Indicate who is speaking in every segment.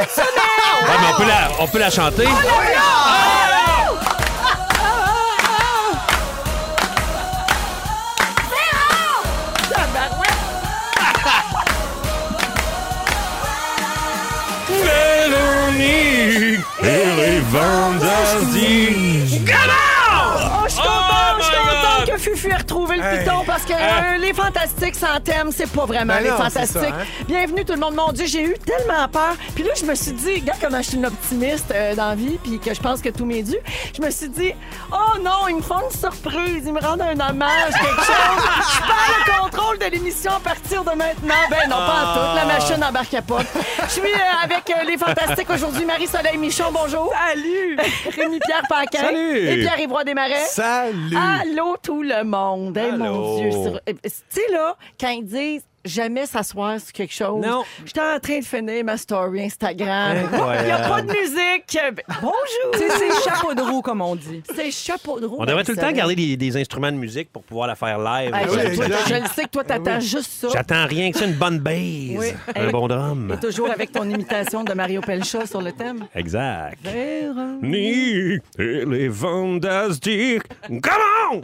Speaker 1: Ah, on peut la chanter. Véronique et les Vendredis. Comment?
Speaker 2: Oh, je suis
Speaker 1: Oh
Speaker 2: contente, je suis
Speaker 1: my
Speaker 2: contente
Speaker 1: God!
Speaker 2: que Fufu ait retrouvé le
Speaker 3: Hey.
Speaker 2: piton parce que
Speaker 1: Hey.
Speaker 2: euh, les fantastiques sans thème, c'est pas vraiment
Speaker 3: Ben
Speaker 2: les
Speaker 3: non, c'est
Speaker 2: fantastiques.
Speaker 3: ça, hein.
Speaker 2: Bienvenue tout le monde. Mon Dieu, j'ai eu tellement peur. Puis là, je me suis dit, regarde comment je suis une optimiste euh, dans la vie puis que je pense que tout m'est dû. Je me suis dit, oh non, ils me font une surprise, ils me rendent un hommage, quelque chose. Je perds le contrôle de l'émission à partir de maintenant. Ben non, pas en tout. La machine n'embarque pas. Je suis euh, avec euh, les fantastiques aujourd'hui. Marie-Soleil Michon, bonjour. Salut. Rémi-Pierre Paquin.
Speaker 1: Salut.
Speaker 2: Et Pierre-Yvroy Desmarais.
Speaker 3: Salut!
Speaker 2: Allô tout le monde. Hey, mon
Speaker 1: Allô.
Speaker 2: Dieu. sur- eh, Tu sais, là, quand ils disent jamais s'asseoir sur quelque chose,
Speaker 1: Non.
Speaker 2: j'étais en train de finir ma story Instagram. Il
Speaker 1: Incroyable.
Speaker 2: n'y a pas de musique. Bonjour.
Speaker 4: C'est c'est chapeau de roue, comme on dit.
Speaker 2: C'est chapeau de roue. ben,
Speaker 1: On devrait tout le temps
Speaker 2: Marie-Soleil.
Speaker 1: garder Ah, des, des instruments de musique pour pouvoir la faire live.
Speaker 2: Hey,
Speaker 1: Ça,
Speaker 3: oui,
Speaker 2: Ah, je-
Speaker 1: ça-
Speaker 3: exact.
Speaker 2: je, je le sais que toi, t'attends juste ça.
Speaker 1: Ah, J'attends rien que ça, une bonne base, un bon drum.
Speaker 2: Toujours avec ton imitation de Mario Pelcha sur le thème.
Speaker 1: Exact. Nick et les Fantastiques. Comment?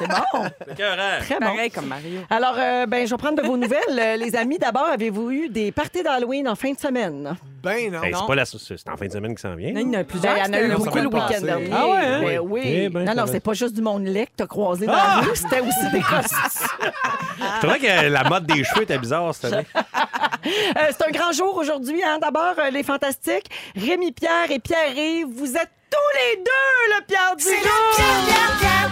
Speaker 2: C'est bon. Très bon.
Speaker 4: Pareil comme Mario.
Speaker 2: Alors, euh, ben, je vais prendre de vos nouvelles. Euh, Les amis, d'abord, avez-vous eu des parties d'Halloween en fin de semaine?
Speaker 3: Ben non.
Speaker 1: c'est pas la c'est en fin de semaine qui s'en vient.
Speaker 4: Il y en a
Speaker 2: Ben,
Speaker 4: plusieurs.
Speaker 2: Il y en a
Speaker 4: c'était
Speaker 2: eu
Speaker 4: le
Speaker 2: beaucoup
Speaker 3: semaine
Speaker 2: le week-end
Speaker 3: passée.
Speaker 2: dernier.
Speaker 1: Ah ouais, hein?
Speaker 2: Ben oui.
Speaker 1: Eh ben,
Speaker 2: non,
Speaker 1: ça va.
Speaker 2: non,
Speaker 1: Ah!
Speaker 2: c'est pas juste du monde laid que t'as croisé dans la rue, c'était aussi des costumes.
Speaker 1: C'est vrai que la mode des cheveux était bizarre cette
Speaker 2: Ah.
Speaker 1: année.
Speaker 2: Euh, c'est un grand jour aujourd'hui. Hein? D'abord, euh, les Fantastiques, Rémi-Pierre et Pierre-Yves, vous êtes tous les deux le Pierre du jour!
Speaker 5: Pierre, Pierre, Pierre,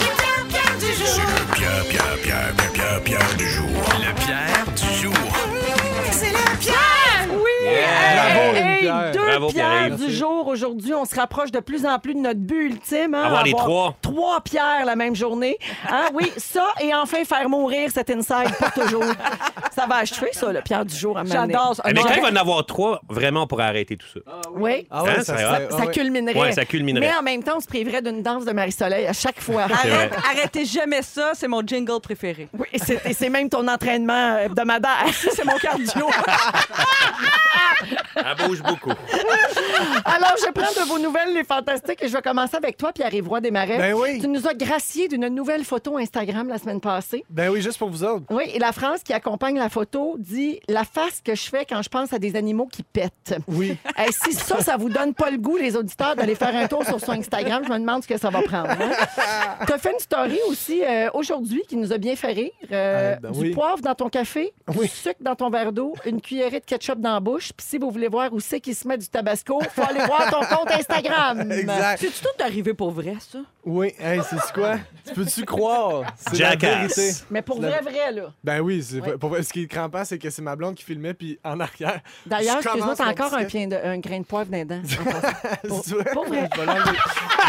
Speaker 5: Pierre, Pierre, Pierre du jour. Le Pierre du jour.
Speaker 2: Oui!
Speaker 3: Bravo,
Speaker 2: Hey, hey,
Speaker 3: Rémi-Pierre.
Speaker 2: deux
Speaker 1: Bravo,
Speaker 2: pierres
Speaker 1: Pierre-Yves.
Speaker 2: du jour aujourd'hui. On se rapproche de plus en plus de notre but ultime. hein,
Speaker 1: Avoir les trois.
Speaker 2: Trois pierres la même journée. Hein, oui, ça et enfin faire mourir cet inside pour toujours. ça va achever, ça, le pierre du jour à un moment donné.
Speaker 4: J'adore ça.
Speaker 1: Mais
Speaker 4: Non,
Speaker 1: quand il va en avoir trois, vraiment, on pourrait arrêter tout ça.
Speaker 2: Oui.
Speaker 3: Ah
Speaker 1: Hein, ça serait-
Speaker 3: ah
Speaker 2: ça
Speaker 3: ouais.
Speaker 2: culminerait.
Speaker 1: Ouais, ça culminerait.
Speaker 2: Mais en même temps, on se priverait d'une danse de Marie-Soleil à chaque fois.
Speaker 4: Arrête- arrêtez jamais ça, c'est mon jingle préféré.
Speaker 2: Oui, et c'est- et c'est même ton entraînement euh, hebdomadaire. Ah, c'est mon cardio.
Speaker 1: Ah, Elle bouge beaucoup.
Speaker 2: Alors, je prends de vos nouvelles, les fantastiques, et je vais commencer avec toi, Pierre-Yvroy Desmarais.
Speaker 3: Ben oui.
Speaker 2: Tu nous as gracié d'une nouvelle photo Instagram la semaine passée.
Speaker 3: Ben oui, juste pour vous autres.
Speaker 2: Oui, et la phrase qui accompagne la photo dit « La face que je fais quand je pense à des animaux qui pètent ».
Speaker 3: Oui.
Speaker 2: Hey, si ça, ça vous donne pas le goût, les auditeurs, d'aller faire un tour sur son Instagram, je me demande ce que ça va prendre. Hein? T'as fait une story aussi euh, aujourd'hui qui nous a bien fait rire. Euh,
Speaker 3: Ah, ben
Speaker 2: du
Speaker 3: oui.
Speaker 2: poivre dans ton café, du
Speaker 3: Oui.
Speaker 2: sucre dans ton verre d'eau, une cuillerée de ketchup dans la bouche. Puis si vous voulez voir où c'est qu'il se met du tabasco, faut aller voir ton compte Instagram.
Speaker 3: Exact.
Speaker 4: C'est-tu tout arrivé pour vrai, ça?
Speaker 3: Oui. Hey, c'est quoi? Tu peux-tu croire? C'est la
Speaker 1: Jackass.
Speaker 3: vérité.
Speaker 2: Mais pour
Speaker 3: La-
Speaker 2: vrai, vrai, là.
Speaker 3: Ben oui, c'est
Speaker 2: Ouais.
Speaker 3: pour vrai, ce qui est crampant, c'est que c'est ma blonde qui filmait, puis en arrière.
Speaker 2: D'ailleurs,
Speaker 3: je
Speaker 2: excuse-moi,
Speaker 3: commence
Speaker 2: t'as
Speaker 3: mon
Speaker 2: encore un,
Speaker 3: petit-
Speaker 2: pien de- un grain de poivre dans les dents. pour-
Speaker 3: C'est vrai?
Speaker 2: pour vrai.
Speaker 3: Je vais l'enlever.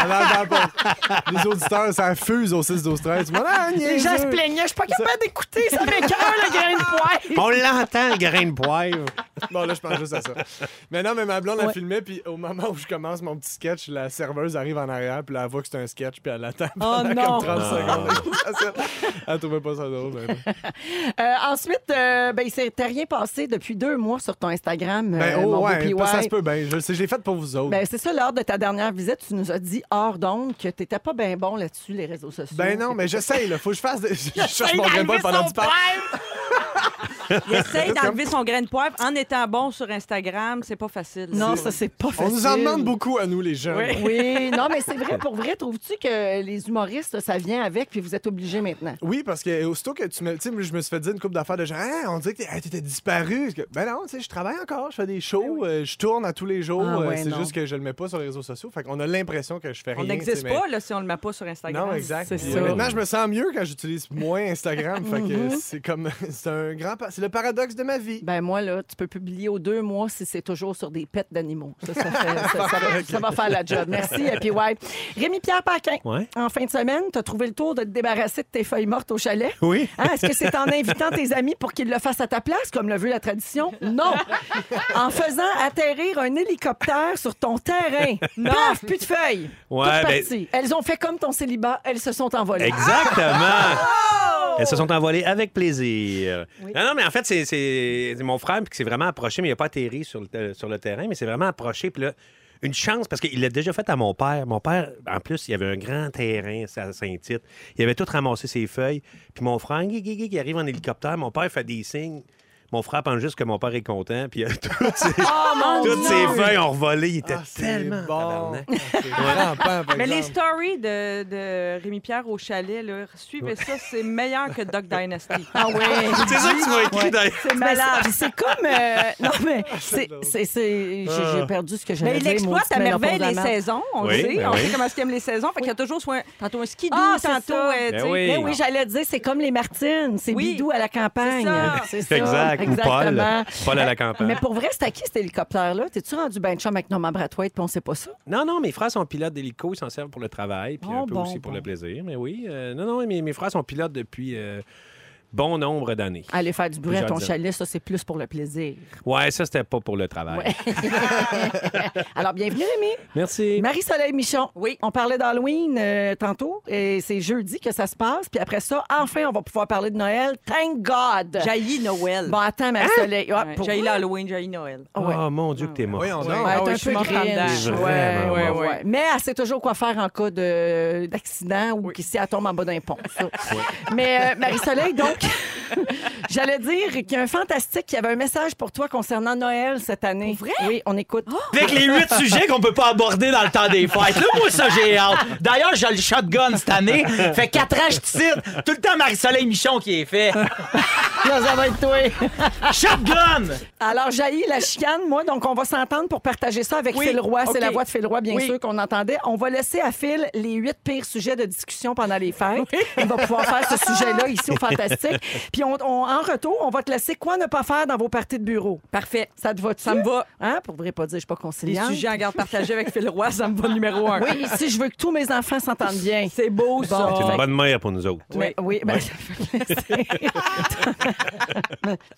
Speaker 3: Elle l'entend pas. Les auditeurs, ça fuse au 6 12 13
Speaker 2: Les gens se plaignaient, je suis pas capable d'écouter, ça m'écoeure, le grain de poivre.
Speaker 1: On l'entend, le grain de poivre.
Speaker 3: Bon, là, je pense juste à ça. Mais non, mais ma blonde,
Speaker 2: Ouais.
Speaker 3: elle filmait, puis au moment où je commence mon petit sketch, la serveuse arrive en arrière, puis elle voit que c'est un sketch, puis elle l'attend
Speaker 2: Oh
Speaker 3: pendant
Speaker 4: non.
Speaker 3: comme 30 secondes. elle trouvait pas ça drôle. ben. mais non.
Speaker 2: Euh, ensuite, euh, ben, il s'était rien passé depuis deux mois sur ton Instagram,
Speaker 3: Ben,
Speaker 2: euh,
Speaker 3: oh,
Speaker 2: mon
Speaker 3: ouais,
Speaker 2: beau
Speaker 3: pas- ça
Speaker 2: PY.
Speaker 3: se peut bien. Je le sais, je l'ai fait pour vous autres. Ben,
Speaker 2: Ben, c'est ça, lors de ta dernière visite, tu nous as dit hors d'onde que t'étais pas bien bon là-dessus, les réseaux sociaux.
Speaker 3: Ben, non, mais j'essaye, là. Faut que je fasse. des- Je cherche mon
Speaker 2: Il a
Speaker 3: gamble
Speaker 2: enlevé
Speaker 3: pendant
Speaker 2: son
Speaker 3: que tu parles.
Speaker 2: prime.
Speaker 4: Il essaye d'enlever son grain de poivre en étant bon sur Instagram, c'est pas facile.
Speaker 2: Non, ça, c'est pas facile.
Speaker 3: On nous en demande beaucoup à nous, les jeunes.
Speaker 4: Oui.
Speaker 2: Oui, non, mais c'est vrai. Pour vrai, trouves-tu que les humoristes, ça vient avec, puis vous êtes obligés maintenant?
Speaker 3: Oui, parce que aussitôt que tu me. Tu sais, moi, je me suis fait dire une coupe d'affaires de genre, Hein, on dirait que t'es- hey, t'étais disparu. Je dis, Ben non, tu sais, je travaille encore, je fais des shows, euh, je tourne à tous les jours.
Speaker 2: Ben Ah
Speaker 3: euh,
Speaker 2: ouais,
Speaker 3: c'est
Speaker 2: non.
Speaker 3: juste que je le mets pas sur les réseaux sociaux. Fait qu'on a l'impression que je fais rien.
Speaker 4: On
Speaker 3: tu
Speaker 4: n'existe
Speaker 3: sais, mais-
Speaker 4: pas là, si on le met pas sur Instagram.
Speaker 3: Non, exact.
Speaker 2: c'est
Speaker 3: Puis,
Speaker 2: ça.
Speaker 3: euh, Maintenant, je me sens mieux quand j'utilise moins Instagram. fait
Speaker 2: Mm-hmm.
Speaker 3: que c'est comme. C'est un grand. pa- C'est le paradoxe de ma vie.
Speaker 2: Ben moi, là, tu peux publier aux deux mois si c'est toujours sur des pets d'animaux. Ça, ça, fait- ça- ça va, ça va faire la job. Merci, Happy Wife. Rémi-Pierre Paquin,
Speaker 1: Ouais.
Speaker 2: en fin de semaine, tu as trouvé le tour de te débarrasser de tes feuilles mortes au chalet.
Speaker 1: Oui.
Speaker 2: Hein, Est-ce que c'est en invitant tes amis pour qu'ils le fassent à ta place, comme le veut la tradition? Non! En faisant atterrir un hélicoptère sur ton terrain. Paf, plus de feuilles.
Speaker 1: Ouais,
Speaker 2: Toute
Speaker 1: ben-
Speaker 2: partie. Elles ont fait comme ton célibat, elles se sont
Speaker 1: Ah,
Speaker 2: envolées.
Speaker 1: Exactement. Elles se sont envolées avec plaisir. Non, non, mais en fait, c'est- c'est c'est mon frère puis qui s'est vraiment approché, mais il n'a pas atterri sur le, euh, sur le terrain, mais c'est vraiment approché. Puis là, une chance, parce qu'il l'a déjà fait à mon père. Mon père, en plus, il avait un grand terrain à Saint-Tite. Il avait tout ramassé ses feuilles. Puis mon frère, gui, gui, gui, qui arrive en hélicoptère, mon père fait des signes. Mon frère pense juste que mon père est content, puis euh, toutes ses,
Speaker 2: Oh,
Speaker 1: toutes ses feuilles ont revolé. Il était
Speaker 3: Ah, c'est
Speaker 1: tellement
Speaker 3: bon. Ah,
Speaker 1: tabarnak.
Speaker 3: C'est vraiment pas, par
Speaker 4: Mais les
Speaker 3: exemple.
Speaker 4: stories de, de Rémi-Pierre au chalet, là, suivez ça, c'est meilleur que Doc Dynasty.
Speaker 2: Ah ouais.
Speaker 1: C'est ça que tu m'as écrit d'ailleurs.
Speaker 4: C'est
Speaker 2: Mais
Speaker 4: malade.
Speaker 2: c'est- C'est comme. euh, non, mais c'est. c'est- c'est- J'ai
Speaker 1: Ah.
Speaker 2: j'ai perdu ce que j'avais
Speaker 4: Mais il exploite à merveille les saisons, on
Speaker 1: Oui,
Speaker 4: le sait.
Speaker 1: ben
Speaker 4: on
Speaker 1: oui.
Speaker 4: sait comment est-ce qu'il aime les saisons. Fait qu'il y a toujours soit un- tantôt un ski
Speaker 2: Ah, c'est
Speaker 4: tantôt...
Speaker 2: ça.
Speaker 4: euh, tu
Speaker 1: Ben
Speaker 4: sais.
Speaker 1: oui.
Speaker 2: Mais oui, j'allais dire, c'est comme les Martines. C'est
Speaker 4: Oui.
Speaker 2: bidou à la campagne.
Speaker 4: C'est
Speaker 2: C'est ça,
Speaker 1: Exact, ou Paul.
Speaker 2: exactement.
Speaker 1: Paul à la campagne.
Speaker 2: Ah, Mais pour vrai, c'est à qui cet hélicoptère-là? T'es-tu rendu ben de chum avec Norman Brathwaite puis on sait pas ça?
Speaker 1: Non, non, mes frères sont pilotes d'hélico, ils s'en servent pour le travail, puis
Speaker 2: Oh,
Speaker 1: un peu
Speaker 2: bon,
Speaker 1: aussi pour
Speaker 2: bon.
Speaker 1: le plaisir. Mais oui, euh, non, non, mes, mes frères sont pilotes depuis euh, bon nombre d'années.
Speaker 2: Aller faire du bruit à
Speaker 1: Plusieurs
Speaker 2: ton
Speaker 1: dizaines.
Speaker 2: chalet, ça, c'est plus pour le plaisir.
Speaker 1: Ouais, ça, c'était pas pour le travail.
Speaker 2: Alors, bienvenue, Rémi.
Speaker 1: Merci.
Speaker 2: Marie-Soleil Michon.
Speaker 4: Oui.
Speaker 2: On parlait d'Halloween euh, tantôt, et c'est jeudi que ça se passe. Puis après ça, enfin, on va pouvoir parler de Noël. Thank God!
Speaker 4: Jaillit Noël.
Speaker 2: Bon, attends, Marie-Soleil. Ouais,
Speaker 4: Ouais,
Speaker 2: pour-
Speaker 4: Jaillit Halloween, jaillit Noël.
Speaker 2: Ah ouais.
Speaker 1: Oh mon Dieu, que t'es mort.
Speaker 3: Voyons donc.
Speaker 2: Ouais,
Speaker 3: Ah
Speaker 2: elle est
Speaker 3: oui,
Speaker 2: un
Speaker 3: je suis
Speaker 2: peu
Speaker 3: morte en
Speaker 4: dedans.
Speaker 2: gringe.
Speaker 1: Vraiment,
Speaker 2: Ouais, ouais,
Speaker 1: ouais.
Speaker 2: ouais. Mais elle sait toujours quoi faire en cas de- d'accident ou que si elle tombe en bas d'un pont. ça. Mais euh, Marie-Soleil, donc, j'allais dire qu'il y a un fantastique qui avait un message pour toi concernant Noël cette année. Vrai? Oui, on écoute.
Speaker 3: Oh!
Speaker 6: Avec les huit sujets qu'on peut pas aborder dans le temps des fêtes. Là, moi, ça, j'ai hâte. D'ailleurs, j'ai le shotgun cette année. Fait quatre ans, je tire. Tout le temps, Marie-Soleil Michon qui est fait.
Speaker 2: Là, ça va être toi.
Speaker 6: Shotgun!
Speaker 4: Ah.
Speaker 2: Alors, jaillit la chicane, moi, donc on va s'entendre pour partager ça avec
Speaker 6: Oui,
Speaker 2: Phil Roy. C'est
Speaker 6: OK.
Speaker 2: la voix de Phil Roy, bien
Speaker 6: Oui.
Speaker 2: sûr, qu'on entendait. On va laisser à Phil les huit pires sujets de discussion pendant les fêtes. Il va pouvoir faire ce sujet-là ici au Fantastique. Puis on, on- en retour, on va te laisser quoi ne pas faire dans vos parties de bureau.
Speaker 4: Parfait.
Speaker 2: Ça te va-tu?
Speaker 4: Ça me va.
Speaker 2: Hein? Pour vrai pas dire, je suis pas
Speaker 4: Les
Speaker 2: conciliante.
Speaker 4: sujets en garde partagée avec Phil Roy, ça me va numéro un.
Speaker 2: Oui, si je veux que tous mes enfants s'entendent bien.
Speaker 4: C'est beau, ça.
Speaker 1: C'est une bonne mère pour nous autres.
Speaker 2: Mais- oui, ben,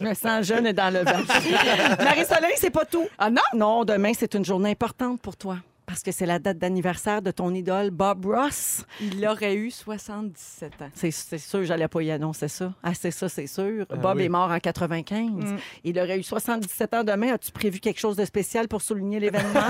Speaker 2: je me sens jeune et dans le vent. Marie-Soleil, c'est pas tout. Ah non? Non, demain, c'est une journée importante pour toi. Parce que c'est la date d'anniversaire de ton idole, Bob Ross.
Speaker 4: Il aurait eu 77 ans.
Speaker 2: C'est- C'est sûr, j'allais pas y annoncer ça. Ah, c'est ça, c'est sûr.
Speaker 4: Ah
Speaker 2: Bob est mort en 95.
Speaker 4: Mm.
Speaker 2: Il aurait eu 77 ans demain. As-tu prévu quelque chose de spécial pour souligner l'événement?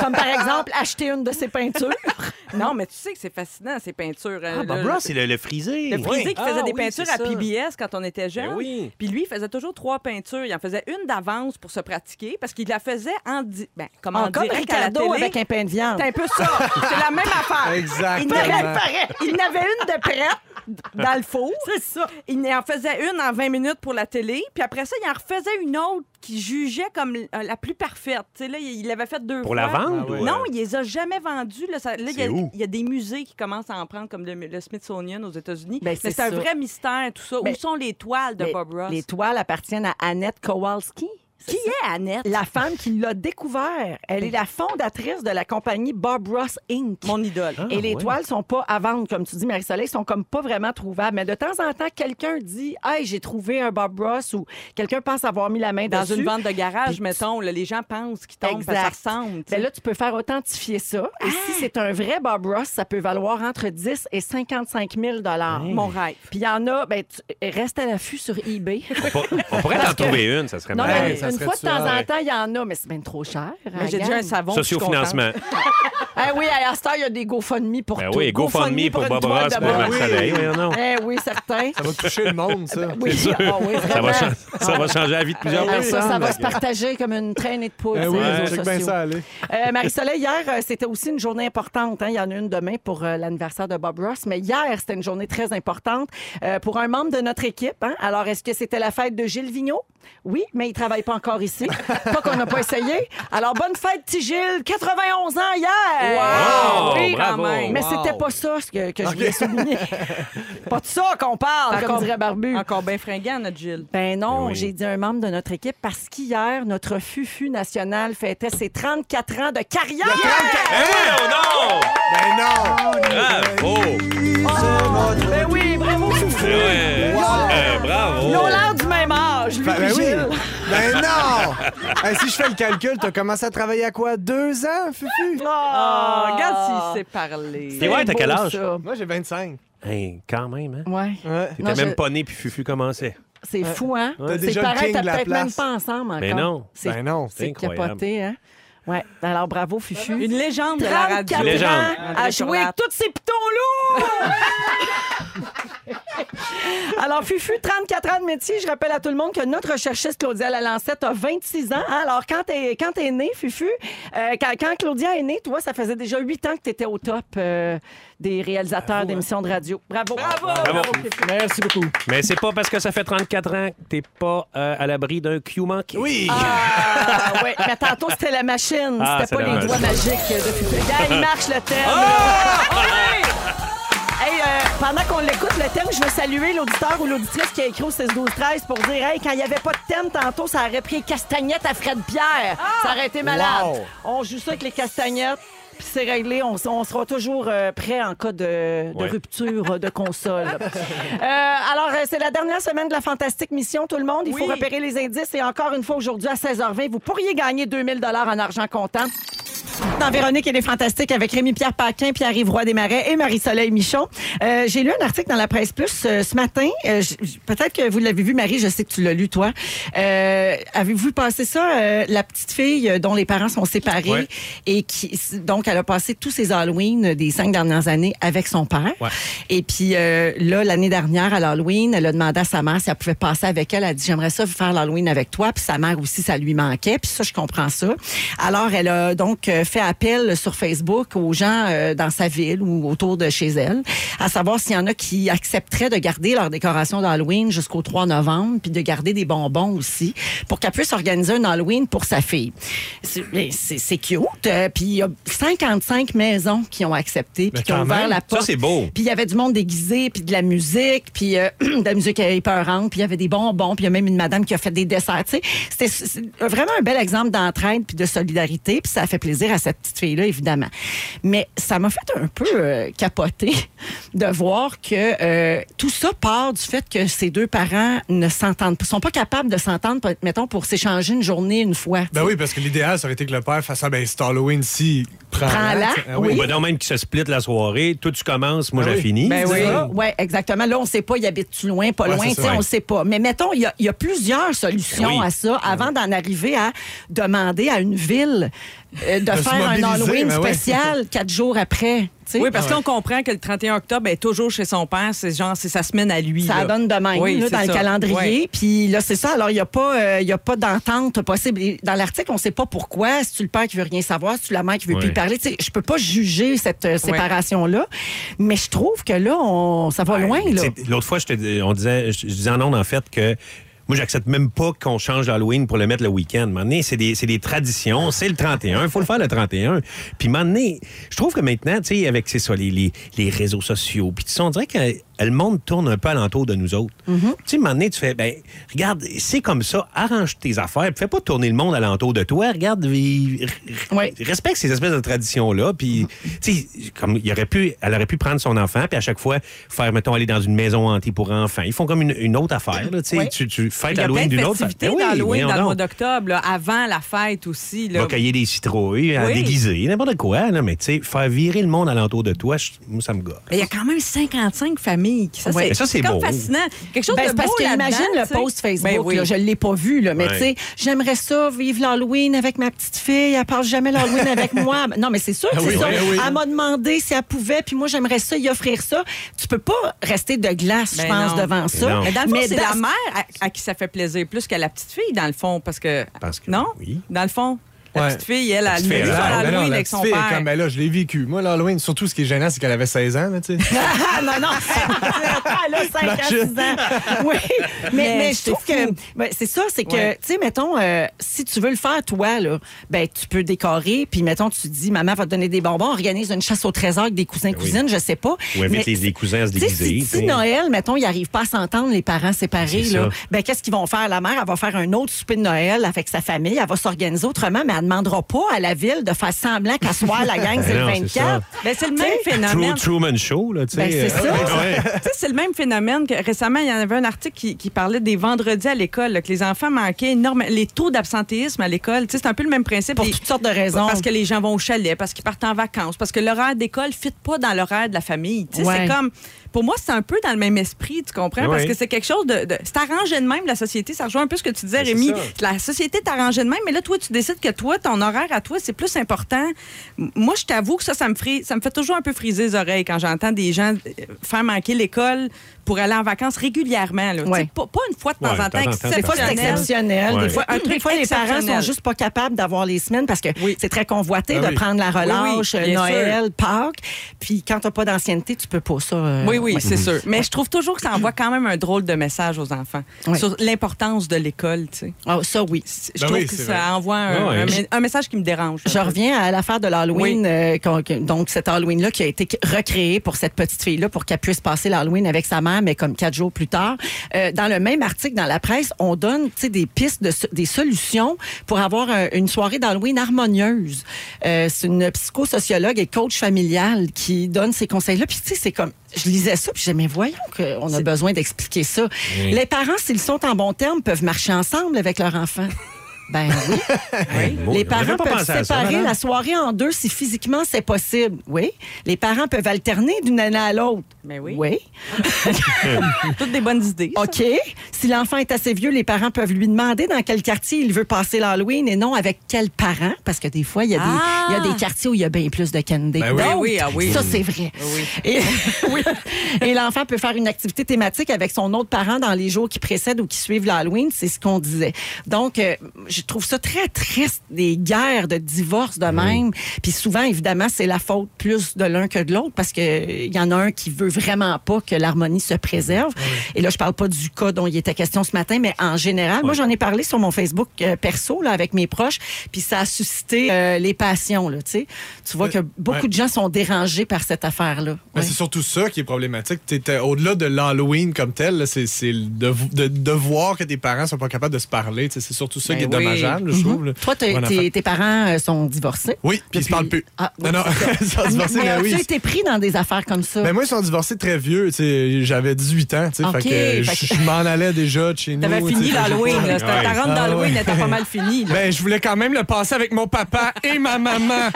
Speaker 2: Comme par exemple, acheter une de ses peintures.
Speaker 4: Non, mais tu sais que c'est fascinant, ces peintures. euh,
Speaker 1: Ah, Bob Ross, c'est le, le frisé.
Speaker 4: Le frisé qui
Speaker 6: Ah,
Speaker 4: faisait des
Speaker 6: oui,
Speaker 4: peintures
Speaker 6: c'est
Speaker 4: à
Speaker 6: ça.
Speaker 4: PBS quand on était jeune.
Speaker 1: Ben oui.
Speaker 4: Puis lui, il faisait toujours trois peintures. Il en faisait une d'avance pour se pratiquer parce qu'il la faisait en, di... ben, comme en
Speaker 2: Encore
Speaker 4: direct à
Speaker 2: Ricardo
Speaker 4: la télé.
Speaker 2: avec un pain de viande.
Speaker 4: C'est un peu ça. C'est la même affaire. Il
Speaker 3: Ah, Exactement.
Speaker 4: n'avait il n'avait une de prête dans le four. C'est ça. Il en faisait une en 20 minutes pour la télé. Puis après ça, il en refaisait une autre qu'il jugeait comme euh, la plus parfaite. Tu sais, là, il l'avait fait deux
Speaker 1: Pour
Speaker 4: fois.
Speaker 1: la vendre?
Speaker 3: Ah ouais.
Speaker 1: ou, euh,
Speaker 4: Non, il les a jamais vendus. Là, Ça- là, il, y a,
Speaker 1: C'est où?
Speaker 4: il y a des musées qui commencent à en prendre, comme le, le Smithsonian aux États-Unis.
Speaker 2: Ben,
Speaker 4: Mais
Speaker 2: c'est
Speaker 4: c'est un
Speaker 2: ça.
Speaker 4: vrai mystère, tout ça.
Speaker 2: Ben,
Speaker 4: Où sont les toiles de
Speaker 2: Mais
Speaker 4: Bob Ross?
Speaker 2: Les toiles appartiennent à Annette Kowalski.
Speaker 4: Qui est Annette?
Speaker 2: La femme qui l'a découvert. Elle est la fondatrice de la compagnie Bob Ross Inc.
Speaker 4: Mon idole.
Speaker 1: Ah,
Speaker 2: Et les
Speaker 1: ouais.
Speaker 2: toiles sont pas à vendre, comme tu dis, Marie-Soleil, sont comme pas vraiment trouvables. Mais de temps en temps, quelqu'un dit Hey, j'ai trouvé un Bob Ross ou quelqu'un pense avoir mis la main
Speaker 4: Dans
Speaker 2: dessus.
Speaker 4: une vente de garage,
Speaker 2: Puis tu-
Speaker 4: mettons, là, les gens pensent qu'ils tombent,
Speaker 2: Exact.
Speaker 4: parce que ça ressemble. tu sais.
Speaker 2: Ben là, tu peux faire authentifier ça. Et si c'est un vrai Bob Ross, ça peut valoir entre 10 et 55 000
Speaker 4: Mon rêve.
Speaker 2: Puis il y en a, ben, tu- reste à l'affût sur eBay.
Speaker 1: On, pour- on pourrait t'en trouver une, ça serait
Speaker 2: Non,
Speaker 1: malade.
Speaker 2: mais
Speaker 3: ça
Speaker 2: une
Speaker 3: serait
Speaker 2: fois de
Speaker 3: ça,
Speaker 2: temps en
Speaker 3: ouais.
Speaker 2: temps, il y en a, mais c'est bien trop cher. hein,
Speaker 4: Mais J'ai
Speaker 2: gang.
Speaker 4: déjà un savon. puis je suis contente.
Speaker 1: Sociofinancement.
Speaker 2: Eh oui, à Astor, il y a des GoFundMe pour
Speaker 1: Ben
Speaker 2: tout.
Speaker 1: oui, GoFundMe pour
Speaker 2: une
Speaker 1: Bob
Speaker 2: toile
Speaker 1: Ross,
Speaker 2: de
Speaker 1: pour
Speaker 2: Bob.
Speaker 1: Marseille.
Speaker 2: Oui.
Speaker 1: Oui, non.
Speaker 2: Eh oui, certain.
Speaker 3: Ça va toucher le monde, ça.
Speaker 2: Oui, ah oui,
Speaker 1: Ça
Speaker 2: vraiment.
Speaker 1: va, chan- ça va changer la vie de plusieurs
Speaker 2: Ah,
Speaker 1: personnes.
Speaker 2: ça, ça va se partager comme une traînée de poudre.
Speaker 3: Eh
Speaker 2: sur
Speaker 3: oui,
Speaker 2: les
Speaker 1: Ouais.
Speaker 3: on
Speaker 2: réseaux
Speaker 3: check bien
Speaker 2: sociaux.
Speaker 3: ça aller.
Speaker 2: Euh, Marie-Soleil, hier, euh, c'était aussi une journée importante. hein. Il y en a une demain pour euh, l'anniversaire de Bob Ross, mais hier, c'était une journée très importante euh, pour un membre de notre équipe. hein. Alors, est-ce que c'était la fête de Gilles Vigneault? Oui, mais il travaille pas encore ici. pas qu'on n'a pas essayé. Alors, bonne fête, petit Gilles. 91 ans hier!
Speaker 1: Wow,
Speaker 4: Oui,
Speaker 1: bravo.
Speaker 4: quand même.
Speaker 2: Mais
Speaker 6: Wow.
Speaker 2: c'était pas ça ce que, que je voulais souligner. pas de ça qu'on parle, comme
Speaker 4: Encore-
Speaker 2: dirait Barbu.
Speaker 4: Encore bien fringant, notre Gilles.
Speaker 2: Ben
Speaker 1: Ben
Speaker 2: non,
Speaker 1: oui.
Speaker 2: j'ai dit un membre de notre équipe parce qu'hier, notre Fufu national fêtait ses 34 ans de carrière.
Speaker 1: Ben oui, non!
Speaker 3: Hein? Ben non!
Speaker 2: Oh,
Speaker 1: Bravo!
Speaker 2: Ben oui, bravo Fufu.
Speaker 1: Ben ouais. Euh,
Speaker 2: Ils ont
Speaker 1: bravo!
Speaker 2: l'air du même âge, lui
Speaker 3: Ben, ben
Speaker 2: et
Speaker 3: oui!
Speaker 2: Gilles.
Speaker 3: Ben non! Eh, si je fais le calcul, t'as commencé à travailler à quoi? Deux ans, Fufu?
Speaker 4: Ah,
Speaker 2: Ah,
Speaker 4: regarde s'il s'est parlé.
Speaker 1: T'es ouais, t'as
Speaker 2: beau,
Speaker 1: quel âge?
Speaker 2: ça.
Speaker 3: Moi, j'ai 25.
Speaker 1: Hein, quand même, hein?
Speaker 2: Ouais,
Speaker 3: Ouais.
Speaker 1: T'étais
Speaker 2: Non,
Speaker 1: même
Speaker 2: je-
Speaker 1: pas né, puis Fufu commençait.
Speaker 2: c'est fou, hein?
Speaker 3: T'as
Speaker 2: Ses
Speaker 3: déjà le
Speaker 2: parents
Speaker 3: king
Speaker 2: étaient
Speaker 3: de la
Speaker 2: peut-être même
Speaker 3: place.
Speaker 2: pas ensemble encore.
Speaker 1: Ben non.
Speaker 2: C'est
Speaker 3: Ben non.
Speaker 1: C'est
Speaker 2: c'est
Speaker 1: incroyable.
Speaker 2: capoté, hein? Ouais. Alors, bravo, Fufu.
Speaker 4: Une légende de la
Speaker 2: 34
Speaker 4: radio.
Speaker 1: Légende.
Speaker 2: ans à
Speaker 4: André
Speaker 2: jouer
Speaker 4: Chourlat.
Speaker 2: avec tous ces pitons lourds! Alors, Fufu, 34 ans de métier. Je rappelle à tout le monde que notre recherchiste Claudia Lalancette a 26 ans. hein. Alors, quand t'es quand t'es née, Fufu, euh, quand, quand Claudia est née, toi, ça faisait déjà 8 ans que t'étais au top euh, des réalisateurs d'émissions de radio. Bravo! Bravo!
Speaker 1: Bravo.
Speaker 7: Merci beaucoup.
Speaker 1: Mais c'est pas parce que ça fait 34 ans que t'es pas euh, à l'abri d'un Q manqué.
Speaker 3: Oui!
Speaker 2: Ah, ouais. Mais tantôt, c'était la machine.
Speaker 1: Ah, c'est
Speaker 2: c'était pas les
Speaker 1: dommage.
Speaker 2: doigts magiques de Fufu. Regarde, il marche le thème. Ah, Hey, euh, pendant qu'on l'écoute, le thème, je veux saluer l'auditeur ou l'auditrice qui a écrit au 16-12-13 pour dire Hey, quand il n'y avait pas de thème tantôt, ça aurait pris castagnette à Fred Pierre. Ça aurait été malade.
Speaker 3: Wow.
Speaker 2: On joue ça avec les castagnettes, puis c'est réglé. On, s- on sera toujours euh, prêt en cas de, de
Speaker 1: Ouais.
Speaker 2: rupture euh, de console. Euh, alors, euh, c'est la dernière semaine de la fantastique mission, tout le monde. Il faut repérer les indices. Et encore une fois, aujourd'hui, à 16h20, vous pourriez gagner 2000 en argent comptant dans Véronique et les Fantastiques avec Rémi-Pierre Paquin, Pierre-Yves Roy Desmarais et Marie-Soleil Michon. Euh, J'ai lu un article dans la presse plus euh, ce matin. Euh, j- j- Peut-être que vous l'avez vu, Marie, je sais que tu l'as lu, toi. Euh, Avez-vous passé ça, euh, la petite fille euh, dont les parents sont séparés
Speaker 1: Ouais.
Speaker 2: et qui, donc, elle a passé tous ses Halloween euh, des cinq dernières années avec son père.
Speaker 1: Ouais.
Speaker 2: Et puis euh, là, l'année dernière, à l'Halloween, elle a demandé à sa mère si elle pouvait passer avec elle. Elle a dit J'aimerais ça faire l'Halloween avec toi. Puis sa mère aussi, ça lui manquait. Puis ça, je comprends ça. Alors, elle a donc euh, fait appel sur Facebook aux gens euh, dans sa ville ou autour de chez elle, à savoir s'il y en a qui accepteraient de garder leur décoration d'Halloween jusqu'au 3 novembre, puis de garder des bonbons aussi, pour qu'elle puisse organiser un Halloween pour sa fille. C'est mais c'est- c'est cute. Euh, Puis il y a 55 maisons qui ont accepté, puis qui ont
Speaker 1: quand
Speaker 2: ouvert
Speaker 1: même,
Speaker 2: la
Speaker 1: ça,
Speaker 2: porte.
Speaker 1: c'est beau.
Speaker 2: Puis il y avait du monde déguisé, puis de la musique, puis euh, de la musique épeurante, puis il y avait des bonbons, puis il y a même une madame qui a fait des desserts. tu sais. C'était c'est vraiment un bel exemple d'entraide puis de solidarité, puis ça a fait plaisir à cette petite fille-là, évidemment. Mais ça m'a fait un peu euh, capoter de voir que euh, tout ça part du fait que ces deux parents ne s'entendent pas, sont pas capables de s'entendre, mettons, pour s'échanger une journée une fois. tu sais.
Speaker 3: Ben oui, parce que l'idéal, ça aurait été que le père fasse ça, ben c'est Halloween, si,
Speaker 2: Prends-la,
Speaker 3: prends-la. Ah
Speaker 1: Ou
Speaker 2: oui.
Speaker 1: ben non, même qu'ils se split la soirée. Toi, tu commences, moi,
Speaker 3: Ah
Speaker 1: je
Speaker 3: oui.
Speaker 1: finis.
Speaker 2: Ben
Speaker 3: C'est
Speaker 2: oui,
Speaker 3: ça.
Speaker 2: ouais, exactement. Là, on ne sait pas, il habite-tu loin, pas
Speaker 3: Ouais,
Speaker 2: loin,
Speaker 3: c'est
Speaker 2: tu
Speaker 3: ça.
Speaker 2: sais, on
Speaker 3: Ouais.
Speaker 2: ne sait pas. Mais mettons, il y a, il y a plusieurs solutions
Speaker 1: Oui.
Speaker 2: à ça avant d'en arriver à demander à une ville euh, de,
Speaker 3: se
Speaker 2: faire un
Speaker 3: mobiliser,
Speaker 2: Halloween
Speaker 3: ben ouais.
Speaker 2: spécial quatre jours après. tu sais. Ah
Speaker 8: Oui, parce qu'on comprend que le 31 octobre est toujours chez son père. C'est genre, c'est sa semaine à lui.
Speaker 2: Ça
Speaker 8: là.
Speaker 2: donne demain
Speaker 8: Oui,
Speaker 2: là,
Speaker 8: c'est
Speaker 2: dans le
Speaker 8: ça.
Speaker 2: calendrier.
Speaker 8: Ouais.
Speaker 2: Puis là, c'est ça. Alors, il n'y a pas, euh, il y a pas d'entente possible. Et Dans l'article, on ne sait pas pourquoi. Si tu le père qui veut rien savoir, si tu la mère qui veut plus
Speaker 1: Ouais.
Speaker 2: y parler. Tu sais, je peux pas juger cette euh, séparation-là. Mais je trouve que là, on, ça va loin.
Speaker 1: Ben, Tu
Speaker 2: Là.
Speaker 1: sais, L'autre fois, je, te dis- on disait, je, je disais en ondes, en fait, que moi, j'accepte même pas qu'on change Halloween pour le mettre le week-end. À un moment donné, c'est des, c'est des traditions. C'est le 31. Il faut le faire le 31. Puis, à un moment donné, je trouve que maintenant, tu sais, avec c'est ça, les, les, les réseaux sociaux, puis tout ça, on dirait que euh, le monde tourne un peu alentour de nous autres.
Speaker 2: Mm-hmm.
Speaker 1: Tu sais, à un moment donné, tu fais, ben, regarde, c'est comme ça. Arrange tes affaires. Fais pas tourner le monde alentour de toi. Regarde, vi- r-
Speaker 2: Ouais.
Speaker 1: respecte ces espèces de traditions là puis tu sais comme il aurait pu elle aurait pu prendre son enfant puis à chaque fois faire mettons aller dans une maison hantée pour enfants ils font comme une, une autre affaire là, tu sais
Speaker 2: Ouais.
Speaker 1: tu, tu fêtes
Speaker 8: Il y a plein
Speaker 1: Halloween
Speaker 8: de
Speaker 1: d'une autre
Speaker 8: festivités
Speaker 1: Ben oui,
Speaker 8: d'Halloween
Speaker 1: voyons
Speaker 8: dans le
Speaker 1: donc.
Speaker 8: mois d'octobre, là, avant la fête aussi. Là.
Speaker 1: va cueillir des citrouilles, à
Speaker 8: Oui.
Speaker 1: déguiser, n'importe quoi, là, mais tu sais, faire virer le monde alentour de toi, je- moi, ça me gosse.
Speaker 8: Mais il y a quand même 55 familles. Ça,
Speaker 1: Ouais. Mais
Speaker 8: c'est
Speaker 1: ça, c'est
Speaker 8: comme
Speaker 1: beau.
Speaker 8: fascinant. Quelque chose
Speaker 2: Ben,
Speaker 8: de
Speaker 2: c'est parce
Speaker 8: beau
Speaker 2: que
Speaker 8: là-dedans,
Speaker 2: imagine le
Speaker 8: tu sais.
Speaker 2: post Facebook,
Speaker 8: Ben oui.
Speaker 2: là, je ne l'ai pas vu, là, mais
Speaker 1: Ouais.
Speaker 2: tu sais, j'aimerais ça, vivre l'Halloween avec ma petite fille, elle passe jamais l'Halloween avec moi. Non, mais c'est sûr que
Speaker 3: Ah
Speaker 2: c'est
Speaker 3: oui,
Speaker 2: ça.
Speaker 3: oui, oui.
Speaker 2: Elle m'a demandé si elle pouvait, puis moi, j'aimerais ça, y offrir ça. Tu peux pas rester de glace,
Speaker 8: Ben
Speaker 2: je pense,
Speaker 8: non.
Speaker 2: devant ça.
Speaker 1: non.
Speaker 8: Mais dans le fond,
Speaker 2: Mais
Speaker 8: c'est
Speaker 2: dans-
Speaker 8: la mère à, à qui ça fait plaisir plus que la petite fille, dans le fond, parce que...
Speaker 1: Parce que
Speaker 8: non?
Speaker 1: oui.
Speaker 8: Dans le fond, la
Speaker 3: Ouais.
Speaker 8: petite fille, elle,
Speaker 1: petite
Speaker 8: elle
Speaker 1: fille,
Speaker 8: met
Speaker 1: elle
Speaker 8: ça à
Speaker 3: Ben non,
Speaker 8: Halloween
Speaker 3: la
Speaker 8: avec
Speaker 3: petite
Speaker 8: son
Speaker 3: fille est
Speaker 8: père.
Speaker 3: comme, ben là, je l'ai vécu. Moi, l'Halloween, surtout, ce qui est gênant, c'est qu'elle avait 16 ans, là, tu sais.
Speaker 2: Ah, non, non. Elle a 5 ans, 6 ans. Oui. Mais, mais je
Speaker 8: c'est
Speaker 2: trouve que. ben, c'est ça, c'est que,
Speaker 8: Ouais.
Speaker 2: tu sais, mettons, euh, si tu veux le faire, toi, là, ben, tu peux décorer, puis mettons, tu dis, maman va te donner des bonbons, organise une chasse au trésor avec des
Speaker 1: oui.
Speaker 2: cousins-cousines, je sais pas.
Speaker 1: Ou invite
Speaker 2: Mais-
Speaker 1: les, les cousins à se
Speaker 2: Tu sais,
Speaker 1: déguiser.
Speaker 2: Si, si
Speaker 1: tu sais.
Speaker 2: Noël, mettons, ils n'arrivent pas à s'entendre, les parents séparés,
Speaker 1: C'est
Speaker 2: là,
Speaker 1: ça.
Speaker 2: ben, qu'est-ce qu'ils vont faire? La mère, elle va faire un autre souper de Noël avec sa famille. Elle va s'organiser autrement, mais elle ne demandera pas à la ville de faire semblant qu'à soir, la gang, c'est le
Speaker 1: Non, c'est
Speaker 2: 24.
Speaker 8: Ben, c'est le
Speaker 2: Tu
Speaker 8: même
Speaker 2: sais,
Speaker 8: phénomène.
Speaker 1: True Truman Show, là, tu sais.
Speaker 2: Ben, c'est
Speaker 1: euh,
Speaker 2: ça.
Speaker 1: ouais.
Speaker 8: Tu sais, c'est le même phénomène que récemment, il y en avait un article qui, qui parlait des vendredis à l'école, là, que les enfants manquaient énormément. Les taux d'absentéisme à l'école, tu sais, c'est un peu le même principe.
Speaker 2: Pour
Speaker 8: Les-
Speaker 2: toutes sortes de raisons.
Speaker 8: Parce que les gens vont au chalet, parce qu'ils partent en vacances, parce que l'horaire d'école ne fit pas dans l'horaire de la famille. Tu sais,
Speaker 2: Ouais.
Speaker 8: C'est comme. Pour moi, c'est un peu dans le même esprit, tu comprends?
Speaker 1: Oui.
Speaker 8: Parce que c'est quelque chose de. de- c'est arrangé de même, la société. Ça rejoint un peu ce que tu disais,
Speaker 1: c'est
Speaker 8: Rémi.
Speaker 1: ça.
Speaker 8: La société est arrangée de même, mais là, toi, tu décides que toi,
Speaker 4: toi, ton horaire à toi, c'est plus important. M- Moi, je t'avoue que ça, ça me, frise- ça me fait toujours un peu friser les oreilles quand j'entends des gens euh, faire manquer l'école pour aller en vacances régulièrement. là. Tu sais,
Speaker 2: Ouais.
Speaker 4: Pas, pas une fois de temps
Speaker 1: Ouais,
Speaker 4: en
Speaker 1: de temps en temps,
Speaker 4: temps,
Speaker 2: Des fois, c'est
Speaker 4: exceptionnel.
Speaker 2: exceptionnel.
Speaker 1: Ouais.
Speaker 2: Des fois, un truc, des fois, les parents
Speaker 4: Exceptionnel.
Speaker 2: sont juste pas capables d'avoir les semaines parce que
Speaker 4: Oui.
Speaker 2: c'est très convoité de
Speaker 3: Ah oui.
Speaker 2: prendre la relâche,
Speaker 4: Oui, oui, bien
Speaker 2: Noël, Pâques. Puis quand t'as pas d'ancienneté, tu peux pas ça. euh,
Speaker 4: Oui, oui,
Speaker 2: ouais.
Speaker 3: Mhm.
Speaker 4: c'est sûr. Mais je trouve toujours que ça envoie quand même un drôle de message aux enfants
Speaker 2: Ouais.
Speaker 4: sur l'importance de l'école. tu sais.
Speaker 2: Ah, ça, oui.
Speaker 4: Je
Speaker 3: Ben
Speaker 4: trouve
Speaker 3: oui,
Speaker 4: que
Speaker 3: c'est
Speaker 4: ça
Speaker 3: vrai.
Speaker 4: envoie un,
Speaker 1: Ouais.
Speaker 4: un me- un message qui me dérange.
Speaker 2: Je reviens à l'affaire de l'Halloween, euh, qu'on- que- donc cet Halloween-là qui a été recréé pour cette petite fille-là pour qu'elle puisse passer l'Halloween avec sa mère, mais comme quatre jours plus tard. Euh, dans le même article dans la presse, on donne tu sais, des pistes, de, so- des solutions pour avoir un- une soirée d'Halloween harmonieuse. Euh, c'est une psychosociologue et coach familial qui donne ces conseils-là. Puis tu sais, c'est comme, je lisais ça, puis je disais, mais voyons qu'on a besoin d'expliquer ça. Les parents, s'ils sont en bon terme, peuvent marcher ensemble avec leur enfant. Ben oui.
Speaker 1: Hey, moi,
Speaker 2: Les
Speaker 1: j'aurais
Speaker 2: parents
Speaker 1: pas
Speaker 2: peuvent
Speaker 1: pensé à ça,
Speaker 2: séparer
Speaker 1: madame.
Speaker 2: la soirée en deux si physiquement c'est possible. Oui. Les parents peuvent alterner d'une année à l'autre.
Speaker 4: Mais oui.
Speaker 2: Oui.
Speaker 4: Toutes des bonnes idées. ça.
Speaker 2: OK. Si l'enfant est assez vieux, les parents peuvent lui demander dans quel quartier il veut passer l'Halloween et non avec quel parent, parce que des fois, il y a, des,
Speaker 4: Ah!
Speaker 2: il y a des quartiers où il y a bien plus de candy.
Speaker 3: Ben oui.
Speaker 2: Donc,
Speaker 4: Ah oui, ah oui.
Speaker 2: Ça, c'est vrai. Et, oui. et l'enfant peut faire une activité thématique avec son autre parent dans les jours qui précèdent ou qui suivent l'Halloween, c'est ce qu'on disait. Donc, euh, je trouve ça très triste, des guerres de divorce de
Speaker 3: Ben
Speaker 2: même. Puis souvent, évidemment, c'est la faute plus de l'un que de l'autre parce qu'il y en a un qui veut vraiment pas que l'harmonie se
Speaker 3: Ah
Speaker 2: préserve. Et là, je parle pas du cas dont il était question ce matin, mais en général, moi, j'en ai parlé sur mon Facebook euh, perso là, avec mes proches, puis ça a suscité euh, les passions. Là, tu sais. Tu vois que beaucoup
Speaker 3: Euh, ouais.
Speaker 2: de gens sont dérangés par cette affaire-là.
Speaker 3: Mais
Speaker 2: Ouais.
Speaker 3: c'est surtout ça qui est problématique. T'es- t'es- Au-delà de l'Halloween comme tel, là, c'est c'est de, de- de voir que tes parents sont pas capables de se parler. T'sais, C'est surtout ça qui est
Speaker 4: Ben oui.
Speaker 3: dommageable, je trouve. là,
Speaker 2: Toi, t'es-
Speaker 3: pour un
Speaker 2: tes,
Speaker 3: enfant.
Speaker 2: tes parents euh, sont divorcés.
Speaker 3: Oui, puis ils se
Speaker 2: Depuis-
Speaker 3: parlent plus.
Speaker 2: Ah, oui,
Speaker 3: non, non,
Speaker 2: c'est ça.
Speaker 3: ils sont
Speaker 2: Ah,
Speaker 3: divorcés,
Speaker 2: mais
Speaker 3: mais
Speaker 2: as-tu
Speaker 3: oui.
Speaker 2: été pris dans des affaires comme ça?
Speaker 3: Ben moi, ils sont divorcés très vieux. t'sais, J'avais 18 ans. t'sais,
Speaker 2: Ok,
Speaker 3: fait que
Speaker 2: fait que-
Speaker 3: je je m'en allais déjà de chez nous.
Speaker 4: T'avais fini
Speaker 3: t'sais,
Speaker 4: l'Halloween. là. C'était-
Speaker 1: Ouais.
Speaker 4: Ta rentre
Speaker 3: Ah
Speaker 4: d'Halloween
Speaker 3: ouais.
Speaker 4: était pas mal finie. là.
Speaker 3: Ben, je voulais quand même le passer avec mon papa et ma maman.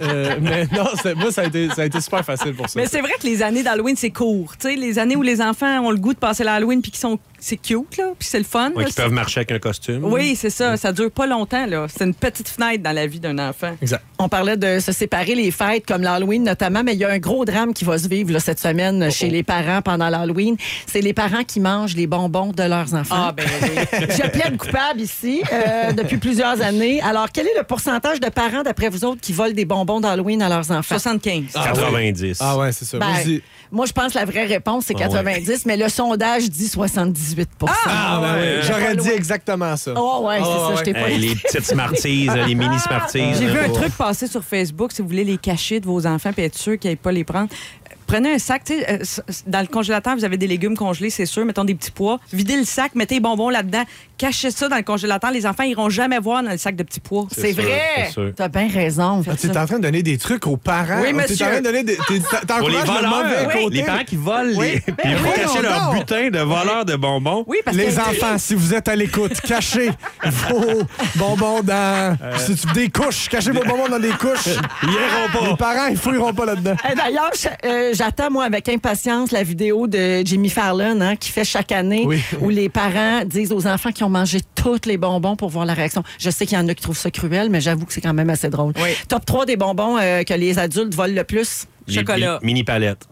Speaker 3: Euh, mais non, c'est- moi, ça a, été, ça a été super facile pour ça.
Speaker 1: Ben,
Speaker 4: Mais c'est vrai que les années d'Halloween, c'est court. Tu sais, les années où les enfants ont le goût de passer l'Halloween puis qui sont. C'est cute, là. Puis c'est le fun.
Speaker 1: Ouais,
Speaker 4: là,
Speaker 1: qui
Speaker 4: c'est-
Speaker 1: peuvent marcher avec un costume.
Speaker 4: Oui, c'est ça. Ça dure pas longtemps, là. C'est une petite fenêtre dans la vie d'un enfant.
Speaker 3: Exact.
Speaker 2: On parlait de se séparer les fêtes, comme l'Halloween notamment, mais il y a un gros drame qui va se vivre là, cette semaine chez les parents pendant l'Halloween. C'est les parents qui mangent les bonbons de leurs enfants.
Speaker 4: Ah, ben oui.
Speaker 2: Je plaide coupable ici euh, depuis plusieurs années. Alors, quel est le pourcentage de parents, d'après vous autres, qui volent des bonbons d'Halloween à leurs enfants?
Speaker 4: 75.
Speaker 3: Ah ouais.
Speaker 1: 90.
Speaker 3: Ah ouais, c'est ça.
Speaker 2: Ben,
Speaker 3: Moi, je dis-
Speaker 2: moi, je pense que la vraie réponse, c'est
Speaker 1: Ah ouais.
Speaker 2: 90, mais le sondage dit 78
Speaker 3: Ah, ben oui, J'aurais dit exactement ça.
Speaker 2: Oh, ouais, c'est
Speaker 3: Ah
Speaker 2: ça,
Speaker 3: ouais.
Speaker 2: je t'ai pas
Speaker 1: Hey, les petites smarties, euh, les mini smarties.
Speaker 4: J'ai
Speaker 1: là,
Speaker 4: vu un
Speaker 1: pour-
Speaker 4: truc passer sur Facebook, si vous voulez les cacher de vos enfants, puis être sûr qu'ils n'aillent pas les prendre. Euh, Prenez un sac, tu sais, euh, s- s- dans le congélateur, vous avez des légumes congelés, c'est sûr, mettons des petits pois. Videz le sac, mettez les bonbons là-dedans, cachez ça dans le congélateur. Les enfants iront jamais voir dans le sac de petits pois.
Speaker 2: C'est
Speaker 1: sûr,
Speaker 2: vrai.
Speaker 1: c'est sûr.
Speaker 2: T'as bien raison.
Speaker 3: Ah, tu es en train de donner des trucs aux parents.
Speaker 4: Oui,
Speaker 3: Ah, T'es
Speaker 4: monsieur.
Speaker 3: en train de donner des. t'es-
Speaker 1: Pour les
Speaker 3: T'encourages le mauvais
Speaker 1: voleurs,
Speaker 3: côté.
Speaker 1: les parents qui volent,
Speaker 3: Oui.
Speaker 1: les- puis ils vont
Speaker 3: voyons
Speaker 1: cacher leur
Speaker 3: donc.
Speaker 1: butin de voleurs de bonbons.
Speaker 4: Oui, parce
Speaker 3: Les
Speaker 4: que
Speaker 3: enfants, si vous êtes à l'écoute, cachez vos bonbons dans si tu- des couches. Cachez vos bonbons dans des couches.
Speaker 1: Euh. Ils iront pas.
Speaker 3: Les parents, ils fouilleront pas là-dedans.
Speaker 2: Eh, D'ailleurs, je- euh, j'attends, moi, avec impatience la vidéo de Jimmy Fallon, hein, qui fait chaque année,
Speaker 3: Oui.
Speaker 2: où les parents disent aux enfants qui ont mangé tous les bonbons pour voir la réaction. Je sais qu'il y en a qui trouvent ça cruel, mais j'avoue que c'est quand même assez drôle. Top 3 des bonbons euh, que les adultes volent le plus.
Speaker 1: Les
Speaker 4: Chocolat.
Speaker 1: mi- Mini palettes.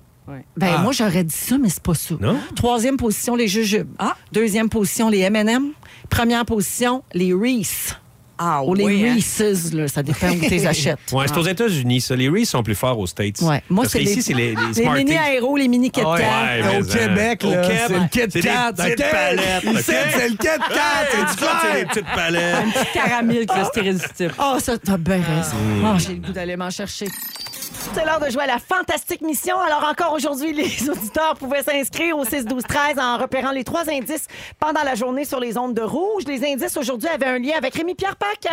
Speaker 2: Ben,
Speaker 3: Ah.
Speaker 2: moi, j'aurais dit ça, mais c'est pas ça.
Speaker 1: Non?
Speaker 2: Troisième position, les jujubes.
Speaker 4: Ah.
Speaker 2: Deuxième position, les M&M. Première position, les Reese.
Speaker 4: Ah
Speaker 2: Ou les
Speaker 4: oui, hein.
Speaker 2: Reese's, là, ça dépend où tu les achètes.
Speaker 1: Ouais, c'est aux États-Unis, ça. Les Reese sont plus forts aux States.
Speaker 2: Ouais. Moi,
Speaker 1: Parce
Speaker 2: c'est
Speaker 1: que
Speaker 2: les, Ah.
Speaker 1: ici, c'est les, les
Speaker 2: les
Speaker 1: Smarties. Ah
Speaker 2: mini aéros, les mini Kit Kat.
Speaker 1: Ouais, mais
Speaker 3: Au
Speaker 1: en-
Speaker 3: Québec,
Speaker 1: au
Speaker 3: là,
Speaker 1: Québec,
Speaker 3: c'est le Kit
Speaker 1: c'est des
Speaker 3: Kat,
Speaker 1: petites
Speaker 3: ok?
Speaker 1: palettes, ok?
Speaker 3: Ici, c'est le Kit Kat, c'est du
Speaker 1: Ici, c'est
Speaker 3: clair.
Speaker 1: des petites palettes.
Speaker 4: Un petit caramel que c'est irrésistible.
Speaker 2: Ah, ça, t'as bien raison. Ah, j'ai le goût d'aller m'en chercher. C'est l'heure de jouer à la fantastique mission. Alors, encore aujourd'hui, les auditeurs pouvaient s'inscrire au 6-12-13 en repérant les trois indices pendant la journée sur les ondes de rouge. Les indices aujourd'hui avaient un lien avec Rémi-Pierre Paquin,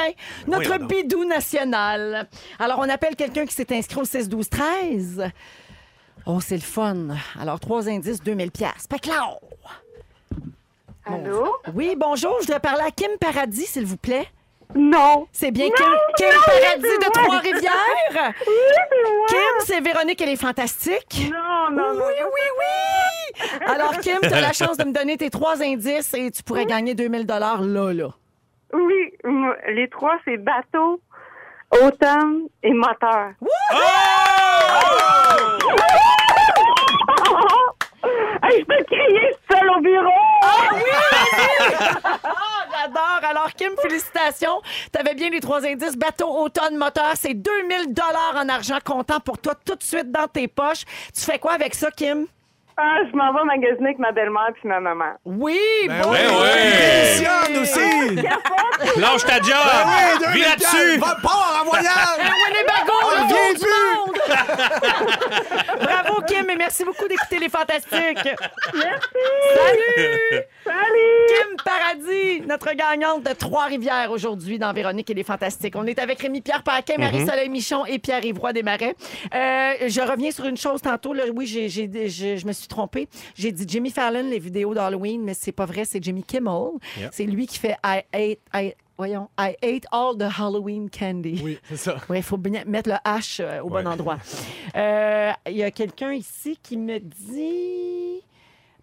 Speaker 2: notre
Speaker 1: voyons donc.
Speaker 2: bidou national. Alors, on appelle quelqu'un qui s'est inscrit au 6-12-13. Oh, c'est le fun. Alors, trois indices, 2000 pièces. Paclao!
Speaker 7: Allô?
Speaker 2: Oui, bonjour. Je voudrais parler à Kim Paradis, s'il vous plaît.
Speaker 7: Non.
Speaker 2: C'est bien Kim, Kim Paradis de Trois-Rivières. Kim, c'est Véronique, elle est fantastique.
Speaker 7: Non, non,
Speaker 2: Oui, oui, oui! Alors, Kim, tu as la chance de me donner tes trois indices et tu pourrais gagner 2000 là, là.
Speaker 7: Oui, m- les trois, c'est bateau, automne et moteur. Hey, je peux crier tout seul au bureau!
Speaker 2: Ah, J'adore. Alors, Kim, félicitations. T'avais bien les trois indices. Bateau, automne, moteur. C'est 2000 dollars en argent comptant pour toi tout de suite dans tes poches. Tu fais quoi avec ça, Kim?
Speaker 7: Ah, je m'en vais magasiner avec ma belle-mère puis ma maman.
Speaker 2: Oui,
Speaker 3: Ben
Speaker 2: bon.
Speaker 3: oui.
Speaker 1: Ben oui!
Speaker 3: Christiane aussi! Ben
Speaker 1: Lâche ta job! Ah, Vis là-dessus! Ben
Speaker 3: Va part en voyage!
Speaker 2: Winnebago,
Speaker 3: Ah,
Speaker 2: le
Speaker 3: viens
Speaker 2: tour du monde! Bravo, Kim, et merci beaucoup d'écouter Les Fantastiques. Salut!
Speaker 7: Salut!
Speaker 2: Kim Paradis, notre gagnante de Trois-Rivières aujourd'hui dans Véronique et les Fantastiques. On est avec Rémi-Pierre Paquin, Marie-Soleil Michon et Pierre-Yvroy Desmarais. Euh, je reviens sur une chose tantôt. Là, oui, j'ai, j'ai- je, je me suis trompée. J'ai dit Jimmy Fallon, les vidéos d'Halloween, mais c'est pas vrai, c'est Jimmy Kimmel.
Speaker 1: Yep.
Speaker 2: C'est lui qui fait I ate, I- voyons, I ate all the Halloween candy.
Speaker 3: Oui, c'est ça.
Speaker 2: Oui, il faut bien mettre le H euh, au bon
Speaker 1: Ouais.
Speaker 2: endroit. Euh, Il y a quelqu'un ici qui me dit.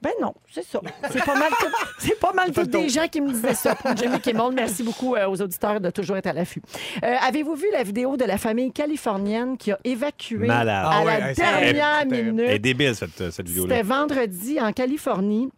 Speaker 2: Ben non, c'est ça. C'est pas mal, tout- c'est pas mal tout des gens qui me disaient ça pour Jimmy Kimmel. Merci beaucoup euh, aux auditeurs de toujours être à l'affût. Euh, Avez-vous vu la vidéo de la famille californienne qui a évacué
Speaker 1: Malade.
Speaker 2: à
Speaker 3: Ah ouais,
Speaker 2: la
Speaker 3: hey, c'est
Speaker 2: dernière
Speaker 3: terrible, c'est terrible.
Speaker 1: Elle est
Speaker 2: minute?
Speaker 1: débile, cette, euh, cette vidéo-là.
Speaker 2: C'était vendredi en Californie.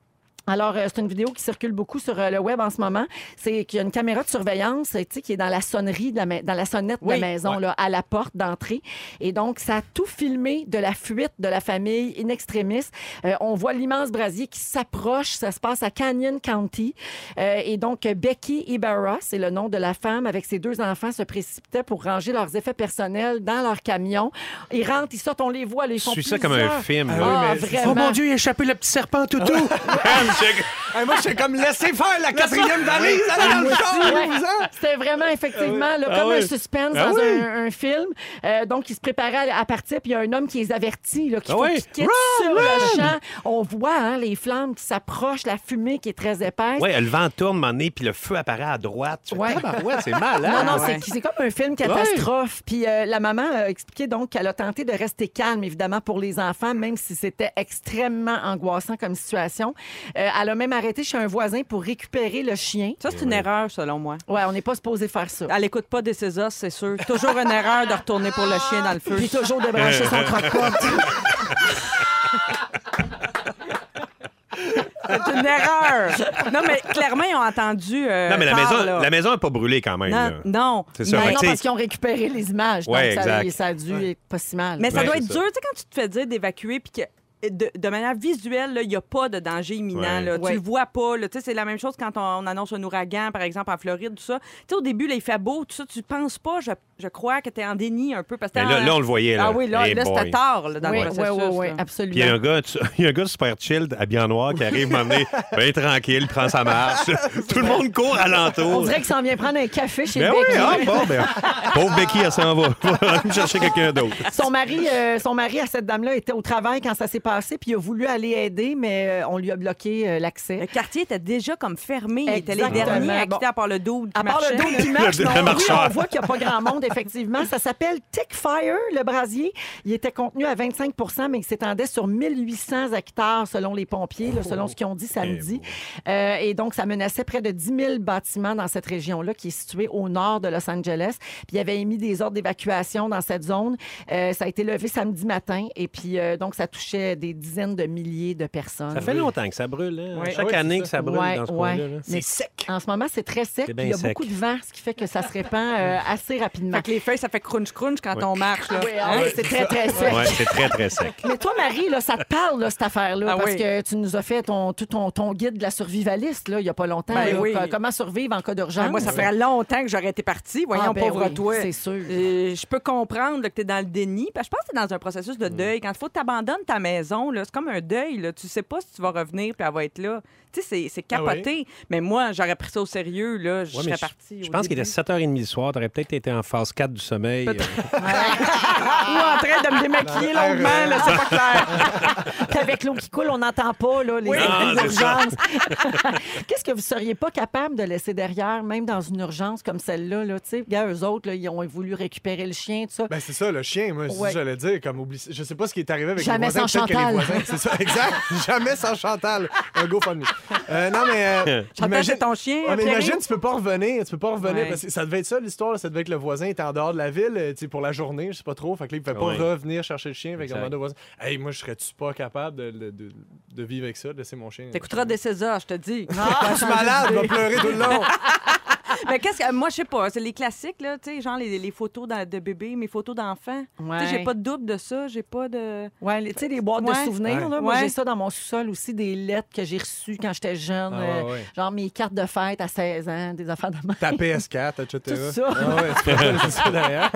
Speaker 2: Alors, euh, c'est une vidéo qui circule beaucoup sur euh, le web en ce moment. C'est qu'il y a une caméra de surveillance euh, tu sais, qui est dans la sonnerie, de la ma- dans la sonnette de
Speaker 6: Oui,
Speaker 2: la maison,
Speaker 6: ouais.
Speaker 2: là, à la porte d'entrée. Et donc, ça a tout filmé de la fuite de la famille in extremis. Euh, on voit l'immense brasier qui s'approche. Ça se passe à Canyon County. Euh, et donc, euh, Becky Ibarra, c'est le nom de la femme, avec ses deux enfants, se précipitait pour ranger leurs effets personnels dans leur camion. Ils rentrent, ils sortent, on les voit. là, Ils
Speaker 1: Je
Speaker 2: font
Speaker 1: suis ça comme un
Speaker 2: plusieurs-
Speaker 1: film.
Speaker 3: Ah
Speaker 1: là.
Speaker 2: Ah,
Speaker 3: oui, mais-
Speaker 2: vraiment.
Speaker 1: Oh mon Dieu, il a échappé le petit serpent toutou!
Speaker 3: Hey, moi, j'étais comme laissez faire la quatrième valise, allez dans le
Speaker 2: Ouais.
Speaker 3: char, vous-en.
Speaker 2: C'était vraiment, effectivement, là,
Speaker 1: Ah
Speaker 2: comme
Speaker 1: oui.
Speaker 2: un suspense
Speaker 1: Ah
Speaker 2: dans
Speaker 1: oui.
Speaker 2: un, un film. Euh, donc, ils se préparaient à, à partir, puis il y a un homme qui les avertit, là, qu'il
Speaker 1: Ah
Speaker 2: faut
Speaker 1: oui.
Speaker 2: qu'ils quittent sur le champ. On voit hein, les flammes qui s'approchent, la fumée qui est très épaisse.
Speaker 1: Ouais, le vent tourne, mon nez, puis le feu apparaît à droite. Tu fais,
Speaker 2: Ouais.
Speaker 1: tabarouette, c'est mal,
Speaker 2: Non,
Speaker 1: hein?
Speaker 2: non,
Speaker 8: ouais.
Speaker 2: c'est c'est comme un film catastrophe. Puis euh, la maman a expliqué donc qu'elle a tenté de rester calme, évidemment, pour les enfants, même si c'était extrêmement angoissant comme situation. Euh, elle a même arrêté chez un voisin pour récupérer le chien.
Speaker 4: Ça, c'est une erreur, selon moi.
Speaker 2: Ouais, on n'est pas supposé faire ça.
Speaker 4: Elle écoute pas des Césars, c'est sûr. Toujours une erreur de retourner pour le chien dans le feu.
Speaker 2: Puis toujours débrancher
Speaker 1: Euh,
Speaker 2: son croque-pot.
Speaker 4: C'est une erreur. Non, mais clairement, ils ont entendu. euh,
Speaker 1: Non, mais la
Speaker 4: tard,
Speaker 1: maison,
Speaker 4: là.
Speaker 1: la maison n'a pas brûlé quand même.
Speaker 4: Non,
Speaker 1: là.
Speaker 4: non.
Speaker 1: C'est ça.
Speaker 2: Mais
Speaker 1: Ben, fait que
Speaker 2: Ben, non,
Speaker 1: tu sais,
Speaker 2: parce qu'ils ont récupéré les images.
Speaker 1: Ouais,
Speaker 2: donc ça,
Speaker 1: exact.
Speaker 2: ça a dû être pas si mal.
Speaker 4: Mais ça
Speaker 1: Ouais,
Speaker 4: doit
Speaker 1: c'est
Speaker 4: être
Speaker 1: ça.
Speaker 4: dur, tu sais, quand tu te fais dire d'évacuer, puis que de, de manière visuelle, il n'y a pas de danger imminent.
Speaker 1: Ouais.
Speaker 4: là. Tu
Speaker 2: Ouais.
Speaker 4: le vois pas. là. Tu sais, C'est la même chose quand on, on annonce un ouragan, par exemple, en Floride, tout ça. Tu sais, au début, là, il fait beau, tout ça. Tu penses pas, je, je crois que tu es en déni un peu. Parce que
Speaker 1: mais
Speaker 4: t'es
Speaker 1: là,
Speaker 4: en-
Speaker 1: là, on le voyait. Là.
Speaker 4: Ah oui, là,
Speaker 1: Hey
Speaker 4: là
Speaker 1: boy.
Speaker 4: c'était tard là, dans
Speaker 2: oui,
Speaker 4: le
Speaker 2: oui,
Speaker 4: processus.
Speaker 2: oui, oui,
Speaker 4: là.
Speaker 1: Puis il y, a un
Speaker 2: absolument.
Speaker 1: gars, tu- il y a un gars super chill, habillé en noir, qui arrive m'emmener bien tranquille, prend sa marche. Tout le monde court
Speaker 2: On
Speaker 1: alentour.
Speaker 2: dirait qu'il s'en vient prendre un café chez
Speaker 1: Ben oui,
Speaker 2: Becky.
Speaker 1: ah, bon, ben, pauvre Becky, elle s'en va. Elle va aller chercher quelqu'un d'autre.
Speaker 2: Son mari, euh, son mari à cette dame-là était au travail quand ça s'est passé, puis il a voulu aller aider, mais euh, on lui a bloqué euh,
Speaker 4: Le
Speaker 2: l'accès.
Speaker 4: quartier était déjà comme fermé. Il était les
Speaker 2: Exactement.
Speaker 4: derniers à
Speaker 2: Bon.
Speaker 4: quitter, à part le dos.
Speaker 2: À part le dos qui marche,
Speaker 1: Le- le
Speaker 2: non, oui,
Speaker 1: marcheur.
Speaker 2: on voit qu'il n'y a pas grand monde, effectivement. Ça s'appelle Tick Fire, le brasier. Il était contenu à 25 mais il s'étendait sur 1800 hectares, selon les pompiers, là, selon ce qu'ils ont dit samedi. Euh, et donc, ça menaçait près de 10 000 bâtiments dans cette région-là, qui est située au nord de Los Angeles. Puis, il y avait émis des ordres d'évacuation dans cette zone. Euh, ça a été levé samedi matin. Et puis, euh, donc, ça touchait des dizaines de milliers de personnes.
Speaker 1: Ça fait longtemps que ça brûle. Hein?
Speaker 3: Ouais.
Speaker 1: Chaque
Speaker 3: Ouais,
Speaker 1: année
Speaker 3: c'est
Speaker 1: que
Speaker 3: ça.
Speaker 1: ça brûle
Speaker 2: Ouais,
Speaker 1: dans ce
Speaker 2: ouais.
Speaker 1: coin-là. là.
Speaker 2: Mais-
Speaker 6: sec.
Speaker 2: En ce moment, c'est très sec.
Speaker 1: C'est
Speaker 2: puis
Speaker 1: bien
Speaker 2: Il y a
Speaker 1: sec.
Speaker 2: beaucoup de vent, ce qui fait que ça se répand euh, assez rapidement.
Speaker 4: Fait que les feuilles, ça fait crunch-crunch quand
Speaker 1: Ouais.
Speaker 4: on marche. Là. Hein?
Speaker 2: Ah oui, ah oui, c'est très, très sec.
Speaker 1: Ouais, c'est très, très sec.
Speaker 2: Mais toi, Marie, là, ça te parle, là, cette affaire-là,
Speaker 4: Ah
Speaker 2: parce
Speaker 4: oui.
Speaker 2: que tu nous as fait ton, tout ton, ton guide de la survivaliste là, il n'y a pas longtemps.
Speaker 4: Ben
Speaker 2: là,
Speaker 4: oui.
Speaker 2: co- Comment survivre en cas d'urgence.
Speaker 4: Ah, moi, ça ferait longtemps que j'aurais été partie. Voyons,
Speaker 2: Ah, ben
Speaker 4: pauvre
Speaker 2: oui,
Speaker 4: toi.
Speaker 2: c'est sûr.
Speaker 4: Euh, je peux comprendre là, que tu es dans le déni. parce que je pense que tu dans un processus de deuil. Quand il faut que tu abandonnes ta maison, là, c'est comme un deuil. Là. Tu sais pas si tu vas revenir puis elle va être là. Tu sais, c'est- c'est capoté. Mais moi, j'aurais pris ça au sérieux. Là. Je
Speaker 1: Ouais, mais
Speaker 4: serais
Speaker 1: je-
Speaker 4: partie.
Speaker 1: Je
Speaker 4: au
Speaker 1: pense qu'il
Speaker 4: début.
Speaker 1: était 7h30 du soir. T'aurais peut-être été en phase 4 du sommeil. euh,
Speaker 4: Ou en train de me démaquiller longuement. là, c'est pas clair.
Speaker 2: Puis avec l'eau qui coule, on n'entend pas là, les
Speaker 4: Oui.
Speaker 2: appels
Speaker 1: Non, Ah, c'est ça.
Speaker 2: d'urgence. Qu'est-ce que vous seriez pas capable de laisser derrière, même dans une urgence comme celle-là? Là, tu sais, gars, eux autres, là, ils ont voulu récupérer le chien, tout ça.
Speaker 3: Ben c'est ça, le chien, moi, c'est ça
Speaker 2: Ouais.
Speaker 3: que j'allais dire. Comme, oublie... Je sais pas ce qui est arrivé avec
Speaker 2: Jamais
Speaker 3: les voisins.
Speaker 2: sans
Speaker 3: peut-être que
Speaker 2: Chantal.
Speaker 3: les voisins. C'est ça, exact. Jamais sans Chantal. Un GoFundMe. Euh, non, mais. euh,
Speaker 8: Chantal,
Speaker 3: imagine-
Speaker 8: c'est ton chien,
Speaker 3: Ouais, mais
Speaker 8: Pierre-Yves?
Speaker 3: imagine, tu peux pas revenir. Tu peux pas revenir.
Speaker 8: Ouais.
Speaker 3: parce que ça devait être ça, l'histoire. là. Ça devait être que le voisin était en dehors de la ville euh, tu sais, pour la journée, je sais pas trop. Fait que là, il pouvait pas
Speaker 1: Ouais.
Speaker 3: revenir chercher le chien. Fait qu'on
Speaker 1: Exact.
Speaker 3: demandait au voisin Hey, moi, je serais-tu pas capable de, de- de- de vivre avec ça, de laisser mon chien.
Speaker 4: T'écouteras des Césars, je te dis.
Speaker 3: Ah, je suis malade, je vais pleurer tout le long.
Speaker 4: Mais qu'est-ce que. Moi, je sais pas. C'est les classiques, là, tu sais, genre les, les photos d'en- de bébé, mes photos d'enfants. Tu sais, j'ai pas de double de ça, j'ai pas de.
Speaker 2: Ouais, les- tu sais, les boîtes de
Speaker 4: Ouais.
Speaker 2: souvenirs. Là, Moi,
Speaker 4: Ouais.
Speaker 2: j'ai ça dans mon sous-sol aussi, des lettres que j'ai reçues quand j'étais jeune.
Speaker 3: Ah ouais,
Speaker 2: euh,
Speaker 3: ouais.
Speaker 2: Genre mes cartes de fête à 16 ans, des affaires de même.
Speaker 3: Ta PS4, etc.
Speaker 2: Tout ça.
Speaker 3: Ah ouais, c'est ça, c'est ça derrière.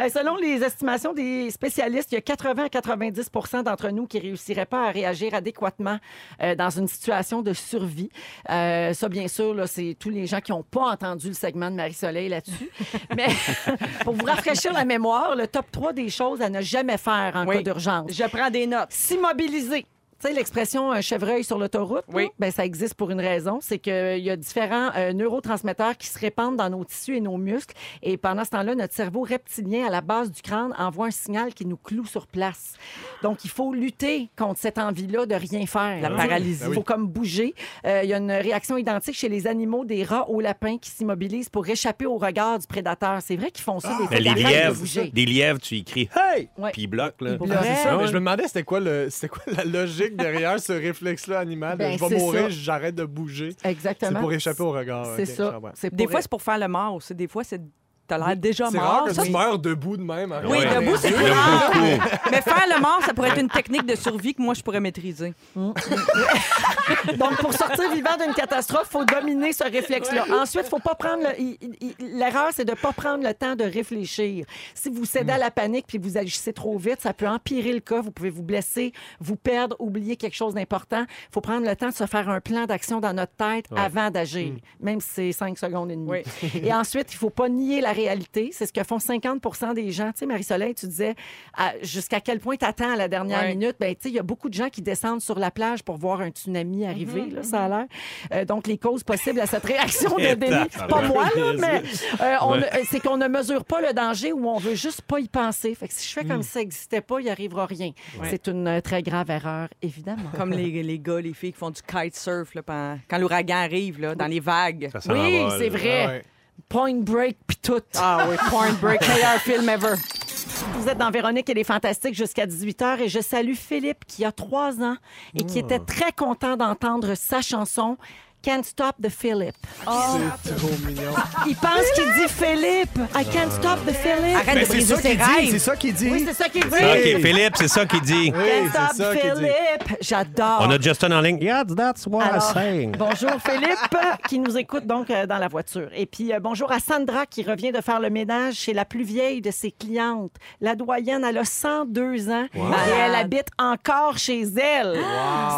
Speaker 2: Euh, Selon les estimations des spécialistes, il y a 80 à 90 d'entre nous qui réussiraient pas à réagir adéquatement euh, dans une situation de survie. Euh, ça, bien sûr, là, c'est tous les gens qui n'ont pas entendu le segment de Marie-Soleil là-dessus. Mais pour vous rafraîchir la mémoire, le top 3 des choses à ne jamais faire en
Speaker 4: Oui.
Speaker 2: cas d'urgence.
Speaker 4: Je prends des notes.
Speaker 2: S'immobiliser. Tu sais, l'expression un chevreuil sur l'autoroute,
Speaker 4: Oui.
Speaker 2: là, ben, ça existe pour une raison. C'est qu'il y a différents euh, neurotransmetteurs qui se répandent dans nos tissus et nos muscles. Et pendant ce temps-là, notre cerveau reptilien à la base du crâne envoie un signal qui nous cloue sur place. Donc, il faut lutter contre cette envie-là de rien faire.
Speaker 4: La paralysie.
Speaker 2: Il faut comme bouger. Euh, Il y a une réaction identique chez les animaux, des rats aux lapins qui s'immobilisent pour échapper au regard du prédateur. C'est vrai qu'ils font
Speaker 3: Ah!
Speaker 2: ça des fois.
Speaker 1: Mais les
Speaker 2: ils arrêtent de
Speaker 1: lièvres,
Speaker 2: bouger.
Speaker 1: des lièvres, tu écris Hey!
Speaker 2: Ouais.
Speaker 1: Puis ils bloquent. Là.
Speaker 2: Pour
Speaker 3: Non,
Speaker 2: vrai?
Speaker 3: ah, c'est ça, mais je me demandais c'était quoi, le, c'était quoi la logique derrière ce réflexe-là animal. de
Speaker 2: Ben,
Speaker 3: je vais
Speaker 2: c'est
Speaker 3: mourir,
Speaker 2: ça.
Speaker 3: j'arrête de bouger.
Speaker 2: Exactement.
Speaker 3: C'est pour échapper au regard.
Speaker 2: C'est
Speaker 3: ok, je
Speaker 2: ça.
Speaker 3: comprends.
Speaker 2: C'est
Speaker 4: Des
Speaker 2: pour-
Speaker 4: fois, c'est pour faire le mort aussi. Des fois, c'est. T'as l'air déjà
Speaker 3: C'est
Speaker 4: mort.
Speaker 3: rare que
Speaker 4: Ça,
Speaker 3: tu meurs debout de même. hein.
Speaker 4: Oui,
Speaker 1: Ouais.
Speaker 4: debout, c'est plus
Speaker 1: J'aime
Speaker 4: rare. Mais faire le mort, ça pourrait être une technique de survie que moi, je pourrais maîtriser.
Speaker 2: Donc, pour sortir vivant d'une catastrophe, il faut dominer ce réflexe-là. Ensuite, faut pas prendre le- il- il- il- l'erreur, c'est de ne pas prendre le temps de réfléchir. Si vous cédez à la panique puis vous agissez trop vite, ça peut empirer le cas. Vous pouvez vous blesser, vous perdre, oublier quelque chose d'important. Il faut prendre le temps de se faire un plan d'action dans notre tête avant d'agir, même si c'est cinq secondes et demie.
Speaker 4: Oui.
Speaker 2: Et ensuite, il faut pas nier la réalité. C'est ce que font 50 des gens. Tu sais, Marie-Soleil, tu disais à- jusqu'à quel point tu attends à la dernière
Speaker 4: Ouais.
Speaker 2: minute. Ben, tu sais, il y a beaucoup de gens qui descendent sur la plage pour voir un tsunami arriver,
Speaker 3: Mhm,
Speaker 2: là, ça a l'air. Euh, donc, les causes possibles à cette réaction de
Speaker 1: Et
Speaker 2: déni,
Speaker 1: tabarnak.
Speaker 2: pas moi, là, mais euh, on ne- euh, c'est qu'on ne mesure pas le danger ou on veut juste pas y penser. Fait que si je fais
Speaker 3: Mm.
Speaker 2: comme si ça n'existait pas, il n'y arrivera rien. C'est une euh, très grave erreur, évidemment.
Speaker 4: Comme les, les gars, les filles qui font du kitesurf là, pendant- quand l'ouragan arrive, là, dans les vagues.
Speaker 1: Ça s'en
Speaker 2: Oui,
Speaker 1: va,
Speaker 2: c'est
Speaker 1: là.
Speaker 2: vrai.
Speaker 3: Ah ouais.
Speaker 2: Point break, puis tout.
Speaker 4: Ah oui, Point Break, meilleur film ever.
Speaker 2: Vous êtes dans Véronique et les Fantastiques jusqu'à 18h et je salue Philippe qui a trois ans et qui
Speaker 3: Hmm.
Speaker 2: était très content d'entendre sa chanson Can't Stop the Philip. Ah.
Speaker 3: C'est trop mignon.
Speaker 2: Il pense qu'il dit Philippe. I can't stop the Philip.
Speaker 4: Arrête de briser ses
Speaker 3: Ben, C'est
Speaker 4: rêves.
Speaker 3: ça qu'il dit.
Speaker 2: Oui, c'est ça qu'il dit.
Speaker 1: OK, Philippe, c'est ça qu'il dit.
Speaker 3: Oui,
Speaker 2: Can't
Speaker 3: c'est
Speaker 2: stop
Speaker 3: ça qu'il dit.
Speaker 2: Philippe. J'adore.
Speaker 1: On a Justin en ligne. Yeah, that's what
Speaker 2: Alors,
Speaker 1: I sing.
Speaker 2: Bonjour Philippe qui nous écoute donc euh, dans la voiture. Et puis euh, bonjour à Sandra qui revient de faire le ménage chez la plus vieille de ses clientes. La doyenne, elle a 102 ans et elle habite encore chez elle.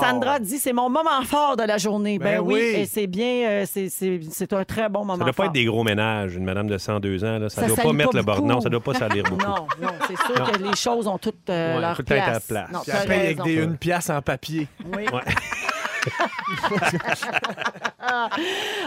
Speaker 2: Sandra dit c'est mon moment fort de la journée. Ben,
Speaker 3: Ben
Speaker 2: oui,
Speaker 3: oui.
Speaker 2: et c'est bien, euh, c'est- c'est c'est un très bon moment.
Speaker 1: Ça doit pas
Speaker 2: fort.
Speaker 1: être des gros ménages, une madame de 102 ans. Là, ça,
Speaker 2: Ça
Speaker 1: doit pas
Speaker 2: salit
Speaker 1: mettre
Speaker 2: pas
Speaker 1: le bord.
Speaker 2: beaucoup.
Speaker 1: Non, ça doit pas salir beaucoup.
Speaker 2: Non, non, c'est sûr que les choses ont toutes euh,
Speaker 1: Ouais,
Speaker 2: leur
Speaker 1: tout
Speaker 2: place.
Speaker 1: à place.
Speaker 2: Non,
Speaker 3: Puis
Speaker 2: t'as
Speaker 3: elle paye avec
Speaker 2: raison.
Speaker 3: des une pièce en papier.
Speaker 2: Oui.
Speaker 1: Ouais.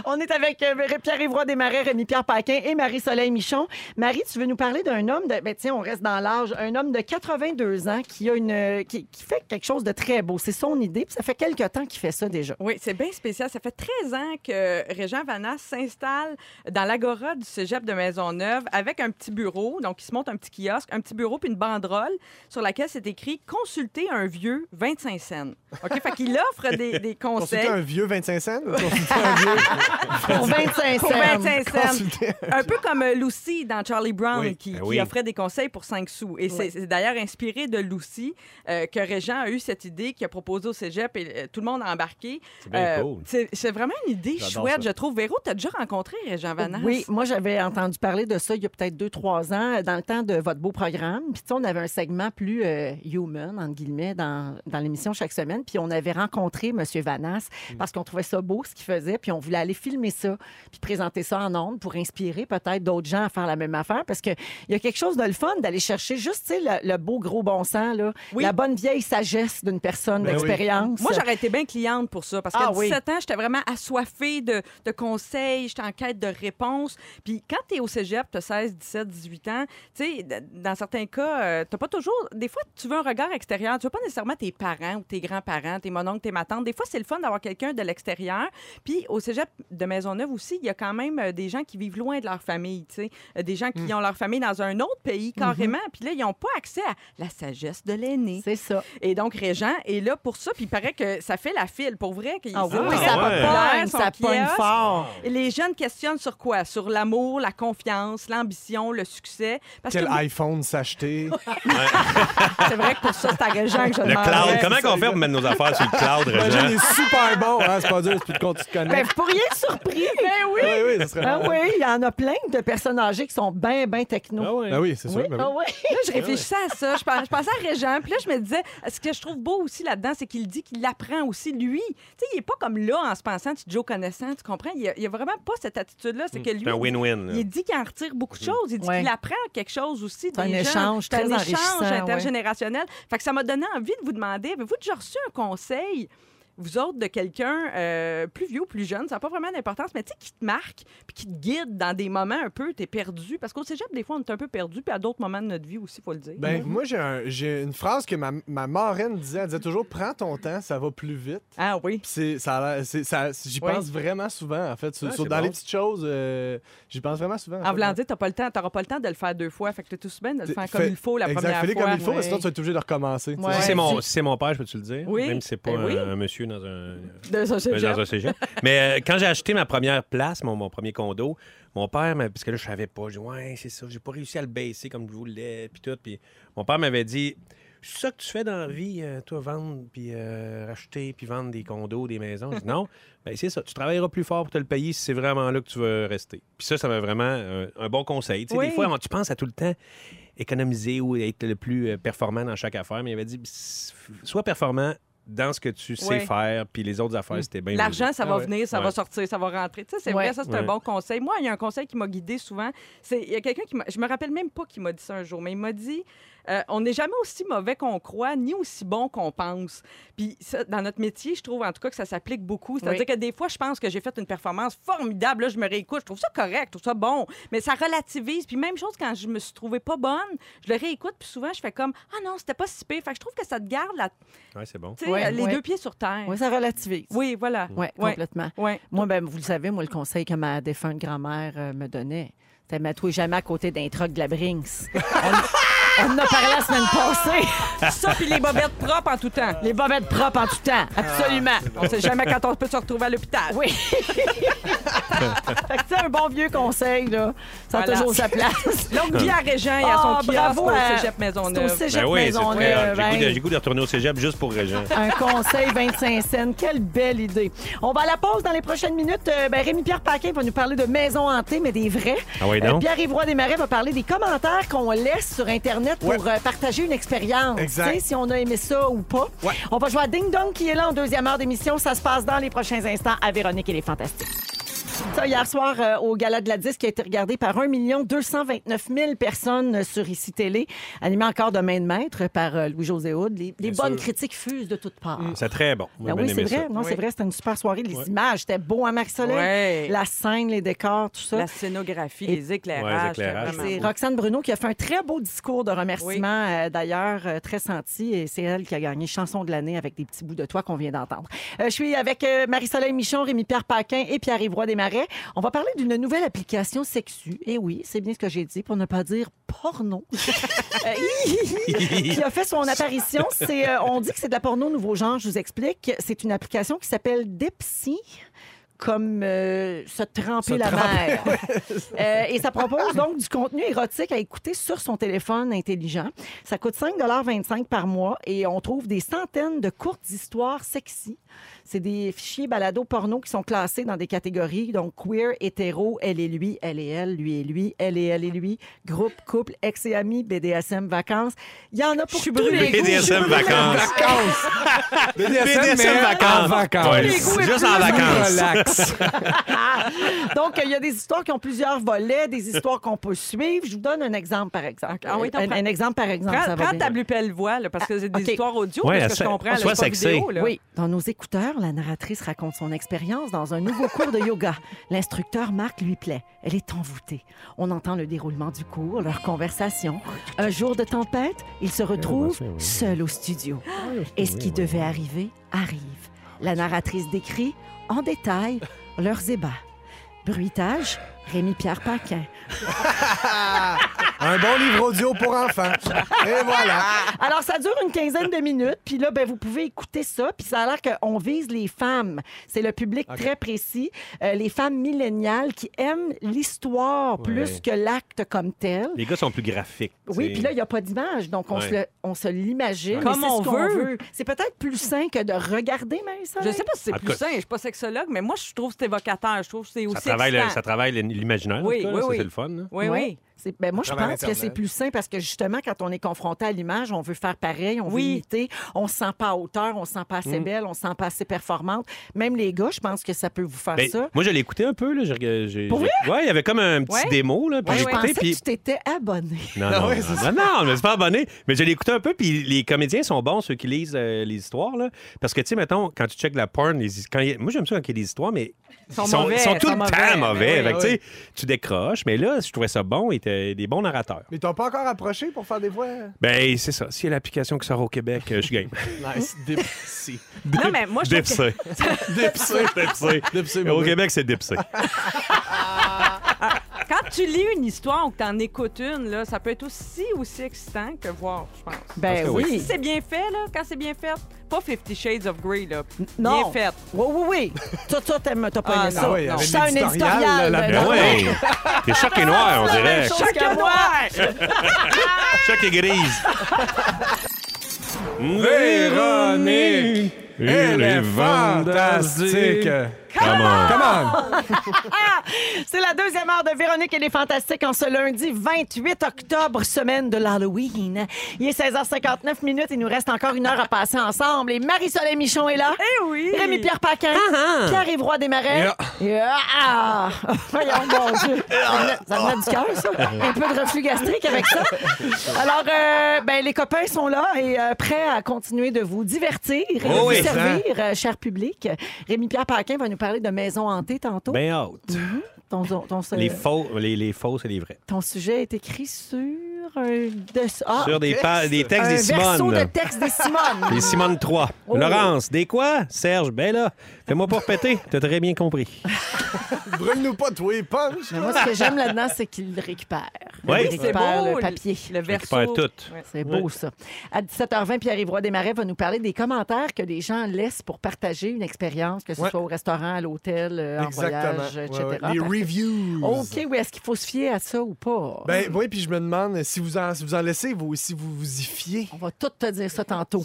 Speaker 2: On est avec euh, Pierre-Yvroy Desmarais, Rémi-Pierre Paquin et Marie-Soleil Michon. Marie, tu veux nous parler d'un homme de... Ben, tiens, on reste dans l'âge. Un homme de 82 ans qui a une... euh, qui, qui fait quelque chose de très beau. C'est son idée. Puis ça fait quelques temps qu'il fait ça déjà.
Speaker 4: Oui, c'est bien spécial. Ça fait 13 ans que Régent Vanas s'installe dans l'agora du cégep de Maisonneuve avec un petit bureau. Donc, il se monte un petit kiosque, un petit bureau puis une banderole sur laquelle c'est écrit « Consultez un vieux 25 cents ». OK? Fait qu'il offre des, des conseils.
Speaker 3: Consulter un vieux 25 cents. ou Consulter un vieux.
Speaker 2: Pour 25 cents.
Speaker 4: Pour 25 cents.
Speaker 3: Consulter-
Speaker 4: Un peu comme euh, Lucy dans Charlie Brown
Speaker 3: Oui,
Speaker 4: qui,
Speaker 1: ben
Speaker 4: qui
Speaker 1: oui.
Speaker 4: offrait des conseils pour 5 sous. Et c'est- c'est d'ailleurs inspiré de Lucy euh, que Régent a eu cette idée qu'il a proposée au cégep et euh, tout le monde a embarqué.
Speaker 1: C'est bien
Speaker 4: Euh,
Speaker 1: cool.
Speaker 4: c'est- c'est vraiment une idée
Speaker 1: J'adore
Speaker 4: chouette,
Speaker 1: ça.
Speaker 4: je trouve. Véro, t'as déjà rencontré Régent Vanasse?
Speaker 2: Oui, moi j'avais entendu parler de ça il y a peut-être deux, trois ans, euh, dans le temps de votre beau programme. Puis tu sais, on avait un segment plus euh, human, entre
Speaker 4: Mm.
Speaker 2: guillemets, dans, dans l'émission chaque semaine. Puis on avait rencontré M. Vanas parce qu'on trouvait ça beau ce qu'il faisait. faisait, puis on voulait aller filmer ça, puis présenter ça en ondes pour inspirer peut-être d'autres gens à faire la même affaire, parce qu'il y a quelque chose de le fun d'aller chercher juste, tu sais, le, le beau gros bon sens, là, la bonne vieille sagesse d'une personne
Speaker 3: Ben oui.
Speaker 2: d'expérience.
Speaker 4: Moi, j'aurais été bien cliente pour ça. Parce qu'à
Speaker 2: Ah oui.
Speaker 4: 17 ans, j'étais vraiment assoiffée de, de conseils, j'étais en quête de réponses. Puis quand t'es au cégep, t'as 16, 17, 18 ans, tu sais, d- dans certains cas, euh, t'as pas toujours. Des fois, tu veux un regard extérieur. Tu veux pas nécessairement tes parents ou tes grands-parents, tes mononcles, tes matantes. Des fois, c'est le fun d'avoir quelqu'un de l'extérieur. Puis au cégep de Maisonneuve aussi, il y a quand même euh, des gens qui vivent loin de leur famille, tu sais. Euh, Des gens qui
Speaker 2: Mmh.
Speaker 4: ont leur famille dans un autre pays, carrément. Puis là, ils n'ont pas accès à la sagesse de l'aîné.
Speaker 2: C'est ça.
Speaker 4: Et donc, Régent est là pour ça. Puis il paraît que ça fait la file. Pour vrai, qu'il
Speaker 2: Ah oui,
Speaker 1: oui,
Speaker 2: ça
Speaker 1: ouais.
Speaker 2: pogne,
Speaker 4: son
Speaker 2: ça pogne
Speaker 4: kiosque.
Speaker 2: fort.
Speaker 4: Et Les jeunes questionnent sur quoi? Sur l'amour, la confiance, l'ambition, le succès. Parce
Speaker 3: Quel
Speaker 4: que
Speaker 3: iPhone s'acheter?
Speaker 4: c'est vrai que pour ça, c'est à Régent que je
Speaker 1: Le cloud.
Speaker 4: demanderais.
Speaker 1: Comment qu'on fait pour mettre nos affaires sur le cloud,
Speaker 3: Imagine, il
Speaker 1: Régent?
Speaker 3: est super bon. hein, c'est pas dur, c'est plus de compte, tu te connais.
Speaker 2: Ben, vous pourriez être surpris. Ben oui.
Speaker 3: oui, oui, ça serait.
Speaker 2: Ah oui, il y en a plein de personnes âgées qui sont bien, bien techno.
Speaker 1: Ah ouais.
Speaker 3: Ben oui, c'est sûr. ben oui.
Speaker 2: ah oui.
Speaker 4: Là, je réfléchissais à ça. Je pens- je pensais à Régent. Puis là, je me disais, ce que je trouve beau aussi là-dedans, c'est qu'il dit qu'il apprend aussi, lui. Tu sais, il n'est pas comme là en se pensant, tu Joe connaissant, tu comprends? Il n'y a, vraiment pas cette attitude-là. C'est que lui,
Speaker 1: C'est un win-win. là.
Speaker 4: Il dit qu'il en retire beaucoup de
Speaker 3: Mhm.
Speaker 4: choses. Il dit
Speaker 2: Ouais.
Speaker 4: qu'il apprend quelque chose aussi.
Speaker 2: C'est un
Speaker 4: des gens.
Speaker 2: échange
Speaker 4: C'est
Speaker 2: très
Speaker 4: un
Speaker 2: enrichissant,
Speaker 4: échange
Speaker 2: ouais.
Speaker 4: intergénérationnel. Fait que ça m'a donné envie de vous demander avez-vous déjà reçu un conseil vous autres, de quelqu'un euh, plus vieux ou plus jeune, ça n'a pas vraiment d'importance, mais tu sais, qui te marque, puis qui te guide dans des moments un peu, t'es perdu. Parce qu'au cégep, des fois, on est un peu perdu, puis à d'autres moments de notre vie aussi, faut le dire. Hein?
Speaker 3: Ben,
Speaker 1: Mm-hmm.
Speaker 3: moi, j'ai, un- j'ai une phrase que ma, ma marraine disait. Elle disait toujours Prends ton temps, ça va plus vite.
Speaker 4: Ah oui.
Speaker 3: Puis c'est, ça, a l'air- c'est- ça- j'y
Speaker 4: Oui.
Speaker 3: pense vraiment souvent, en fait. Sur-
Speaker 1: Ah,
Speaker 3: sur-
Speaker 1: c'est
Speaker 3: dans
Speaker 1: bon.
Speaker 3: les petites choses, euh, j'y pense vraiment souvent.
Speaker 4: En
Speaker 3: fait.
Speaker 4: voulant dire, t'as pas le temps, t'auras pas le temps de le faire deux fois. Fait que t'es tout souvent de le
Speaker 3: Ah, T'es-
Speaker 4: faire comme
Speaker 3: fais-
Speaker 4: il faut la
Speaker 3: exact,
Speaker 4: première
Speaker 3: fais-les
Speaker 4: fois.
Speaker 3: comme il faut,
Speaker 4: Ouais.
Speaker 3: sinon tu vas être obligé de recommencer. tu sais.
Speaker 2: Ouais.
Speaker 1: Si c'est mon, si c'est mon père, je peux-tu le dire?
Speaker 4: Oui.
Speaker 1: Même si c'est pas
Speaker 4: Ben oui.
Speaker 1: un, un monsieur dans un,
Speaker 3: Ben,
Speaker 4: De ce
Speaker 1: Euh,
Speaker 4: cégep.
Speaker 1: dans un cégep. Mais euh, quand j'ai acheté ma première place, mon, mon premier condo, mon père, m'a- parce que là, je savais pas, je dis, ouais, c'est ça, j'ai pas réussi à le baisser comme je voulais, puis tout. Puis mon père m'avait dit, c'est ça que tu fais dans la vie, euh, toi, vendre, puis euh, racheter, puis vendre des condos, des maisons. Je dis, non, ben, c'est ça, tu travailleras plus fort pour te le payer si c'est vraiment là que tu veux rester. Puis ça, ça m'a vraiment euh, un bon conseil. Tu sais,
Speaker 4: Oui.
Speaker 1: Des fois, on- tu penses à tout le temps économiser ou être le plus euh, performant dans chaque affaire, mais il avait dit, sois performant dans ce que tu sais
Speaker 4: Ouais.
Speaker 1: faire, puis les autres
Speaker 2: Mm.
Speaker 1: affaires, c'était bien.
Speaker 4: L'argent, ça va
Speaker 3: Ah ouais.
Speaker 4: venir, ça
Speaker 1: Ouais.
Speaker 4: va sortir, ça va rentrer. Tu sais, c'est
Speaker 2: Ouais.
Speaker 4: vrai, ça, c'est un
Speaker 1: Ouais.
Speaker 4: bon conseil. Moi, il y a un conseil qui m'a guidé souvent. C'est- Il y a quelqu'un qui m'a. Je me rappelle même pas qui m'a dit ça un jour, mais il m'a dit euh, on n'est jamais aussi mauvais qu'on croit, ni aussi bon qu'on pense. Puis, ça, dans notre métier, je trouve en tout cas que ça s'applique beaucoup. C'est-à-dire
Speaker 2: Oui.
Speaker 4: que des fois, je pense que j'ai fait une performance formidable. Là, je me réécoute, je trouve ça correct, je trouve ça bon. Mais ça relativise. Puis, même chose quand je me suis trouvée pas bonne, je le réécoute, puis souvent, je fais comme ah non, c'était pas si pire. Fait que je trouve que ça te garde la-
Speaker 1: Ouais, c'est bon.
Speaker 4: tu sais,
Speaker 2: Ouais,
Speaker 4: les
Speaker 2: ouais.
Speaker 4: deux pieds sur terre.
Speaker 2: Oui, ça relativise.
Speaker 4: Oui, voilà.
Speaker 2: Ouais,
Speaker 4: Ouais.
Speaker 2: complètement.
Speaker 4: Ouais.
Speaker 2: Moi, ben, vous le savez, moi, le conseil que ma défunte grand-mère euh, me donnait, c'était mets-toi jamais à côté d'un truck de la Brinks. on, on en a parlé la semaine passée.
Speaker 4: Ça, puis les bobettes propres en tout temps.
Speaker 2: Les bobettes propres en tout temps, absolument.
Speaker 4: On sait jamais quand on peut se retrouver à l'hôpital.
Speaker 2: Oui. fait que c'est un bon vieux conseil, là. Ça
Speaker 4: Voilà.
Speaker 2: a toujours sa place.
Speaker 4: Longue vie à Régent et à son
Speaker 2: Ah,
Speaker 4: kiosque
Speaker 2: bravo
Speaker 4: au
Speaker 2: à-
Speaker 4: Cégep
Speaker 2: C'est au
Speaker 4: Maisonneuve.
Speaker 2: cégep
Speaker 1: Ben oui, c'est
Speaker 2: Maisonneuve,
Speaker 1: très hot. J'ai
Speaker 2: hein.
Speaker 1: goût de- j'ai goût de retourner au cégep juste pour Régent.
Speaker 2: Un conseil 25 cents. Quelle belle idée. On va à la pause dans les prochaines minutes. Euh, ben, Rémi-Pierre Paquin va nous parler de maisons hantées, mais des vraies.
Speaker 1: Ah oui, donc?
Speaker 2: Pierre-Yvroy Desmarais va parler des commentaires qu'on laisse sur Internet pour
Speaker 3: Ouais.
Speaker 2: euh, partager une expérience.
Speaker 3: Exact.
Speaker 2: Tu sais, Si on a aimé ça ou pas.
Speaker 3: Ouais.
Speaker 2: On va jouer à Ding Dong qui est là en deuxième heure d'émission. Ça se passe dans les prochains instants à Véronique et les Fantastiques. Ça, hier soir, euh, au Gala de la Disque, qui a été regardé par 1 229 000 personnes euh, sur ICI Télé, animé encore de main de maître par euh, Louis-José Houd. Les, les bonnes critiques fusent de toutes parts.
Speaker 1: C'est très bon. Moi,
Speaker 2: Ben
Speaker 1: j'ai
Speaker 2: oui,
Speaker 1: bien
Speaker 2: c'est
Speaker 1: aimé
Speaker 2: vrai.
Speaker 1: ça.
Speaker 2: Non, c'est vrai, c'était une super soirée. Les images, c'était beau à Marc-Soleil.
Speaker 4: Ouais.
Speaker 2: La scène, les décors, tout ça.
Speaker 4: La scénographie, les
Speaker 1: Ouais, les
Speaker 4: éclairages.
Speaker 1: éclairages,
Speaker 4: c'est vraiment
Speaker 2: C'est
Speaker 4: beau.
Speaker 2: Roxane Bruno qui a fait un très beau discours de remerciement, euh, d'ailleurs, euh, très senti. Et c'est elle qui a gagné Chanson de l'année avec des petits bouts de toi qu'on vient d'entendre. Euh, je suis avec euh, Marie-Soleil Michon, Rémi-Pierre Paquin et Pierre-Yvroy Desmarais. On va parler d'une nouvelle application sexu. Et oui, c'est bien ce que j'ai dit, pour ne pas dire porno. Euh, hi, hi, hi, qui a fait son apparition. C'est, euh, on dit que c'est de la porno nouveau genre, je vous explique. C'est une application qui s'appelle Dipsy. Comme euh, se tremper la mer. Euh, et ça propose donc du contenu érotique à écouter sur son téléphone intelligent. Ça coûte 5,25 par mois et on trouve des centaines de courtes histoires sexy. C'est des fichiers balado porno qui sont classés dans des catégories, donc queer, hétéro, elle et lui, elle et elle, lui et lui, elle et elle et lui, groupe, couple, ex et amis, BDSM, vacances. Il y en a pour tous les goûts.
Speaker 1: BDSM vacances.
Speaker 3: Vacances! BDSM, mais
Speaker 1: vacances.
Speaker 3: en vacances.
Speaker 4: hein.
Speaker 1: Ouais, Juste en vacances.
Speaker 2: Max.
Speaker 3: Relax.
Speaker 2: Donc, euh, il y a des histoires qui ont plusieurs volets, des histoires qu'on peut suivre. Je vous donne un exemple, par exemple.
Speaker 4: Ah oui, t'en
Speaker 2: un,
Speaker 4: prends-
Speaker 2: un exemple, par exemple.
Speaker 4: Prends,
Speaker 2: ça va
Speaker 4: prends
Speaker 2: bien.
Speaker 4: ta plus belle voix, là, parce que c'est des
Speaker 2: OK.
Speaker 4: histoires audio,
Speaker 1: Ouais,
Speaker 4: mais ce que je
Speaker 1: assez-
Speaker 4: comprends, là,
Speaker 1: sois
Speaker 4: c'est pas
Speaker 1: sexy.
Speaker 4: vidéo, là.
Speaker 2: Oui, dans nos écouteurs, la narratrice raconte son expérience dans un nouveau cours de yoga. L'instructeur Marc lui plaît. Elle est envoûtée. On entend le déroulement du cours, leur conversation. Un jour de tempête, ils se retrouvent
Speaker 1: ben, c'est
Speaker 2: seuls au studio. Et ce qui devait arriver arrive. La narratrice décrit en détail leurs ébats. Bruitage, Rémi-Pierre Paquin.
Speaker 3: Un bon livre audio pour enfants. Et voilà.
Speaker 2: Alors, ça dure une quinzaine de minutes. Puis là, ben, vous pouvez écouter ça. Puis ça a l'air qu'on vise les femmes. C'est le public très précis. Euh, les femmes milléniales qui aiment l'histoire plus que l'acte comme tel.
Speaker 1: Les gars sont plus graphiques.
Speaker 2: Oui,
Speaker 1: t'sais.
Speaker 2: puis là, il n'y a pas d'image, donc on
Speaker 1: Ouais.
Speaker 2: se le- on se l'imagine.
Speaker 4: Comme
Speaker 2: mais c'est ce
Speaker 4: on
Speaker 2: qu'on
Speaker 4: veut.
Speaker 2: C'est peut-être plus sain que de regarder, mais ça.
Speaker 4: Je sais pas si c'est
Speaker 1: En tout
Speaker 4: plus
Speaker 1: cas-
Speaker 4: sain, je suis pas sexologue, mais moi, je trouve que c'est évocateur. Je trouve que c'est aussi
Speaker 1: ça travaille, le-
Speaker 4: excitant.
Speaker 1: ça travaille l'imaginaire. en
Speaker 4: Oui,
Speaker 1: tout cas, là,
Speaker 4: oui,
Speaker 1: ça,
Speaker 4: oui.
Speaker 1: C'est le fun. hein. là.
Speaker 4: Oui, oui.
Speaker 2: Ouais. C'est- ben, moi, je
Speaker 3: travail
Speaker 2: pense que
Speaker 3: Internet.
Speaker 2: c'est plus sain parce que justement, quand on est confronté à l'image, on veut faire pareil, on veut
Speaker 4: Oui. Mm.
Speaker 2: imiter, on se sent pas à hauteur, on se sent pas assez belle, on se sent pas assez performante. Même les gars, je pense que ça peut vous faire
Speaker 1: Ben,
Speaker 2: ça.
Speaker 1: moi, je l'ai écouté un peu. Là, j'ai, j'ai- j'ai-
Speaker 2: Pour vrai?
Speaker 1: Ouais, il y avait comme un petit
Speaker 4: Ouais.
Speaker 1: démo. Là, puis
Speaker 2: je
Speaker 1: j'ai écouté,
Speaker 2: pensais
Speaker 1: puis-
Speaker 2: que tu t'étais abonné.
Speaker 1: Non,
Speaker 3: Ah
Speaker 1: non,
Speaker 3: ouais,
Speaker 1: non,
Speaker 3: c'est
Speaker 1: non, non, mais c'est pas abonné. Mais je l'ai écouté un peu, puis les comédiens sont bons, ceux qui lisent euh, les histoires. Là. Parce que, tu sais, mettons, quand tu checkes la porn, les his- quand il y a- moi, j'aime ça quand il y a des histoires, mais ils
Speaker 4: sont
Speaker 1: sont,
Speaker 4: mauvais,
Speaker 1: ils sont tout
Speaker 4: sont
Speaker 1: le temps
Speaker 4: mauvais.
Speaker 1: mauvais.
Speaker 4: Oui,
Speaker 1: Fait que, tu
Speaker 3: oui.
Speaker 1: sais, tu décroches, mais là, je trouvais ça bon, ils étaient des bons narrateurs.
Speaker 3: Mais t'as pas encore approché pour faire des voix? euh,
Speaker 1: Ben, c'est ça. S'il y a l'application qui sort au Québec, euh, je gagne.
Speaker 3: Nice. Dipsy.
Speaker 4: Non, mais moi, je trouve que-
Speaker 1: Dipsé.
Speaker 3: Dipsy.
Speaker 1: Dipsé.
Speaker 3: Dipsy,
Speaker 1: Au
Speaker 3: oui.
Speaker 1: Québec, c'est Dipsé.
Speaker 4: Quand tu lis une histoire ou que tu en écoutes une, là, ça peut être aussi, aussi excitant que voir, je pense.
Speaker 2: Ben
Speaker 1: que
Speaker 2: oui.
Speaker 1: oui.
Speaker 4: Si c'est bien fait, là, quand c'est bien fait, pas Fifty Shades of Grey, là.
Speaker 2: Non.
Speaker 4: Bien fait.
Speaker 2: Oui, oui, oui. Toi, toi, t'aimes, t'as pas
Speaker 4: Ah,
Speaker 2: aimé
Speaker 4: non,
Speaker 2: ça.
Speaker 3: ouais, il y avait
Speaker 2: je sens un
Speaker 3: l'éditorial,
Speaker 2: éditorial.
Speaker 3: là,
Speaker 2: ben
Speaker 1: Ben
Speaker 2: non.
Speaker 1: ouais. Les chocs et noirs, on dirait.
Speaker 2: chose. Chacun noir.
Speaker 1: Choc et grise.
Speaker 3: Véronique,
Speaker 1: Elle est
Speaker 3: fantastique. Ah!
Speaker 1: Come on.
Speaker 3: Comment?
Speaker 2: C'est la deuxième heure de Véronique et les Fantastiques en ce lundi 28 octobre, semaine de l'Halloween. Il est 16h59 minutes. Il nous reste encore une heure à passer ensemble. Et Marie-Soleil Michon est là.
Speaker 4: Eh oui! Ah,
Speaker 2: Rémi-Pierre Paquin. Pierre-Yves Roy Desmarais.
Speaker 3: Yeah.
Speaker 2: Yeah. Ah! Voyons, mon Dieu. Ça venait- Ça venait du cœur, ça. Un peu de reflux gastrique avec ça. Alors, euh, ben, les copains sont là et euh, prêts à continuer de vous divertir et de
Speaker 1: Oh
Speaker 2: vous
Speaker 1: oui.
Speaker 2: servir, euh, cher public. Rémi-Pierre Paquin va nous parler de maison hantée tantôt.
Speaker 1: Ben haute.
Speaker 2: Ton- ton- ton-
Speaker 1: Les faux, les, les fausses et les vrais.
Speaker 2: ton sujet est écrit sur un de... ah,
Speaker 1: Sur des, pa- des textes
Speaker 2: un
Speaker 1: des
Speaker 2: verso de
Speaker 1: Simone.
Speaker 2: texte des Simone.
Speaker 1: Des Simone 3.
Speaker 2: Oh.
Speaker 1: Laurence, des quoi? Serge, ben là, fais-moi pas répéter. T'as très bien compris.
Speaker 3: Brûle-nous pas, toi, punch.
Speaker 2: Mais moi, ce que j'aime là-dedans, c'est qu'il le récupère.
Speaker 1: Oui.
Speaker 2: Il
Speaker 4: C'est
Speaker 2: récupère
Speaker 4: beau,
Speaker 2: le papier.
Speaker 4: Le verso.
Speaker 1: récupère tout.
Speaker 4: Ouais.
Speaker 2: C'est beau, ça. À 17h20, Pierre-Yvroy Desmarais va nous parler des commentaires que les gens laissent pour partager une expérience, que ce
Speaker 3: Ouais.
Speaker 2: soit au restaurant, à l'hôtel, euh, en voyage,
Speaker 3: Ouais,
Speaker 2: etc.
Speaker 3: ouais. Les reviews.
Speaker 2: OK, oui, est-ce qu'il faut se fier à ça ou pas?
Speaker 3: Ben oui, puis je me demande si vous en, si vous en laissez, vous, si vous vous y fiez.
Speaker 2: On va tout te dire ça tantôt.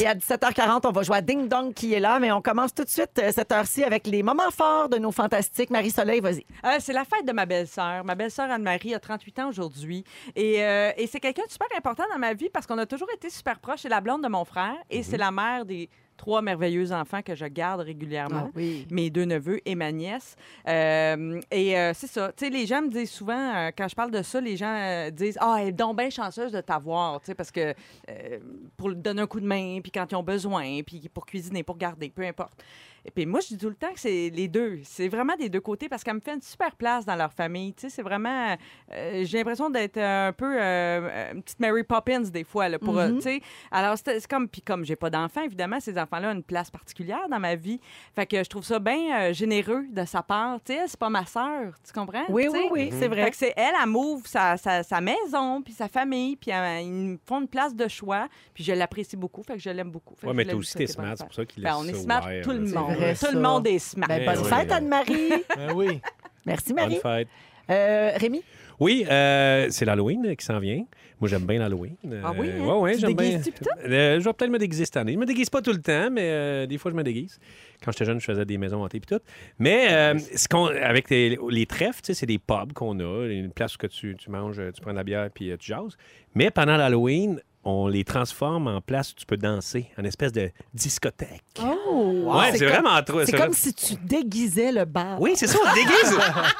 Speaker 2: Et à 17h40, on va jouer à Ding Dong qui est là, mais on commence tout de suite euh, cette heure-ci avec les moments forts de nos fantastiques. Marie-Soleil, vas-y.
Speaker 4: Euh, c'est la fête de ma belle-sœur. Ma belle-sœur Anne-Marie a 38 ans aujourd'hui. Et, euh, et c'est quelqu'un de super important dans ma vie parce qu'on a toujours été super proches. C'est la blonde de mon frère et c'est la mère des trois merveilleux enfants que je garde régulièrement.
Speaker 2: oui.
Speaker 4: Mes deux neveux et ma nièce. Euh, et euh, c'est ça. Tu sais, les gens me disent souvent, euh, quand je parle de ça, les gens euh, disent Ah, elle est donc bien chanceuse de t'avoir. Tu sais, parce que euh, pour leur donner un coup de main, puis quand ils ont besoin, puis pour cuisiner, pour garder, peu importe. Et puis moi, je dis tout le temps que c'est les deux. C'est vraiment des deux côtés parce qu'elle me fait une super place dans leur famille. Tu sais, c'est vraiment. euh, j'ai l'impression d'être euh, un peu euh, une petite Mary Poppins des fois. Là, pour, euh,
Speaker 2: Mm-hmm.
Speaker 4: tu sais. Alors, c'est c'est comme. Puis comme j'ai pas d'enfants, évidemment, ces enfants-là ont une place particulière dans ma vie. Fait que je trouve ça bien euh, généreux de sa part. Tu sais, elle, c'est pas ma sœur. Tu comprends?
Speaker 2: Oui,
Speaker 4: Tu
Speaker 2: oui,
Speaker 4: sais? Mm-hmm.
Speaker 2: oui, c'est
Speaker 4: Fait
Speaker 2: vrai.
Speaker 4: que c'est elle, elle m'ouvre sa, sa- sa maison, puis sa famille, puis euh, ils me font une place de choix, puis je l'apprécie beaucoup, fait que je l'aime beaucoup. Fait
Speaker 1: Ouais,
Speaker 4: que
Speaker 1: mais
Speaker 4: je
Speaker 1: t'es
Speaker 4: l'aime,
Speaker 1: aussi
Speaker 4: ça,
Speaker 1: t'es
Speaker 4: c'est pas
Speaker 1: smart,
Speaker 4: le
Speaker 1: c'est
Speaker 4: fun.
Speaker 1: pour ça qu'il
Speaker 4: Ben,
Speaker 1: laisse
Speaker 4: on est
Speaker 1: ça
Speaker 4: smart,
Speaker 1: ouvert,
Speaker 4: tout le
Speaker 1: là, c'est
Speaker 4: monde.
Speaker 2: vrai,
Speaker 4: tout
Speaker 2: ça.
Speaker 4: le monde est smart.
Speaker 2: Ben, bonne
Speaker 1: oui.
Speaker 2: fête, Anne-Marie.
Speaker 3: Ben oui.
Speaker 2: Merci,
Speaker 1: Bonne
Speaker 2: Marie.
Speaker 1: fête.
Speaker 2: Euh, Rémi,
Speaker 1: Oui, euh, c'est l'Halloween qui s'en vient. Moi, j'aime bien l'Halloween. Euh,
Speaker 4: Ah oui, hein?
Speaker 1: ouais, ouais,
Speaker 4: Tu
Speaker 1: j'aime bien.
Speaker 4: déguises-tu pis
Speaker 1: Euh, je vais peut-être me déguiser cette année. Je me déguise pas tout le temps, mais euh, des fois, je me déguise. Quand j'étais jeune, je faisais des maisons hantées puis tout. Mais euh, ce qu'on- avec les, les trèfles, tu sais, c'est des euh, pubs qu'on a, une place où que tu, tu manges, tu prends de la bière puis euh, tu jases. Mais pendant l'Halloween, on les transforme en place où tu peux danser, en espèce de discothèque.
Speaker 9: Oh!
Speaker 1: Ouais, c'est
Speaker 9: comme-
Speaker 1: vraiment trop.
Speaker 9: C'est
Speaker 1: c'est
Speaker 9: comme
Speaker 1: vrai-
Speaker 9: si tu déguisais le bar.
Speaker 1: Oui, c'est ça, on déguise.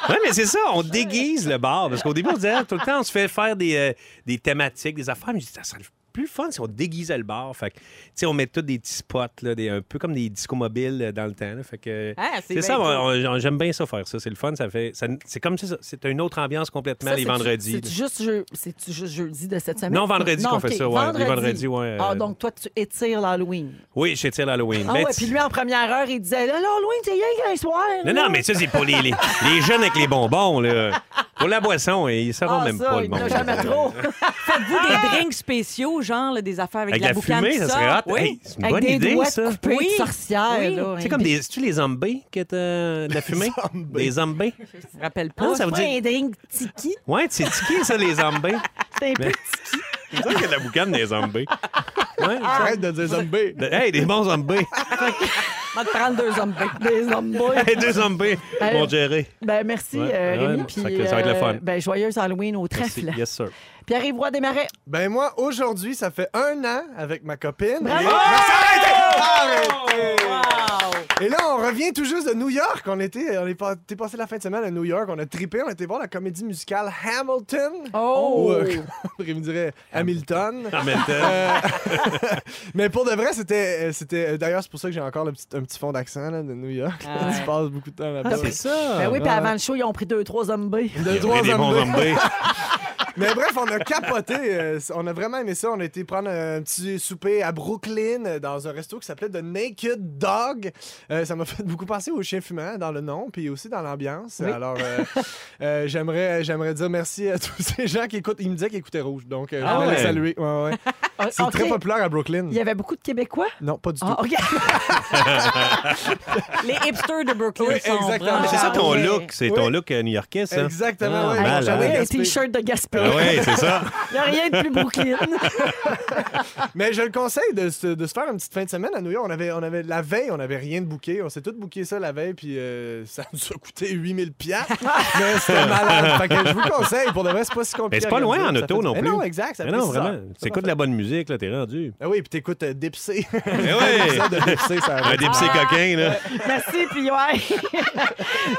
Speaker 1: oui, mais c'est ça, on déguise le bar. Parce qu'au début, on disait, ah, tout le temps, on se fait faire des, euh, des thématiques, des affaires. Mais je dis, ça serait plus fun si on déguisait le bar. Fait que, tu sais, on met tous des petits spots, là, des, un peu comme des discos mobiles euh, dans le temps. là. Fait que,
Speaker 10: Ah, c'est
Speaker 1: c'est
Speaker 10: bien
Speaker 1: ça,
Speaker 10: cool.
Speaker 1: on- on- j'aime bien ça faire ça. C'est le fun, ça fait. ça- c'est comme ça, c'est une autre ambiance complètement
Speaker 9: Ça,
Speaker 1: les
Speaker 9: c'est-tu-
Speaker 1: vendredis.
Speaker 9: C'est-tu juste, je- c'est-tu juste jeudi de cette semaine?
Speaker 1: Non, vendredi qu'on
Speaker 9: OK,
Speaker 1: fait ça, ouais. Les vendredis, ouais,
Speaker 9: Ah,
Speaker 1: euh,
Speaker 9: donc toi, tu étires l'Halloween.
Speaker 1: Oui, chez Till Halloween.
Speaker 9: Ah
Speaker 1: Ben,
Speaker 9: ouais,
Speaker 1: tu-
Speaker 9: puis lui, en première heure, il disait, là, l'Halloween, c'est rien qu'un soir.
Speaker 1: Non, non, mais ça, c'est pour les, les, les jeunes avec les bonbons, là. Pour la boisson, ils sauront
Speaker 9: ah,
Speaker 1: même
Speaker 9: ça,
Speaker 1: pas
Speaker 9: il
Speaker 1: le monde.
Speaker 9: l'a jamais trop.
Speaker 4: Faites-vous des drinks spéciaux, genre là, des affaires avec,
Speaker 1: Avec
Speaker 4: de
Speaker 1: la
Speaker 4: boucane
Speaker 1: fumée,
Speaker 4: qui
Speaker 1: ça
Speaker 4: sort.
Speaker 1: serait hot.
Speaker 4: Oui.
Speaker 1: Hey, c'est une
Speaker 9: Avec
Speaker 1: bonne
Speaker 9: des
Speaker 1: idée,
Speaker 9: doigts
Speaker 1: ça.
Speaker 9: coupées
Speaker 4: Oui.
Speaker 9: de
Speaker 2: Ah,
Speaker 9: sorcières,
Speaker 4: Oui.
Speaker 9: là.
Speaker 1: C'est comme des. C'est-tu les zombies qui est euh, de la fumée? des zombies?
Speaker 4: Je me rappelle pas.
Speaker 1: Non, ça veut
Speaker 9: un
Speaker 1: dire.
Speaker 9: drink tiki.
Speaker 1: Ouais, c'est tiki, ça, les zombies.
Speaker 9: C'est un peu...
Speaker 1: Il me semble qu'il y a de la boucane des zombies. Ouais.
Speaker 9: Ah.
Speaker 3: Arrête de dire zombie.
Speaker 1: De- Hey, des bons zombies.
Speaker 4: On va te prendre deux hommes.
Speaker 9: Des hommes boys.
Speaker 1: Hey, deux zombies.
Speaker 9: Hey.
Speaker 1: Bon, Jerry.
Speaker 9: Ben, merci,
Speaker 1: Ouais,
Speaker 9: euh,
Speaker 1: ouais,
Speaker 9: Rémi.
Speaker 1: ça
Speaker 9: puis,
Speaker 1: que- ça va être le
Speaker 9: euh,
Speaker 1: fun.
Speaker 9: Ben, joyeuse Halloween au
Speaker 1: Merci.
Speaker 9: trèfle.
Speaker 1: Yes, sir.
Speaker 9: Pierre-Yves Roy Desmarais.
Speaker 3: Ben moi, aujourd'hui, ça fait un an avec ma copine.
Speaker 9: Bravo!
Speaker 3: Et-
Speaker 6: Oh!
Speaker 3: Arrêtez! Arrêtez! Et là, on revient tout juste de New York. On était, on est pas- t'es passé la fin de semaine à New York. On a trippé. On était voir la comédie musicale Hamilton.
Speaker 9: Oh!
Speaker 3: Ou, euh, il me dirait Hamilton.
Speaker 1: En même temps.
Speaker 3: Euh, mais pour de vrai, c'était, euh, c'était. euh, D'ailleurs, c'est pour ça que j'ai encore le petit, un petit fond d'accent là, de New York. tu passes beaucoup de temps là-bas.
Speaker 1: ça.
Speaker 9: Ben oui, puis
Speaker 3: ouais.
Speaker 9: avant le show, ils ont pris deux, trois hommes boys.
Speaker 3: De
Speaker 1: Il y a
Speaker 3: trois
Speaker 1: des bons
Speaker 3: hommes.
Speaker 1: zombies.
Speaker 3: Mais bref, on a capoté. euh, on a vraiment aimé ça. On a été prendre un petit souper à Brooklyn euh, dans un resto qui s'appelait The Naked Dog. Euh, ça m'a fait beaucoup penser aux chiens fumants dans le nom, puis aussi dans l'ambiance. Alors, euh, euh, j'aimerais, j'aimerais dire merci à tous ces gens qui écoutent. Ils me disaient qu'ils écoutaient Rouge, donc euh,
Speaker 1: Ah
Speaker 3: on va
Speaker 1: ouais.
Speaker 3: les saluer. Ouais, ouais. C'est
Speaker 9: Ah, Ok.
Speaker 3: très populaire à Brooklyn.
Speaker 9: Il y avait beaucoup de Québécois.
Speaker 3: Non, pas du tout.
Speaker 9: Ah, OK.
Speaker 4: Les hipsters de Brooklyn
Speaker 3: Oui,
Speaker 4: sont
Speaker 3: exactement.
Speaker 4: bras.
Speaker 1: Mais c'est ça ton
Speaker 9: ouais.
Speaker 1: look. C'est ton
Speaker 3: Ah, Oui.
Speaker 1: look euh, new-yorquais, ça.
Speaker 3: Exactement,
Speaker 1: Ah,
Speaker 3: ouais.
Speaker 1: mal,
Speaker 3: J'en ai
Speaker 1: hein?
Speaker 9: Un
Speaker 3: gaspé.
Speaker 9: t-shirt de Gaspé.
Speaker 1: Ah ouais, c'est ça.
Speaker 9: Il n'y a rien de plus Brooklyn.
Speaker 3: Mais je le conseille de se, de se faire une petite fin de semaine à New York. On avait, on avait, la veille, on n'avait rien de booké. On s'est tous booké ça la veille, puis euh, ça nous a coûté 8000 piastres. mais c'était malade. Fait que je vous le conseille. Pour de vrai, c'est pas si compliqué.
Speaker 1: Mais c'est
Speaker 3: à
Speaker 1: pas loin
Speaker 3: organiser.
Speaker 1: en
Speaker 3: Ça
Speaker 1: auto
Speaker 3: fait-
Speaker 1: non
Speaker 3: Mais
Speaker 1: plus.
Speaker 3: Non, exact. Ça
Speaker 1: Mais
Speaker 3: fait
Speaker 1: non,
Speaker 3: six
Speaker 1: vraiment.
Speaker 3: heures.
Speaker 1: C'est quoi de la bonne musique, là? T'es rendu.
Speaker 3: Ah oui, puis t'écoutes euh, Dipsy.
Speaker 1: Mais oui!
Speaker 3: Ça, de Ah. Dipsy, ça
Speaker 1: Un dépissé coquin, là.
Speaker 9: Merci, puis ouais.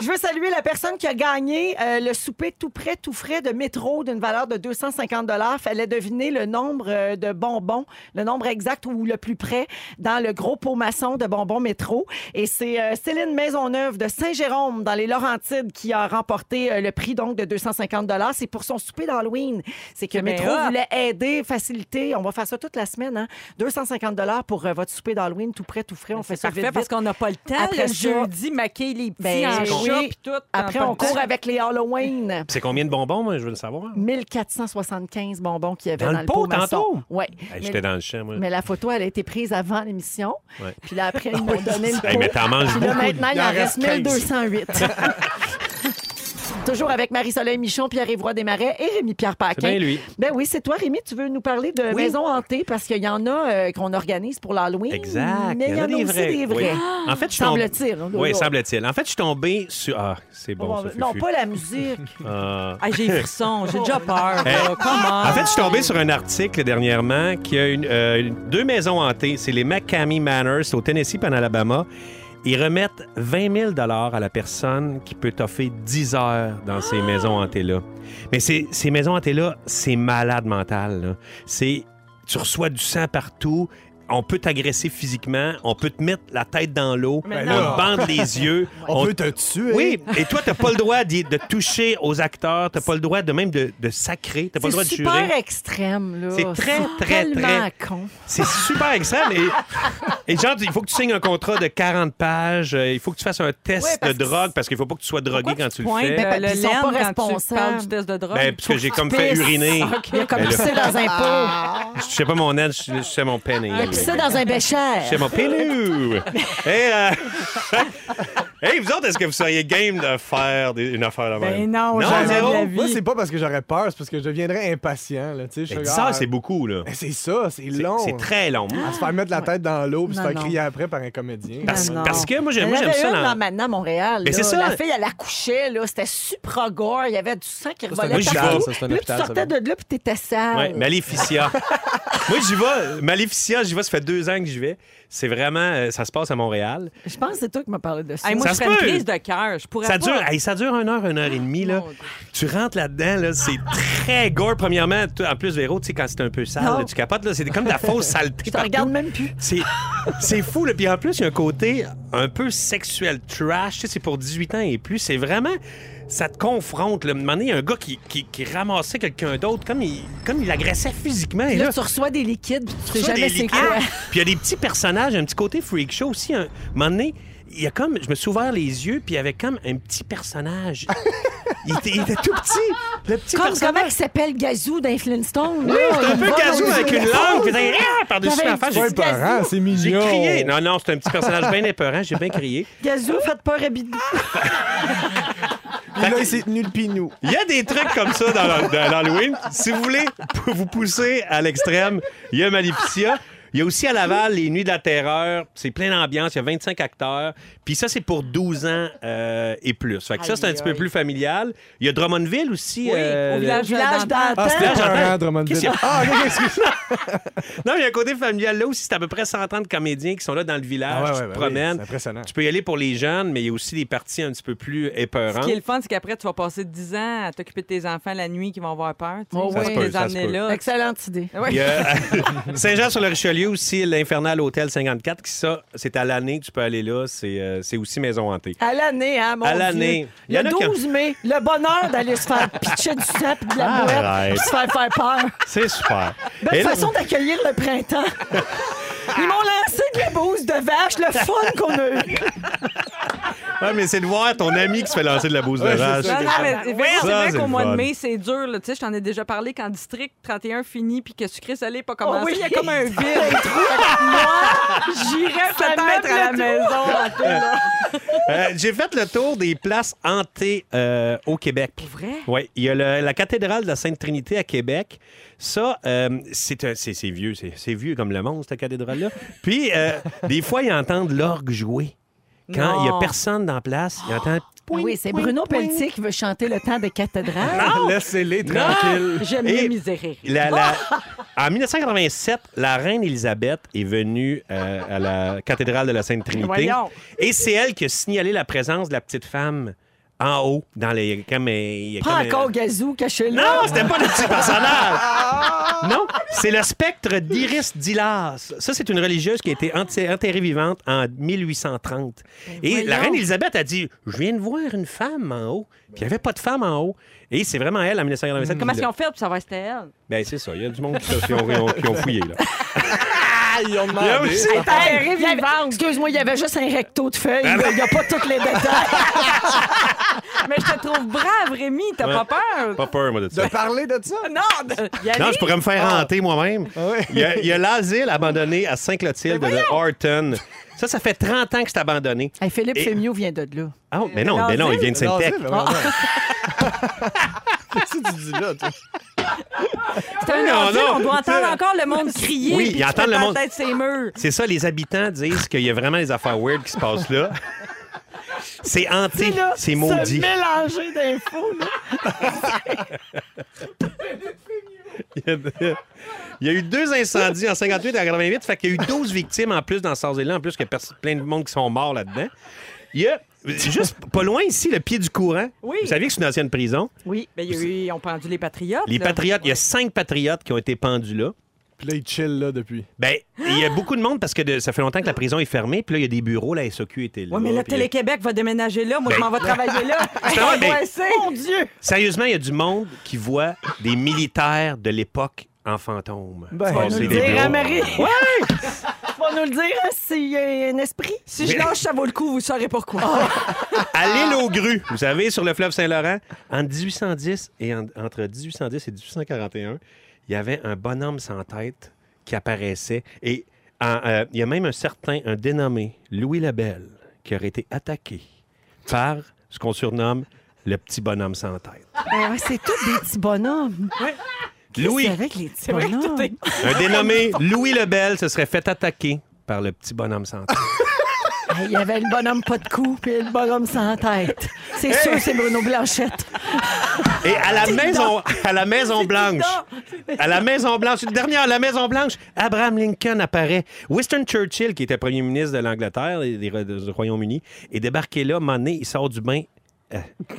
Speaker 9: Je veux saluer la personne qui a gagné euh, le souper tout prêt, tout frais de métro d'une valeur de 250 Fallait deviner le nombre euh, de bonbons, le nombre exact ou le plus près dans le gros pot maçon de bonbons métro. Et c'est euh, Céline Maisonneuve de Saint-Jérôme, dans les Laurentides, qui a remporté euh, le prix donc de 250 C'est pour son souper d'Halloween. C'est que
Speaker 4: bien
Speaker 9: Métro
Speaker 4: hot.
Speaker 9: voulait aider, faciliter. On va faire ça toute la semaine. Hein? 250 pour euh, votre souper d'Halloween tout prêt, tout frais. On fait
Speaker 4: C'est
Speaker 9: ça vite,
Speaker 4: parfait parce
Speaker 9: vite.
Speaker 4: qu'on n'a pas le temps.
Speaker 9: Après
Speaker 4: le
Speaker 9: ça-
Speaker 4: jeudi, maquiller les petits
Speaker 9: Ben,
Speaker 4: en
Speaker 9: oui.
Speaker 4: chat puis tout. en
Speaker 9: Après,
Speaker 4: pas
Speaker 9: on
Speaker 4: de temps.
Speaker 9: court avec les Halloween.
Speaker 1: C'est combien de bonbons, moi? Je veux le savoir.
Speaker 9: 1475 bonbons qu'il y avait
Speaker 1: Dans
Speaker 9: dans,
Speaker 1: le pot,
Speaker 9: pot maçon.
Speaker 1: tantôt?
Speaker 9: Ouais.
Speaker 1: Hey,
Speaker 9: mais,
Speaker 1: J'étais dans le champ, moi.
Speaker 9: mais la photo, elle a été prise avant l'émission.
Speaker 1: Ouais.
Speaker 9: Puis là, après, ils m'ont donné le pot.
Speaker 1: Hey, mais t'en manges
Speaker 9: Puis là,
Speaker 1: beaucoup.
Speaker 9: maintenant, il en reste
Speaker 3: 15.
Speaker 9: 1208. Toujours avec Marie-Soleil Michon, Pierre-Yves Roy Desmarais et Rémi-Pierre Paquin.
Speaker 1: C'est bien lui.
Speaker 9: Ben oui, c'est toi, Rémi. Tu veux nous parler de
Speaker 1: Oui.
Speaker 9: maisons hantées parce qu'il y en a euh, qu'on organise pour l'Halloween.
Speaker 1: Exact.
Speaker 9: Mais il y en a, aussi des vrais.
Speaker 1: Oui. En fait, je suis tombé-
Speaker 9: Semble-t-il. hein,
Speaker 1: Oui,
Speaker 9: Lolo.
Speaker 1: semble-t-il. En fait, je suis tombé sur. Ah, c'est bon, ça,
Speaker 9: non,
Speaker 1: Fufu.
Speaker 9: pas la musique.
Speaker 1: Ah.
Speaker 4: Ah, j'ai frisson, j'ai déjà peur.
Speaker 1: Hey.
Speaker 4: là. Comment?
Speaker 1: En fait, je suis tombé sur un article dernièrement qui a une, euh, une- deux maisons hantées. C'est les McCamey Manors, c'est au Tennessee, puis en Alabama. Ils remettent 20 000 à la personne qui peut toffer 10 heures dans ces maisons hantées-là. Mais ces, ces maisons hantées-là, c'est malade mental. là. C'est, tu reçois du sang partout. On peut t'agresser physiquement. On peut te mettre la tête dans l'eau. On
Speaker 4: Mais
Speaker 1: te
Speaker 3: non.
Speaker 1: bande les yeux.
Speaker 3: On
Speaker 1: on
Speaker 3: peut te tuer.
Speaker 1: oui, et toi, t'as pas le droit d'y- de toucher aux acteurs, t'as pas le droit de même de, de sacrer, t'as pas le droit
Speaker 9: C'est
Speaker 1: de
Speaker 9: super
Speaker 1: jurer.
Speaker 9: extrême, là.
Speaker 2: Oh,
Speaker 1: C'est très, très,
Speaker 9: tellement
Speaker 1: très-
Speaker 9: Ah, con.
Speaker 1: C'est super extrême. Et, et genre, il faut que tu signes un contrat de 40 pages, euh, il faut que tu fasses un test
Speaker 9: Ouais, parce
Speaker 1: de drogue parce qu'il faut pas que tu sois drogué
Speaker 4: Pourquoi
Speaker 1: quand
Speaker 4: tu
Speaker 1: tu le
Speaker 4: pointes,
Speaker 1: fais.
Speaker 4: euh,
Speaker 9: Ben,
Speaker 4: le
Speaker 9: ils sont
Speaker 4: lèvre
Speaker 9: pas
Speaker 4: quand tu
Speaker 9: responsables.
Speaker 4: parles du test de drogue?
Speaker 1: Ben, parce que j'ai comme fait
Speaker 9: pisses.
Speaker 1: uriner.
Speaker 9: Il a comme
Speaker 1: Ben, le-
Speaker 9: pissé dans un pot.
Speaker 1: Je sais pas mon âge, je sais mon pénis.
Speaker 9: Il a pissé dans un bécher.
Speaker 1: C'est mon pénou! Et, euh, Hey, vous autres, est-ce que vous seriez game de faire des- une affaire de
Speaker 11: Ben
Speaker 1: même?
Speaker 11: non,
Speaker 1: non
Speaker 11: jamais
Speaker 1: zéro?
Speaker 11: de la vie.
Speaker 3: Moi, c'est pas parce que j'aurais peur, c'est parce que je deviendrais impatient. Là, tu sais, je
Speaker 1: Ben,
Speaker 3: serais,
Speaker 1: 10 heures,
Speaker 3: ah,
Speaker 1: c'est beaucoup, là.
Speaker 3: ben, c'est ça, c'est
Speaker 1: C'est-
Speaker 3: long.
Speaker 1: C'est très long.
Speaker 3: À se faire mettre la tête dans l'eau puis se
Speaker 4: Non,
Speaker 3: faire
Speaker 4: non.
Speaker 3: crier après par un comédien.
Speaker 1: Parce,
Speaker 9: Non, non.
Speaker 1: parce que moi,
Speaker 9: Il y
Speaker 1: j'ai-
Speaker 9: en
Speaker 1: moi, j'aime
Speaker 9: avait
Speaker 1: ça.
Speaker 9: une
Speaker 1: dans-
Speaker 9: dans Maintenant, à Montréal.
Speaker 1: Mais
Speaker 9: là.
Speaker 1: c'est ça.
Speaker 9: La fille, elle accouchait. là. C'était super gore. Il y avait du sang qui
Speaker 3: c'est un
Speaker 9: revolait
Speaker 3: hôpital,
Speaker 9: partout.
Speaker 3: ça, c'est un
Speaker 9: Puis là,
Speaker 3: hôpital,
Speaker 9: tu
Speaker 3: ça,
Speaker 9: sortais de là, puis t'étais sale.
Speaker 1: Ouais, Maleficia. Moi, j'y vais. Maleficia, j'y vais. Ça fait deux ans que j'y vais. C'est vraiment. euh, Ça se passe à Montréal.
Speaker 9: Je pense que c'est toi qui m'as parlé de ça.
Speaker 4: Hey, moi,
Speaker 1: Ça
Speaker 4: je
Speaker 1: se
Speaker 4: ferais une
Speaker 1: peut.
Speaker 4: crise de Ah, cœur. Je pourrais
Speaker 1: Ça
Speaker 4: pas.
Speaker 1: dure, hey, ça dure une heure, une heure et demie. Là. Tu rentres là-dedans, là, c'est très gore. Premièrement, toi, en plus, Véro, tu sais, quand c'est un peu sale,
Speaker 9: Non.
Speaker 1: là, tu capotes, là, c'est comme de la fausse saleté.
Speaker 9: je te regarde même plus.
Speaker 1: C'est, c'est fou, là. Puis en plus, il y a un côté un peu sexuel trash. Tu sais, c'est pour 18 ans et plus. C'est vraiment. Ça te confronte. Là. À un moment donné, il y a un gars qui, qui, qui ramassait quelqu'un d'autre, comme il, comme il l'agressait physiquement. Et
Speaker 9: Là,
Speaker 1: là,
Speaker 9: tu reçois des liquides, puis tu sais
Speaker 1: ça, des
Speaker 9: jamais c'est
Speaker 1: liquides.
Speaker 9: quoi.
Speaker 1: Puis il y a des petits personnages, un petit côté freak show aussi. Un, un moment donné, il y a comme, je me suis ouvert les yeux, puis il y avait comme un petit personnage. il, était, il était tout petit. Le petit
Speaker 9: Comme comment il
Speaker 1: personnage.
Speaker 9: s'appelle Gazou dans Flintstone. Oui,
Speaker 1: C'est un peu gazou avec une langue. faisait Ah, par-dessus
Speaker 9: Il y avait
Speaker 1: la
Speaker 9: un
Speaker 1: face.
Speaker 9: petit
Speaker 1: J'ai
Speaker 3: C'est
Speaker 1: dit,
Speaker 3: pas épeurant, c'est mignon.
Speaker 1: J'ai crié. Non, non, c'est un petit personnage bien épeurant. J'ai bien crié.
Speaker 9: Gazou, faites peur à Bidou.
Speaker 3: Puis là, il s'est tenu le pinou.
Speaker 1: Il y a des trucs comme ça dans l'Ha- dans l'Halloween. Si vous voulez p- vous pousser à l'extrême, il y a Maleficia. Il y a aussi à Laval les Nuits de la Terreur. C'est plein d'ambiance. Il y a 25 acteurs. Puis ça, c'est pour 12 ans euh, et plus. Fait que ça, c'est un petit peu plus familial. Il y a Drummondville aussi. euh,
Speaker 4: au village,
Speaker 9: Village
Speaker 4: d'antan.
Speaker 1: Ah, c'est
Speaker 9: d'antan.
Speaker 3: épeurant,
Speaker 1: Qu'est-ce qu'il y
Speaker 3: Drummondville.
Speaker 1: a?
Speaker 3: Ah, ok, excuse-moi.
Speaker 1: Non, il y a un côté familial là aussi. C'est à peu près 130 comédiens qui sont là dans le village.
Speaker 3: Ah ouais,
Speaker 1: tu
Speaker 3: ouais,
Speaker 1: te
Speaker 3: ben oui,
Speaker 1: promènes.
Speaker 3: c'est impressionnant.
Speaker 1: Tu peux y aller pour les jeunes, mais il y a aussi des parties un petit peu plus
Speaker 4: Ce
Speaker 1: épeurantes.
Speaker 4: qui est le fun, c'est qu'après, tu vas passer 10 ans à t'occuper de tes enfants la nuit qui vont avoir peur. Tu sais.
Speaker 9: Oh,
Speaker 4: Ça
Speaker 9: oui.
Speaker 4: se
Speaker 9: Ça se
Speaker 4: peut,
Speaker 1: peut,
Speaker 4: les
Speaker 1: ça se
Speaker 4: amener
Speaker 1: peut.
Speaker 4: là.
Speaker 9: Excellente idée.
Speaker 4: Ouais.
Speaker 1: Il y a- euh, Saint-Jean-sur-le-Richelieu aussi, l'Infernal Hôtel 54, qui ça, c'est à l'année que tu peux aller là. C'est, euh, c'est aussi maison hantée.
Speaker 9: À l'année, hein, mon
Speaker 1: À
Speaker 9: Dieu.
Speaker 1: l'année. Il y en
Speaker 9: Le
Speaker 1: a qui ont-
Speaker 9: 12 mai, le bonheur d'aller se faire pitcher du sang et de la boîte,
Speaker 1: Arrête.
Speaker 9: puis se faire faire peur.
Speaker 1: C'est super.
Speaker 9: Belle
Speaker 1: Et là-
Speaker 9: façon d'accueillir le printemps. Ils m'ont lancé de la bouse de vache, le fun qu'on a eu.
Speaker 1: Ouais, mais c'est de voir ton ami qui se fait lancer de la bouse de
Speaker 3: Ouais, c'est
Speaker 1: vache.
Speaker 3: ça.
Speaker 4: Non, non, mais c'est vrai, c'est
Speaker 1: Ça,
Speaker 4: vrai
Speaker 1: c'est
Speaker 4: qu'au
Speaker 1: le
Speaker 4: mois de
Speaker 1: fun.
Speaker 4: mai, c'est dur. là. Tu sais, je t'en ai déjà parlé quand District 31 finit puis que Sucré Salé n'est pas
Speaker 9: Oh
Speaker 4: commencé.
Speaker 9: oui.
Speaker 4: Il y a comme un vide.
Speaker 9: J'irais
Speaker 4: Ben, Ça
Speaker 9: peut-être à la maison.
Speaker 1: Euh, j'ai fait le tour des places hantées euh, au Québec.
Speaker 4: vrai?
Speaker 1: Oui, il y a le- la cathédrale de la Sainte Trinité à Québec. Ça, euh, c'est, un- c'est, c'est vieux, c'est, c'est vieux comme le monde, cette cathédrale-là. Puis, euh, des fois, ils entendent l'orgue jouer. Quand il n'y
Speaker 4: Non.
Speaker 1: a personne dans la place, ils entendent...
Speaker 9: Oui, c'est Bruno Pelletier qui veut chanter le temps des cathédrales.
Speaker 3: Laissez-les
Speaker 1: Non!
Speaker 3: tranquilles.
Speaker 4: J'aime
Speaker 1: Et-
Speaker 4: les misérer.
Speaker 1: La- la- En 1987, la reine Élisabeth est venue euh, à la cathédrale de la Sainte Trinité.
Speaker 4: Voyons.
Speaker 1: Et c'est elle qui a signalé la présence de la petite femme en haut, dans les. Comme, euh, il y a
Speaker 9: Prends
Speaker 1: comme un-
Speaker 9: encore Gazou, cachez-le.
Speaker 1: Non, c'était pas le petit personnage. Non, c'est le spectre d'Iris Dilas. Ça, c'est une religieuse qui a été enti- enterrée vivante en 1830. Et la reine Elisabeth a dit Je viens de voir une femme en haut. Puis il n'y avait pas de femme en haut. Et c'est vraiment elle en 1987.
Speaker 4: Comment
Speaker 1: qui
Speaker 4: est-ce
Speaker 1: l'a-
Speaker 4: qu'ils ont fait pour savoir si c'était elle?
Speaker 1: ben, c'est ça. Il y a du monde qui, se- qui ont, qui ont fouillé, là.
Speaker 3: Ah, ils ont
Speaker 1: Il y a
Speaker 3: demandé.
Speaker 1: aussi-
Speaker 9: Hey, il y avait- Excuse-moi, il y avait juste un recto de feuille.
Speaker 1: Ah ben.
Speaker 9: Il n'y a pas tous les détails.
Speaker 4: Mais je te trouve brave, Rémi. T'as
Speaker 1: Ouais.
Speaker 4: pas peur?
Speaker 1: Pas peur, moi, de ça.
Speaker 3: De parler de ça?
Speaker 4: Non! de- y aller.
Speaker 1: Non, je pourrais me faire hanter moi-même.
Speaker 3: Ah ouais.
Speaker 1: Il y a- il y a l'asile abandonné à Saint-Clotilde de Horton. Ça, ça fait 30 ans que c'est abandonné.
Speaker 9: Hey, Philippe
Speaker 1: Et-
Speaker 9: Fémieux vient de là.
Speaker 1: Ah, mais non, mais non, il vient de
Speaker 3: Non, c'est
Speaker 1: Saint-Tech.
Speaker 3: vrai, vraiment.
Speaker 2: Ah.
Speaker 3: Qu'est-ce que tu dis là, toi?
Speaker 4: C'est un
Speaker 1: Ah, Non,
Speaker 4: organe,
Speaker 1: non.
Speaker 4: On doit entendre encore le monde crier.
Speaker 1: Oui,
Speaker 4: puis
Speaker 1: ils
Speaker 4: tu
Speaker 1: entendent le
Speaker 4: fais ta
Speaker 1: monde-
Speaker 4: tête ses murs.
Speaker 1: C'est ça, les habitants disent qu'il y a vraiment des affaires weird qui se passent là. C'est hanté, c'est maudit.
Speaker 9: mélangé d'infos. là.
Speaker 1: Il y a- il y a eu deux incendies en 58 et en 88, fait qu'il y a eu 12 victimes en plus dans ce là en plus que pers- plein de monde qui sont morts là-dedans. Il y a juste pas loin ici le pied du courant.
Speaker 4: Oui.
Speaker 1: Vous saviez que c'est une ancienne prison.
Speaker 4: Oui, ben, il y a eu- ils ont pendu les patriotes.
Speaker 1: Les
Speaker 4: là.
Speaker 1: patriotes, il y a cinq patriotes qui ont été pendus là.
Speaker 3: Puis là, ils chill là depuis.
Speaker 1: Ben, il y a beaucoup de monde parce que de- ça fait longtemps que la prison est fermée, puis là il y a des bureaux, la SOQ était là.
Speaker 4: Oui, mais là,
Speaker 1: puis il y a-
Speaker 4: Télé-Québec va déménager là. Moi, je
Speaker 1: Ben-
Speaker 4: m'en vais travailler là.
Speaker 1: Je te demande, ben-
Speaker 4: Mon Dieu!
Speaker 1: Sérieusement, il y a du monde qui voit des militaires de l'époque en fantôme.
Speaker 3: Ben,
Speaker 1: Passer
Speaker 3: on
Speaker 1: des
Speaker 3: le dira,
Speaker 1: bureaux.
Speaker 9: à Marie.
Speaker 1: Ouais!
Speaker 9: Tu vas nous le dire hein, s'il y a un esprit.
Speaker 4: Si je lâche, ça vaut le coup, vous saurez pourquoi.
Speaker 2: Ah,
Speaker 1: À l'île aux grues, vous savez, sur le fleuve Saint-Laurent, en 1810 et en- entre 1810 et 1841, il y avait un bonhomme sans tête qui apparaissait. Et en, euh, il y a même un certain, un dénommé, Louis Labelle, qui aurait été attaqué par ce qu'on surnomme le petit bonhomme sans tête.
Speaker 2: Ben ouais, c'est tous des petits bonhommes.
Speaker 1: Louis,
Speaker 2: C'est avec les petits
Speaker 4: C'est vrai que
Speaker 2: bonhommes.
Speaker 4: tout est-
Speaker 1: un dénommé Louis Lebel, se serait fait attaquer par le petit bonhomme sans tête.
Speaker 2: Hey, Il y avait le bonhomme pas de cou puis le bonhomme sans tête. C'est sûr, c'est Bruno Blanchette.
Speaker 1: Et
Speaker 2: Ah,
Speaker 1: à la maison, à la Maison Blanche, à la Maison Blanche, une dernière, à la Maison Blanche, Abraham Lincoln apparaît. Winston Churchill, qui était premier ministre de l'Angleterre et des, Ro- du Royaume-Uni, est débarqué là, mané, il sort du bain. Euh,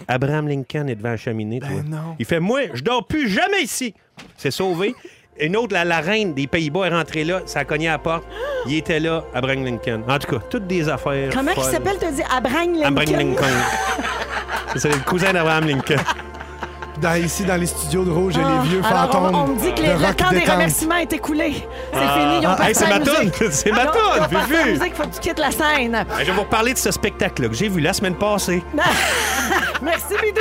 Speaker 1: Abraham Lincoln est devant la cheminée. toi.
Speaker 3: non.
Speaker 1: Il fait Moi, je dors plus jamais ici. C'est sauvé. Une autre, la, la reine des Pays-Bas est rentrée là, ça a cogné à la porte. Il était là, Abraham Lincoln. En tout cas, toutes des affaires.
Speaker 2: Comment il
Speaker 1: folles.
Speaker 2: s'appelle, tu dis Abraham Lincoln?
Speaker 1: Abraham Lincoln. C'est le cousin d'Abraham Lincoln.
Speaker 3: Dans- ici, dans les studios de Rouge, j'ai
Speaker 2: Ah,
Speaker 3: les vieux
Speaker 2: alors,
Speaker 3: fantômes.
Speaker 2: On, on me dit que
Speaker 3: de
Speaker 2: les- le
Speaker 3: rock
Speaker 2: temps des
Speaker 3: détente.
Speaker 2: remerciements est écoulé. C'est fini, ils ont
Speaker 1: Ah,
Speaker 2: pas
Speaker 1: hey, c'est ma toune! C'est
Speaker 2: Ah
Speaker 1: ma toune,
Speaker 2: la
Speaker 1: Fufu!
Speaker 2: musique, faut que tu quittes la scène.
Speaker 1: Hey, Je vais vous reparler de ce spectacle-là que j'ai vu la semaine passée.
Speaker 2: Merci, Bidou.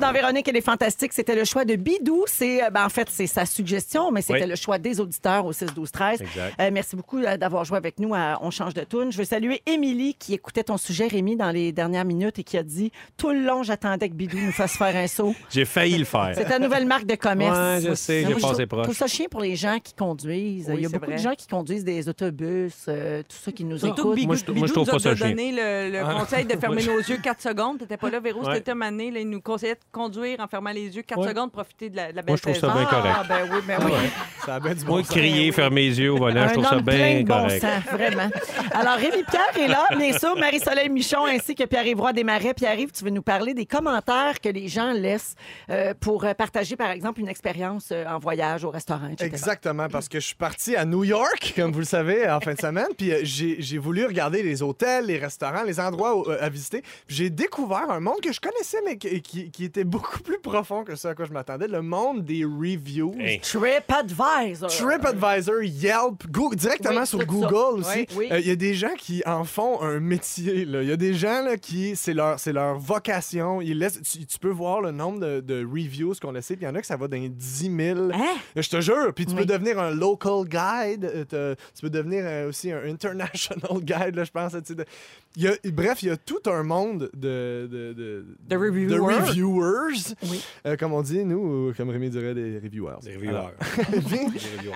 Speaker 2: Dans Véronique, elle est fantastique. C'était le choix de Bidou. C'est, euh, ben, en fait, c'est sa suggestion, mais c'était
Speaker 1: Oui.
Speaker 2: le choix des auditeurs au 6, 12, 13.
Speaker 1: Exact.
Speaker 2: merci beaucoup euh, d'avoir joué avec nous à On change de tune. Je veux saluer Émilie qui écoutait ton sujet, Rémi, dans les dernières minutes et qui a dit Tout le long, j'attendais que Bidou nous fasse faire un saut.
Speaker 1: J'ai failli le faire.
Speaker 2: C'est ta nouvelle marque de commerce.
Speaker 1: Ouais, je sais,
Speaker 2: Non,
Speaker 1: j'ai
Speaker 2: moi, je
Speaker 1: passé
Speaker 2: trouve- Je trouve
Speaker 1: proche.
Speaker 2: ça chiant pour les gens qui conduisent.
Speaker 4: Oui,
Speaker 2: Il y a
Speaker 4: c'est
Speaker 2: beaucoup de
Speaker 4: vrai.
Speaker 2: gens qui conduisent des autobus, euh, tout ça qui nous
Speaker 4: Surtout que
Speaker 2: écoute.
Speaker 4: Bidou,
Speaker 1: Moi, je- moi, je
Speaker 4: Bidou
Speaker 1: trouve
Speaker 4: nous
Speaker 1: pas ça
Speaker 4: a
Speaker 1: chiant.
Speaker 4: donné le, le conseil de fermer nos yeux 4 secondes. T'étais pas là, Véro,
Speaker 1: Ah. Ouais.
Speaker 4: c'était mané. Là, il nous conseillait de conduire en fermant les yeux 4
Speaker 1: Ouais.
Speaker 4: secondes, profiter de la, de la belle
Speaker 1: Moi, je trouve ça
Speaker 4: saison.
Speaker 1: bien correct.
Speaker 2: Ah, ben oui, ben oui.
Speaker 3: Ça a bien du bon
Speaker 1: Moi,
Speaker 3: sens.
Speaker 1: crier, fermer les yeux au volant, je
Speaker 2: Un
Speaker 1: trouve ça
Speaker 2: homme plein
Speaker 1: bien
Speaker 2: de bon
Speaker 1: correct.
Speaker 2: sens, vraiment. Alors, Rémi Pierre est là, bien sûr, Marie-Soleil Michon ainsi que Pierre-Yves Roy Desmarais. Pierre-Yves, tu veux nous parler des commentaires que les gens laissent euh, pour euh, partager, par exemple, une expérience euh, en voyage, au restaurant, etc.
Speaker 3: Exactement, parce que je suis parti à New York, comme vous le savez, en fin de semaine. Puis euh, j'ai j'ai voulu regarder les hôtels, les restaurants, les endroits où- euh, à visiter. Puis j'ai découvert un monde que je connaissais, mais qui, qui- qui était beaucoup plus profond que ce à quoi je m'attendais, le monde des reviews.
Speaker 1: Hey.
Speaker 2: TripAdvisor.
Speaker 3: TripAdvisor, Yelp, Goo- directement
Speaker 2: Oui,
Speaker 3: sur
Speaker 2: tout
Speaker 3: Google
Speaker 2: ça.
Speaker 3: aussi. Euh,
Speaker 2: Oui,
Speaker 3: Il
Speaker 2: oui.
Speaker 3: y a des gens qui en font un métier. là. Il y a des gens là, qui, c'est leur, c'est leur vocation. Ils laissent, tu, tu peux voir le nombre de, de reviews qu'on laissait. Puis il y en a que ça va dans les 10 000.
Speaker 2: Hein?
Speaker 3: Je te jure. Puis tu peux devenir un local guide. euh, t'as- Tu peux devenir euh, aussi un international guide, là, je pense. tu sais, de- il y a- bref, il y a tout un monde de, de, de,
Speaker 4: De reviewers.
Speaker 3: reviewers, euh, comme on dit, nous, ou comme Rémi dirait, des reviewers. Alors, Bien.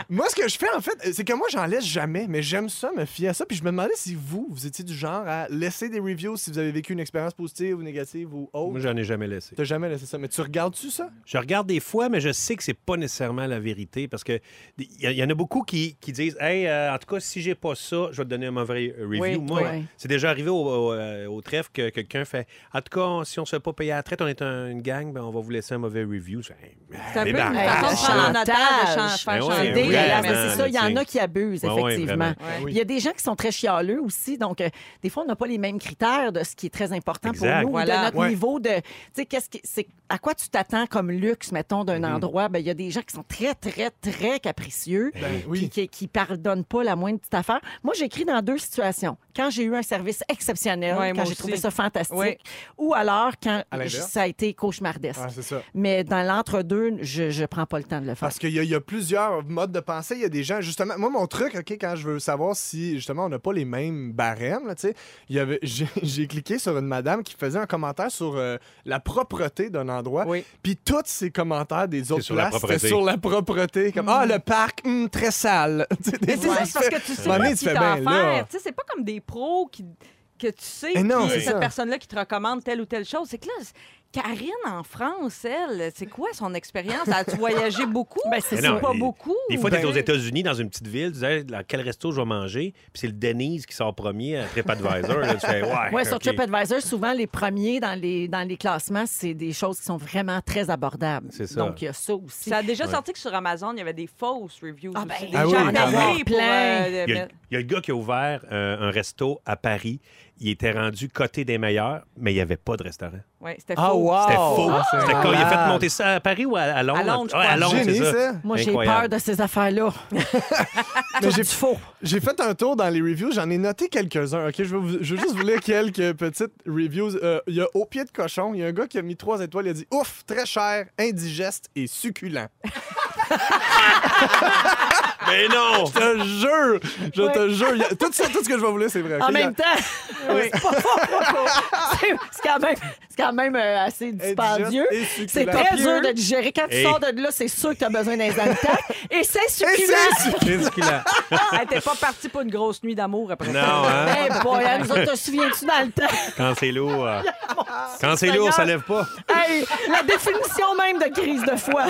Speaker 3: moi, ce que je fais, en fait, euh, c'est que moi, j'en laisse jamais, mais j'aime ça, me fier à ça. Puis je me demandais si vous, vous étiez du genre à laisser des reviews si vous avez vécu une expérience positive ou négative ou
Speaker 1: Moi,
Speaker 3: autre.
Speaker 1: j'en ai jamais laissé.
Speaker 3: T'as jamais laissé ça, mais tu regardes-tu ça?
Speaker 1: Je regarde des fois, mais je sais que c'est pas nécessairement la vérité parce que il y, a- il y en a beaucoup qui, qui disent Hey, euh, en tout cas, si j'ai pas ça, je vais te donner un mauvais review.
Speaker 2: Oui,
Speaker 1: Moi,
Speaker 2: oui.
Speaker 1: c'est déjà arrivé au, au, euh, au trèfle que quelqu'un fait En tout cas, si on se fait pas payer à la traite, on est un- une gang, ben, on va vous laisser un mauvais review. Je fais, Hey,
Speaker 4: C'est un peu une
Speaker 1: débarrasse,
Speaker 4: façon de
Speaker 1: là.
Speaker 4: prendre en otage, de chan-
Speaker 1: Ben
Speaker 4: faire
Speaker 1: ouais,
Speaker 4: changer.
Speaker 2: C'est
Speaker 1: oui,
Speaker 2: dégueulasse,
Speaker 1: vraiment,
Speaker 2: mais c'est ça. Il y en
Speaker 1: là,
Speaker 2: a qui abusent,
Speaker 1: Ouais, ouais,
Speaker 2: effectivement.
Speaker 1: vraiment.
Speaker 4: Ouais.
Speaker 2: Puis Il y a des gens qui sont très chialeux aussi. Donc, euh, des fois, on n'a pas les mêmes critères de ce qui est très important
Speaker 1: Exact.
Speaker 2: pour nous, ou
Speaker 4: Voilà.
Speaker 2: de notre
Speaker 3: Ouais.
Speaker 2: niveau de. Tu sais, qu'est-ce qui, c'est, à quoi tu t'attends comme luxe, mettons, d'un
Speaker 1: Mm-hmm.
Speaker 2: endroit? Ben, il y a des gens qui sont très, très, très capricieux.
Speaker 3: Ben
Speaker 2: Puis qui, qui pardonnent pas la moindre petite affaire. Moi, j'écris dans deux situations. Quand j'ai eu un service exceptionnel,
Speaker 4: Ouais,
Speaker 2: quand
Speaker 4: moi
Speaker 2: j'ai trouvé
Speaker 4: aussi.
Speaker 2: ça fantastique,
Speaker 4: Ouais.
Speaker 2: ou alors quand
Speaker 3: À l'inverse.
Speaker 2: j- ça a été cauchemardesque.
Speaker 3: Ah, c'est ça.
Speaker 2: Mais dans l'entre-deux, je, je prends pas le temps de le faire.
Speaker 3: Parce qu'il y, a- il y a plusieurs modes de pensée. Il y a des gens, justement. Moi, mon truc, OK, quand je veux savoir si, justement, on n'a pas les mêmes barèmes, là, tu sais, il y avait- j'ai j'ai cliqué sur une madame qui faisait un commentaire sur euh, la propreté d'un endroit.
Speaker 4: Oui.
Speaker 3: Puis tous ces commentaires des autres
Speaker 1: sur la
Speaker 3: places, c'était
Speaker 1: propreté.
Speaker 3: sur la propreté. Comme, ah, le parc, hum, très sale. Tu sais, des
Speaker 4: Mm. Mais c'est
Speaker 3: fois,
Speaker 4: ça,
Speaker 3: tu
Speaker 4: c'est parce
Speaker 3: fais-
Speaker 4: que tu sais
Speaker 3: Mané,
Speaker 4: pas
Speaker 3: tu
Speaker 4: ce
Speaker 3: fais
Speaker 4: qu'il t'a à
Speaker 3: bien, là.
Speaker 4: faire. Tu sais, c'est pas comme des pros qui, que tu sais
Speaker 3: Eh non,
Speaker 4: qui-
Speaker 3: c'est
Speaker 4: cette
Speaker 3: ça.
Speaker 4: personne-là qui te recommande telle ou telle chose. C'est que là, c'est- Karine en France, elle, c'est quoi son expérience? Elle voyagé beaucoup?
Speaker 2: Ben, c'est
Speaker 4: C'est
Speaker 1: Mais Eh non,
Speaker 4: pas
Speaker 1: et-
Speaker 4: beaucoup.
Speaker 1: Des fois, tu
Speaker 4: Ben,
Speaker 1: es aux États-Unis, dans une petite ville, tu disais, dans quel resto je vais manger? Puis c'est le Denise qui sort premier à TripAdvisor. là, tu fais, ouais.
Speaker 2: Oui, sur
Speaker 1: OK.
Speaker 2: TripAdvisor, souvent, les premiers dans les, dans les classements, c'est des choses qui sont vraiment très abordables.
Speaker 1: C'est ça.
Speaker 2: Donc, il y a ça aussi.
Speaker 4: Ça a déjà sorti que sur Amazon, il y avait des fausses reviews.
Speaker 2: Ah, ben,
Speaker 4: aussi.
Speaker 2: ah
Speaker 4: des
Speaker 3: oui,
Speaker 4: gens
Speaker 3: il y en a
Speaker 4: payés pour,
Speaker 2: plein.
Speaker 4: euh,
Speaker 1: Il y, a,
Speaker 4: mettre-
Speaker 1: il y a le gars qui a ouvert euh, un resto à Paris. Il était rendu côté des meilleurs, mais il n'y avait pas de restaurant.
Speaker 4: Ouais, c'était
Speaker 3: Ah,
Speaker 4: faux.
Speaker 3: wow!
Speaker 1: C'était
Speaker 2: Oh,
Speaker 1: faux.
Speaker 3: Ah, c'est
Speaker 1: C'était quand il a fait
Speaker 3: malade.
Speaker 1: monter ça à Paris ou à, à Londres?
Speaker 4: À Londres, je
Speaker 1: Ouais,
Speaker 4: crois.
Speaker 1: à Londres, c'est
Speaker 3: Génie,
Speaker 1: ça.
Speaker 3: ça.
Speaker 2: Moi, j'ai
Speaker 1: Incroyable.
Speaker 2: peur de ces affaires-là.
Speaker 3: Mais j'ai J'ai fait un tour dans les reviews, j'en ai noté quelques-uns. OK, je veux, vous- je veux juste vous lire quelques petites reviews. Euh, Il y a Au pied de cochon, il y a un gars qui a mis trois étoiles, il a dit ouf, très cher, indigeste et succulent.
Speaker 1: Mais non!
Speaker 3: Je te jure! Je te jure! il y a- Tout, ça, tout ce que je vais vous lire, c'est vrai. ok?
Speaker 9: En
Speaker 3: Il y a-
Speaker 9: même temps, c'est pas- c'est c'est quand même, c'est quand même euh, assez dispendieux.
Speaker 3: Et succulent.
Speaker 9: C'est très
Speaker 3: Copieux.
Speaker 9: dur de digérer. Quand tu
Speaker 1: Hey.
Speaker 9: sors de là, c'est sûr que t'as besoin d'un Zantac. Et c'est
Speaker 3: Et
Speaker 9: succulent.
Speaker 3: c'est succulent.
Speaker 1: Qu'est-ce qu'il a?
Speaker 4: Elle t'es pas partie pour une grosse nuit d'amour après ça.
Speaker 1: Non, hein?
Speaker 9: Hey boy, elle nous autres, te souviens-tu dans le temps?
Speaker 1: Quand c'est lourd. euh, Quand c'est
Speaker 9: Seigneur.
Speaker 1: lourd, ça lève pas.
Speaker 9: Hey, la définition même de crise de foi.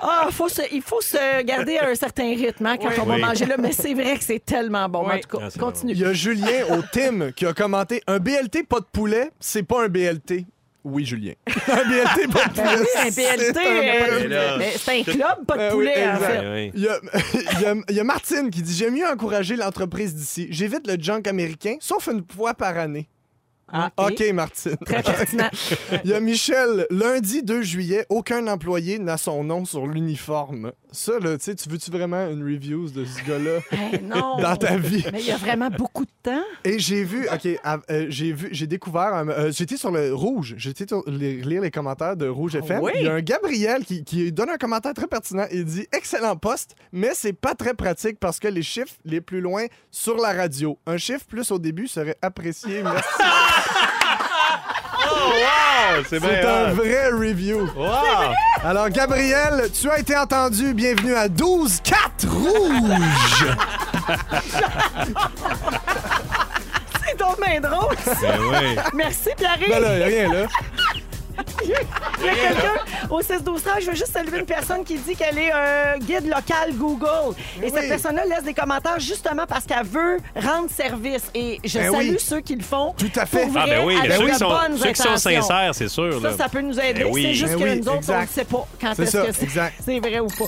Speaker 9: Ah, faut se- il faut se garder à un certain rythme hein, quand on va
Speaker 1: Oui.
Speaker 9: manger là, mais c'est vrai que c'est tellement bon.
Speaker 4: Oui.
Speaker 9: En tout cas,
Speaker 1: Ah, c'est
Speaker 9: continue.
Speaker 3: Il y a Julien au Tim qui a commenté Un BLT pas de poulet, c'est pas un BLT. Oui, Julien. Un BLT pas de poulet.
Speaker 9: Ben Un BLT,
Speaker 3: c'est un
Speaker 9: euh,
Speaker 1: Mais là-
Speaker 9: mais c'est un club, pas de
Speaker 3: Ben oui,
Speaker 9: poulet. en
Speaker 3: exact.
Speaker 9: fait.
Speaker 1: Ouais, ouais.
Speaker 3: Il y, a, il y a- il y a Martine qui dit J'aime mieux encourager l'entreprise d'ici. J'évite le junk américain, sauf une fois par année.
Speaker 9: Ah,
Speaker 3: OK, Martine.
Speaker 9: Très pertinent.
Speaker 3: Il y a Michel. Lundi 2 juillet, aucun employé n'a son nom sur l'uniforme. Ça, là, tu sais, tu veux-tu vraiment une review de ce gars-là
Speaker 9: Hey, non.
Speaker 3: dans ta vie?
Speaker 9: Mais il y a vraiment beaucoup de temps.
Speaker 3: Et j'ai vu, ok, à- euh, j'ai vu, j'ai découvert, un- euh, j'étais sur le rouge, j'étais sur les- lire les commentaires de Rouge FM.
Speaker 12: oui?
Speaker 3: Il y a un Gabriel qui, qui donne un commentaire très pertinent. Il dit excellent poste, mais c'est pas très pratique parce que les chiffres les plus loin sur la radio, un chiffre plus au début serait apprécié. Merci.
Speaker 1: Wow! Ah, C'est
Speaker 3: c'est
Speaker 1: bien.
Speaker 3: un
Speaker 1: hot.
Speaker 3: vrai review.
Speaker 1: Wow!
Speaker 3: Alors Gabriel, tu as été entendu. Bienvenue à 12-4 Rouge.
Speaker 9: C'est donc bien drôle.
Speaker 1: Ben oui.
Speaker 9: Merci, Pierre-Yves.
Speaker 3: ben là, y a rien là.
Speaker 9: Il y a quelqu'un au 16 12 13, je veux juste saluer une personne qui dit qu'elle est euh, guide local Google. Et
Speaker 3: oui.
Speaker 9: cette personne-là laisse des commentaires justement parce qu'elle veut rendre service. Et je
Speaker 3: Ben
Speaker 9: salue
Speaker 3: oui.
Speaker 9: ceux qui le font.
Speaker 3: Tout à fait.
Speaker 9: Pour
Speaker 1: Ah, ben oui,
Speaker 9: Avec
Speaker 1: ceux,
Speaker 9: de
Speaker 1: qui sont,
Speaker 9: bonnes
Speaker 1: ceux qui sont
Speaker 9: intentions.
Speaker 1: sincères, c'est sûr.
Speaker 9: Ça,
Speaker 1: là.
Speaker 9: ça peut nous aider.
Speaker 1: Ben oui.
Speaker 9: C'est juste
Speaker 3: Ben
Speaker 9: que
Speaker 3: oui,
Speaker 9: nous autres, on ne
Speaker 3: exact.
Speaker 9: sait pas quand
Speaker 3: C'est
Speaker 9: est-ce
Speaker 3: ça,
Speaker 9: que c'est-
Speaker 3: exact.
Speaker 9: c'est vrai ou pas.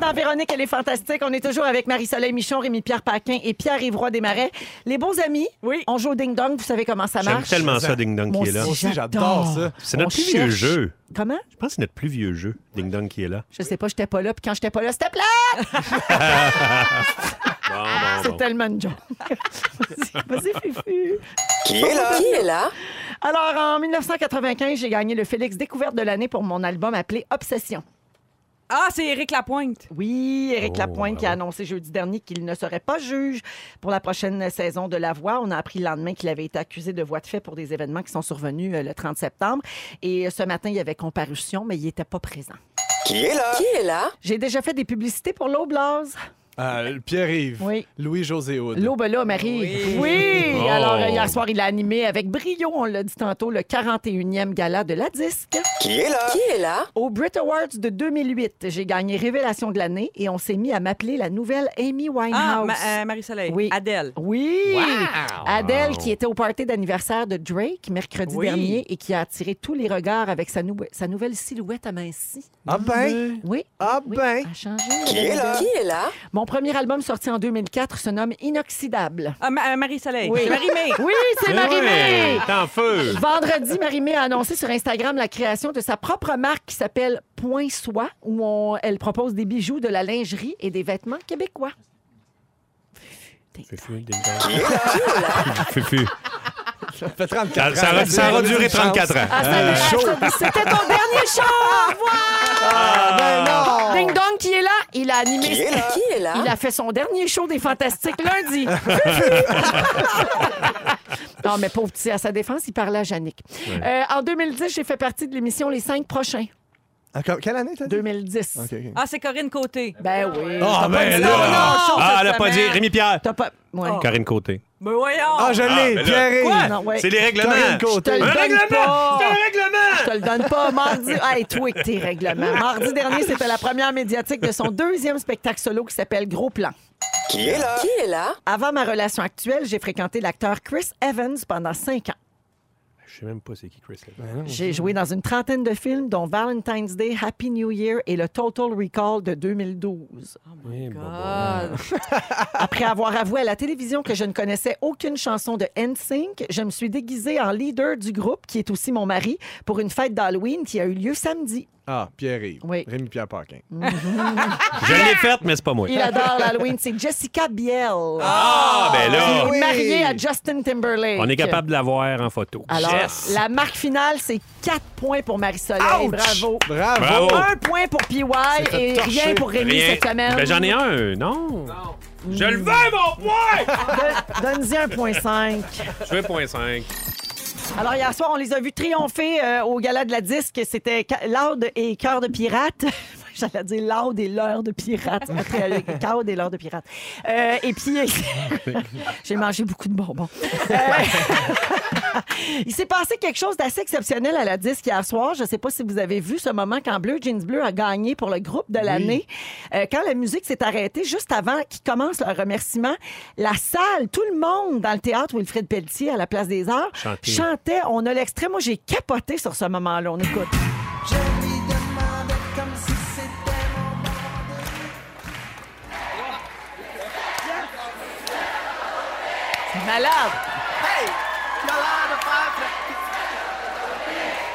Speaker 9: Dans Véronique, elle est fantastique. On est toujours avec Marie-Soleil Michon, Rémi-Pierre Paquin et Pierre-Yvroy Desmarais. Les beaux amis,
Speaker 4: Oui.
Speaker 9: on joue au ding-dong. Vous savez comment ça
Speaker 1: J'aime
Speaker 9: marche.
Speaker 1: tellement ça, Ding Dong
Speaker 9: Moi
Speaker 1: qui est là.
Speaker 9: aussi.
Speaker 3: Aussi, j'adore ça.
Speaker 1: C'est notre
Speaker 9: On
Speaker 1: plus vieux
Speaker 9: cherche-
Speaker 1: jeu.
Speaker 9: Comment?
Speaker 1: Je pense que c'est notre plus vieux jeu, Ding Dong qui est là.
Speaker 9: Je sais pas, j'étais pas là. Puis quand j'étais pas là, c'était plat.
Speaker 1: Bon,
Speaker 9: Ah, C'est tellement une joke. Vas-y, vas-y, Fufu.
Speaker 13: Qui est là?
Speaker 9: Alors, en 1995, j'ai gagné le Félix Découverte de l'année pour mon album appelé Obsession.
Speaker 4: Ah, c'est Éric Lapointe.
Speaker 9: Oui, Éric
Speaker 1: Oh,
Speaker 9: Lapointe qui
Speaker 1: bravo.
Speaker 9: a annoncé jeudi dernier qu'il ne serait pas juge pour la prochaine saison de La Voix. On a appris le lendemain qu'il avait été accusé de voie de fait pour des événements qui sont survenus euh, le 30 septembre. Et euh, ce matin, il y avait comparution, mais il n'était pas présent.
Speaker 13: Qui est là? Qui est là?
Speaker 9: J'ai déjà fait des publicités pour l'Oblast.
Speaker 3: Euh, Pierre-Yves,
Speaker 9: Oui.
Speaker 3: Louis-José Hood.
Speaker 9: L'aube là, Marie. Oui.
Speaker 1: Oh.
Speaker 9: Alors, euh, hier soir, il a animé avec brio, on l'a dit tantôt, le 41e gala de la disque.
Speaker 13: Qui est là? Qui est là?
Speaker 9: Au Brit Awards de 2008, j'ai gagné Révélation de l'année et on s'est mis à m'appeler la nouvelle Amy Winehouse.
Speaker 4: Ah, ma- euh, Marie-Soleil.
Speaker 9: Oui.
Speaker 4: Adèle.
Speaker 9: Oui! Adèle,
Speaker 1: Wow.
Speaker 9: qui était au party d'anniversaire de Drake mercredi
Speaker 4: Oui.
Speaker 9: dernier et qui a attiré tous les regards avec sa, nou- sa nouvelle silhouette amincie.
Speaker 3: Ah ben,
Speaker 9: Oui,
Speaker 3: ah
Speaker 9: oui,
Speaker 3: ben.
Speaker 9: a changé.
Speaker 13: Qui est là? Qui est là?
Speaker 9: Mon premier album sorti en 2004 se nomme Inoxydable.
Speaker 4: Ah, ma- euh, Marie-Soleil.
Speaker 9: Oui.
Speaker 4: C'est Marie-Mé.
Speaker 9: Oui, c'est Marie-Mé!
Speaker 1: Ben T'es en feu.
Speaker 9: Vendredi, Marie-Mé a annoncé sur Instagram la création de sa propre marque qui s'appelle Point Soie, où on- elle propose des bijoux, de la lingerie et des vêtements québécois.
Speaker 1: Fufu, Ding Dong.
Speaker 9: Bah,
Speaker 1: Fufu.
Speaker 3: Ça fait 34
Speaker 1: Ça, ça aura- ça aura duré 34 ans.
Speaker 9: Ah, ça dérape, ça dit, C'était ton dernier show! Au revoir! Ding Dong qui est là, il a animé.
Speaker 13: Qui est là? Qui est là?
Speaker 9: Il a fait son dernier show des Fantastiques lundi. non, mais pauvre petit, à sa défense, il parlait à Yannick. Euh, en 2010, j'ai fait partie de l'émission Les Cinq Prochains.
Speaker 3: Ah, comme- Quelle année t'as dit?
Speaker 9: 2010.
Speaker 3: Ok, ok.
Speaker 4: Ah, c'est Corinne Côté.
Speaker 9: Ben oui.
Speaker 3: Ah,
Speaker 9: T'as pas
Speaker 3: ben
Speaker 9: dit-
Speaker 3: là.
Speaker 9: Non, non,
Speaker 4: non,
Speaker 1: Ah, elle a
Speaker 4: cette
Speaker 1: pas dit.
Speaker 4: semaine.
Speaker 1: Rémi Pierre.
Speaker 9: T'as pas. Ouais.
Speaker 4: Oh.
Speaker 1: Karine Côté.
Speaker 4: Ben voyons.
Speaker 3: Ah, je
Speaker 1: ben
Speaker 3: l'ai,
Speaker 1: là.
Speaker 3: Pierre-Yves.
Speaker 9: Non, ouais.
Speaker 1: C'est les règlements.
Speaker 3: Karine
Speaker 9: Je te
Speaker 3: Côté.
Speaker 9: le
Speaker 1: Un
Speaker 9: donne
Speaker 1: règlement!
Speaker 9: pas.
Speaker 1: C'est un règlement!
Speaker 9: Je te le donne pas. Mardi. Hey, toi que tes règlements. Mardi dernier, c'était la première médiatique de son deuxième spectacle solo qui s'appelle Gros Plan.
Speaker 13: Qui est là? Qui est là?
Speaker 9: Avant ma relation actuelle, j'ai fréquenté l'acteur Chris Evans pendant cinq ans.
Speaker 1: Je sais même pas c'est qui Chris Evans.
Speaker 9: J'ai joué dans une trentaine de films, dont Valentine's Day, Happy New Year et le Total Recall de 2012.
Speaker 1: Eh, bon, bon.
Speaker 4: Ah,
Speaker 9: Après avoir avoué à la télévision que je ne connaissais aucune chanson de NSYNC, je me suis déguisée en leader du groupe, qui est aussi mon mari, pour une fête d'Halloween qui a eu lieu samedi.
Speaker 3: Ah, Pierre-Yves.
Speaker 2: Oui.
Speaker 3: Rémi-Pierre Paquin.
Speaker 9: Ah,
Speaker 1: Je
Speaker 9: ben!
Speaker 1: l'ai faite, mais c'est pas moi.
Speaker 2: Il adore l'Halloween. C'est Jessica Biel.
Speaker 1: Ah, ben là,
Speaker 2: Qui est
Speaker 3: oui.
Speaker 2: mariée à Justin Timberlake.
Speaker 1: on est capable de la voir en photo.
Speaker 2: Alors,
Speaker 6: Yes.
Speaker 2: la marque finale, c'est 4 points pour Marie-Soleil.
Speaker 1: Ouch!
Speaker 2: Bravo.
Speaker 3: Bravo!
Speaker 1: Bravo.
Speaker 2: Un point pour PY et rien pour Rémi
Speaker 1: Rien.
Speaker 2: cette semaine.
Speaker 1: Ben, j'en ai un, non? Je le veux, mon point!
Speaker 2: Don- Donne-y un point cinq.
Speaker 1: Je veux point 5.
Speaker 2: Alors, hier soir, on les a vus triompher euh, au gala de la disque. C'était ca- Loud et Cœur de Pirate. J'allais dire Loud et l'heure de pirate. euh, C'est pas très- Loud et l'heure de pirate. Euh, et puis, euh, j'ai mangé beaucoup de bonbons. Euh, Il s'est passé quelque chose d'assez exceptionnel à la disque hier soir. Je ne sais pas si vous avez vu ce moment quand Bleu Jeans Bleu a gagné pour le groupe de l'année. Euh, quand la musique s'est arrêtée, juste avant qu'ils commencent leur remerciement, la salle, tout le monde dans le théâtre Wilfrid Pelletier à la Place des Arts
Speaker 1: Chantait.
Speaker 2: chantait. On a l'extrait. Moi, j'ai capoté sur ce moment-là. On écoute. C'est malade!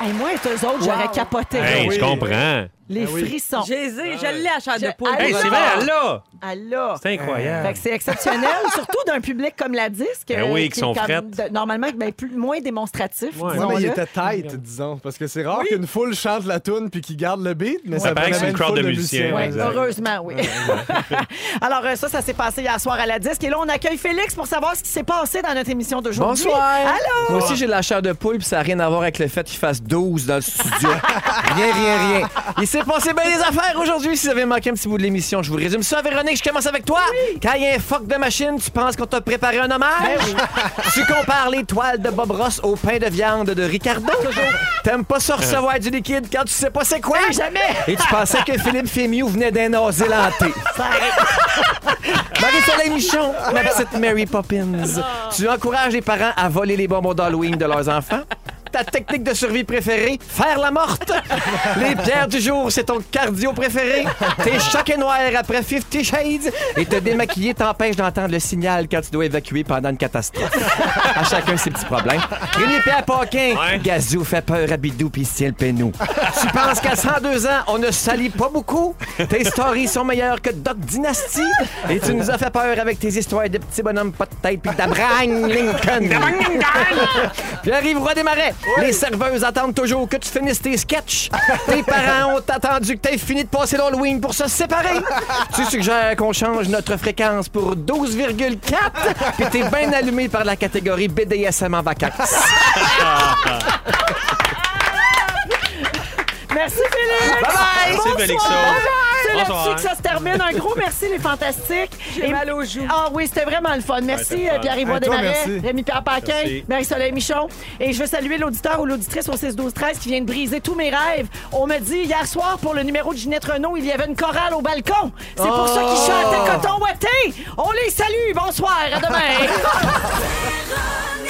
Speaker 2: Hey, moi et eux autres, j'aurais capoté.
Speaker 1: Hey, Ben
Speaker 3: oui.
Speaker 1: je comprends.
Speaker 2: Les
Speaker 3: Ah oui.
Speaker 2: frissons.
Speaker 4: J'ai je l'ai à chair de
Speaker 2: Je-
Speaker 4: poule.
Speaker 2: Hey,
Speaker 1: Hey, c'est vrai, elle l'a!
Speaker 2: Allah.
Speaker 1: Ah! C'est incroyable.
Speaker 2: Fait que c'est exceptionnel, surtout d'un public comme la disque.
Speaker 1: Ben
Speaker 2: euh,
Speaker 1: oui,
Speaker 2: qui
Speaker 1: qui
Speaker 2: est
Speaker 1: sont
Speaker 2: comme
Speaker 1: frettes.
Speaker 2: de- Normalement, ben, plus, moins démonstratif,
Speaker 1: Ouais.
Speaker 3: Ouais, mais il
Speaker 2: disons-le.
Speaker 3: était tight, disons. Parce que c'est rare qu'une foule chante la tune puis qu'il garde le beat, mais ça,
Speaker 1: paraît que
Speaker 3: prenait
Speaker 1: c'est une
Speaker 3: une
Speaker 1: crowd
Speaker 3: foule
Speaker 1: de musiciens,
Speaker 2: Ouais,
Speaker 1: exact.
Speaker 2: heureusement, oui. Alors, euh, ça, ça s'est passé hier soir à la disque. Et là, on accueille Félix pour savoir ce qui s'est passé dans notre émission d'aujourd'hui.
Speaker 9: Bonsoir.
Speaker 2: Allô?
Speaker 9: Moi aussi, j'ai de la chair de poule, puis ça n'a rien à voir avec le fait qu'il fasse 12 dans le studio. rien, rien, rien. Il s'est passé bien des affaires aujourd'hui. Si vous avez manqué un petit bout de l'émission, je vous résume ça. Véronique, je commence avec toi. Quand il y a un fuck de machine, tu penses qu'on t'a préparé un
Speaker 2: Ben
Speaker 9: hommage? tu compares l'étoile de Bob Ross au pain de viande de Ricardo? T'aimes pas ça recevoir du liquide quand tu sais pas c'est quoi?
Speaker 2: Ah, Jamais!
Speaker 9: Et tu pensais que Philippe Fémiou venait d'un Nosélanté. Marie-Soleil Michon, ma petite Mary Poppins. Tu encourages les parents à voler les bonbons d'Halloween de leurs enfants. Ta technique de survie préférée, faire la morte. Les pierres du jour, c'est ton cardio préféré. T'es choqué noir après 50 Shades. Et te démaquiller t'empêche d'entendre le signal quand tu dois évacuer pendant une catastrophe. À chacun ses petits problèmes. Rémi Pierre Paquin,
Speaker 1: Ouais.
Speaker 9: Gazou fait peur à Bidou puis il le pénou. tu penses qu'à 102 ans, on ne salit pas beaucoup? Tes stories sont meilleures que Doc Dynasty? Et tu nous as fait peur avec tes histoires de petits bonhommes pas de tête puis d'Abraham Lincoln. Pierre-Yves Roy des Marais, les serveuses attendent toujours que tu finisses tes sketchs. tes parents ont attendu que t'aies fini de passer l'Halloween pour se séparer. tu suggères qu'on change notre fréquence pour 12,4 puis t'es bien allumé par la catégorie BDSM en vacances.
Speaker 2: Merci, Félix!
Speaker 9: Bye-bye.
Speaker 1: Merci,
Speaker 2: Bonsoir.
Speaker 1: Félixon.
Speaker 2: C'est
Speaker 1: Bonsoir.
Speaker 2: là-dessus que ça se termine. Un gros merci, les fantastiques.
Speaker 4: J'ai mal aux joues.
Speaker 2: Ah oui, c'était vraiment le fun.
Speaker 1: Ouais,
Speaker 2: Merci,
Speaker 1: c'était le fun.
Speaker 2: Pierre-Yves
Speaker 3: Hey, toi,
Speaker 2: Desmarais,
Speaker 3: merci.
Speaker 2: Rémi-Pierre Paquin,
Speaker 1: Merci.
Speaker 2: Marie-Soleil Michon. Et je veux saluer l'auditeur ou l'auditrice au 6-12-13 qui vient de briser tous mes rêves. On me dit, hier soir, pour le numéro de Ginette Renault, il y avait une chorale au balcon. C'est pour ça
Speaker 1: Oh!
Speaker 2: qu'ils chantaient Coton Watté. On les salue. Bonsoir. À demain.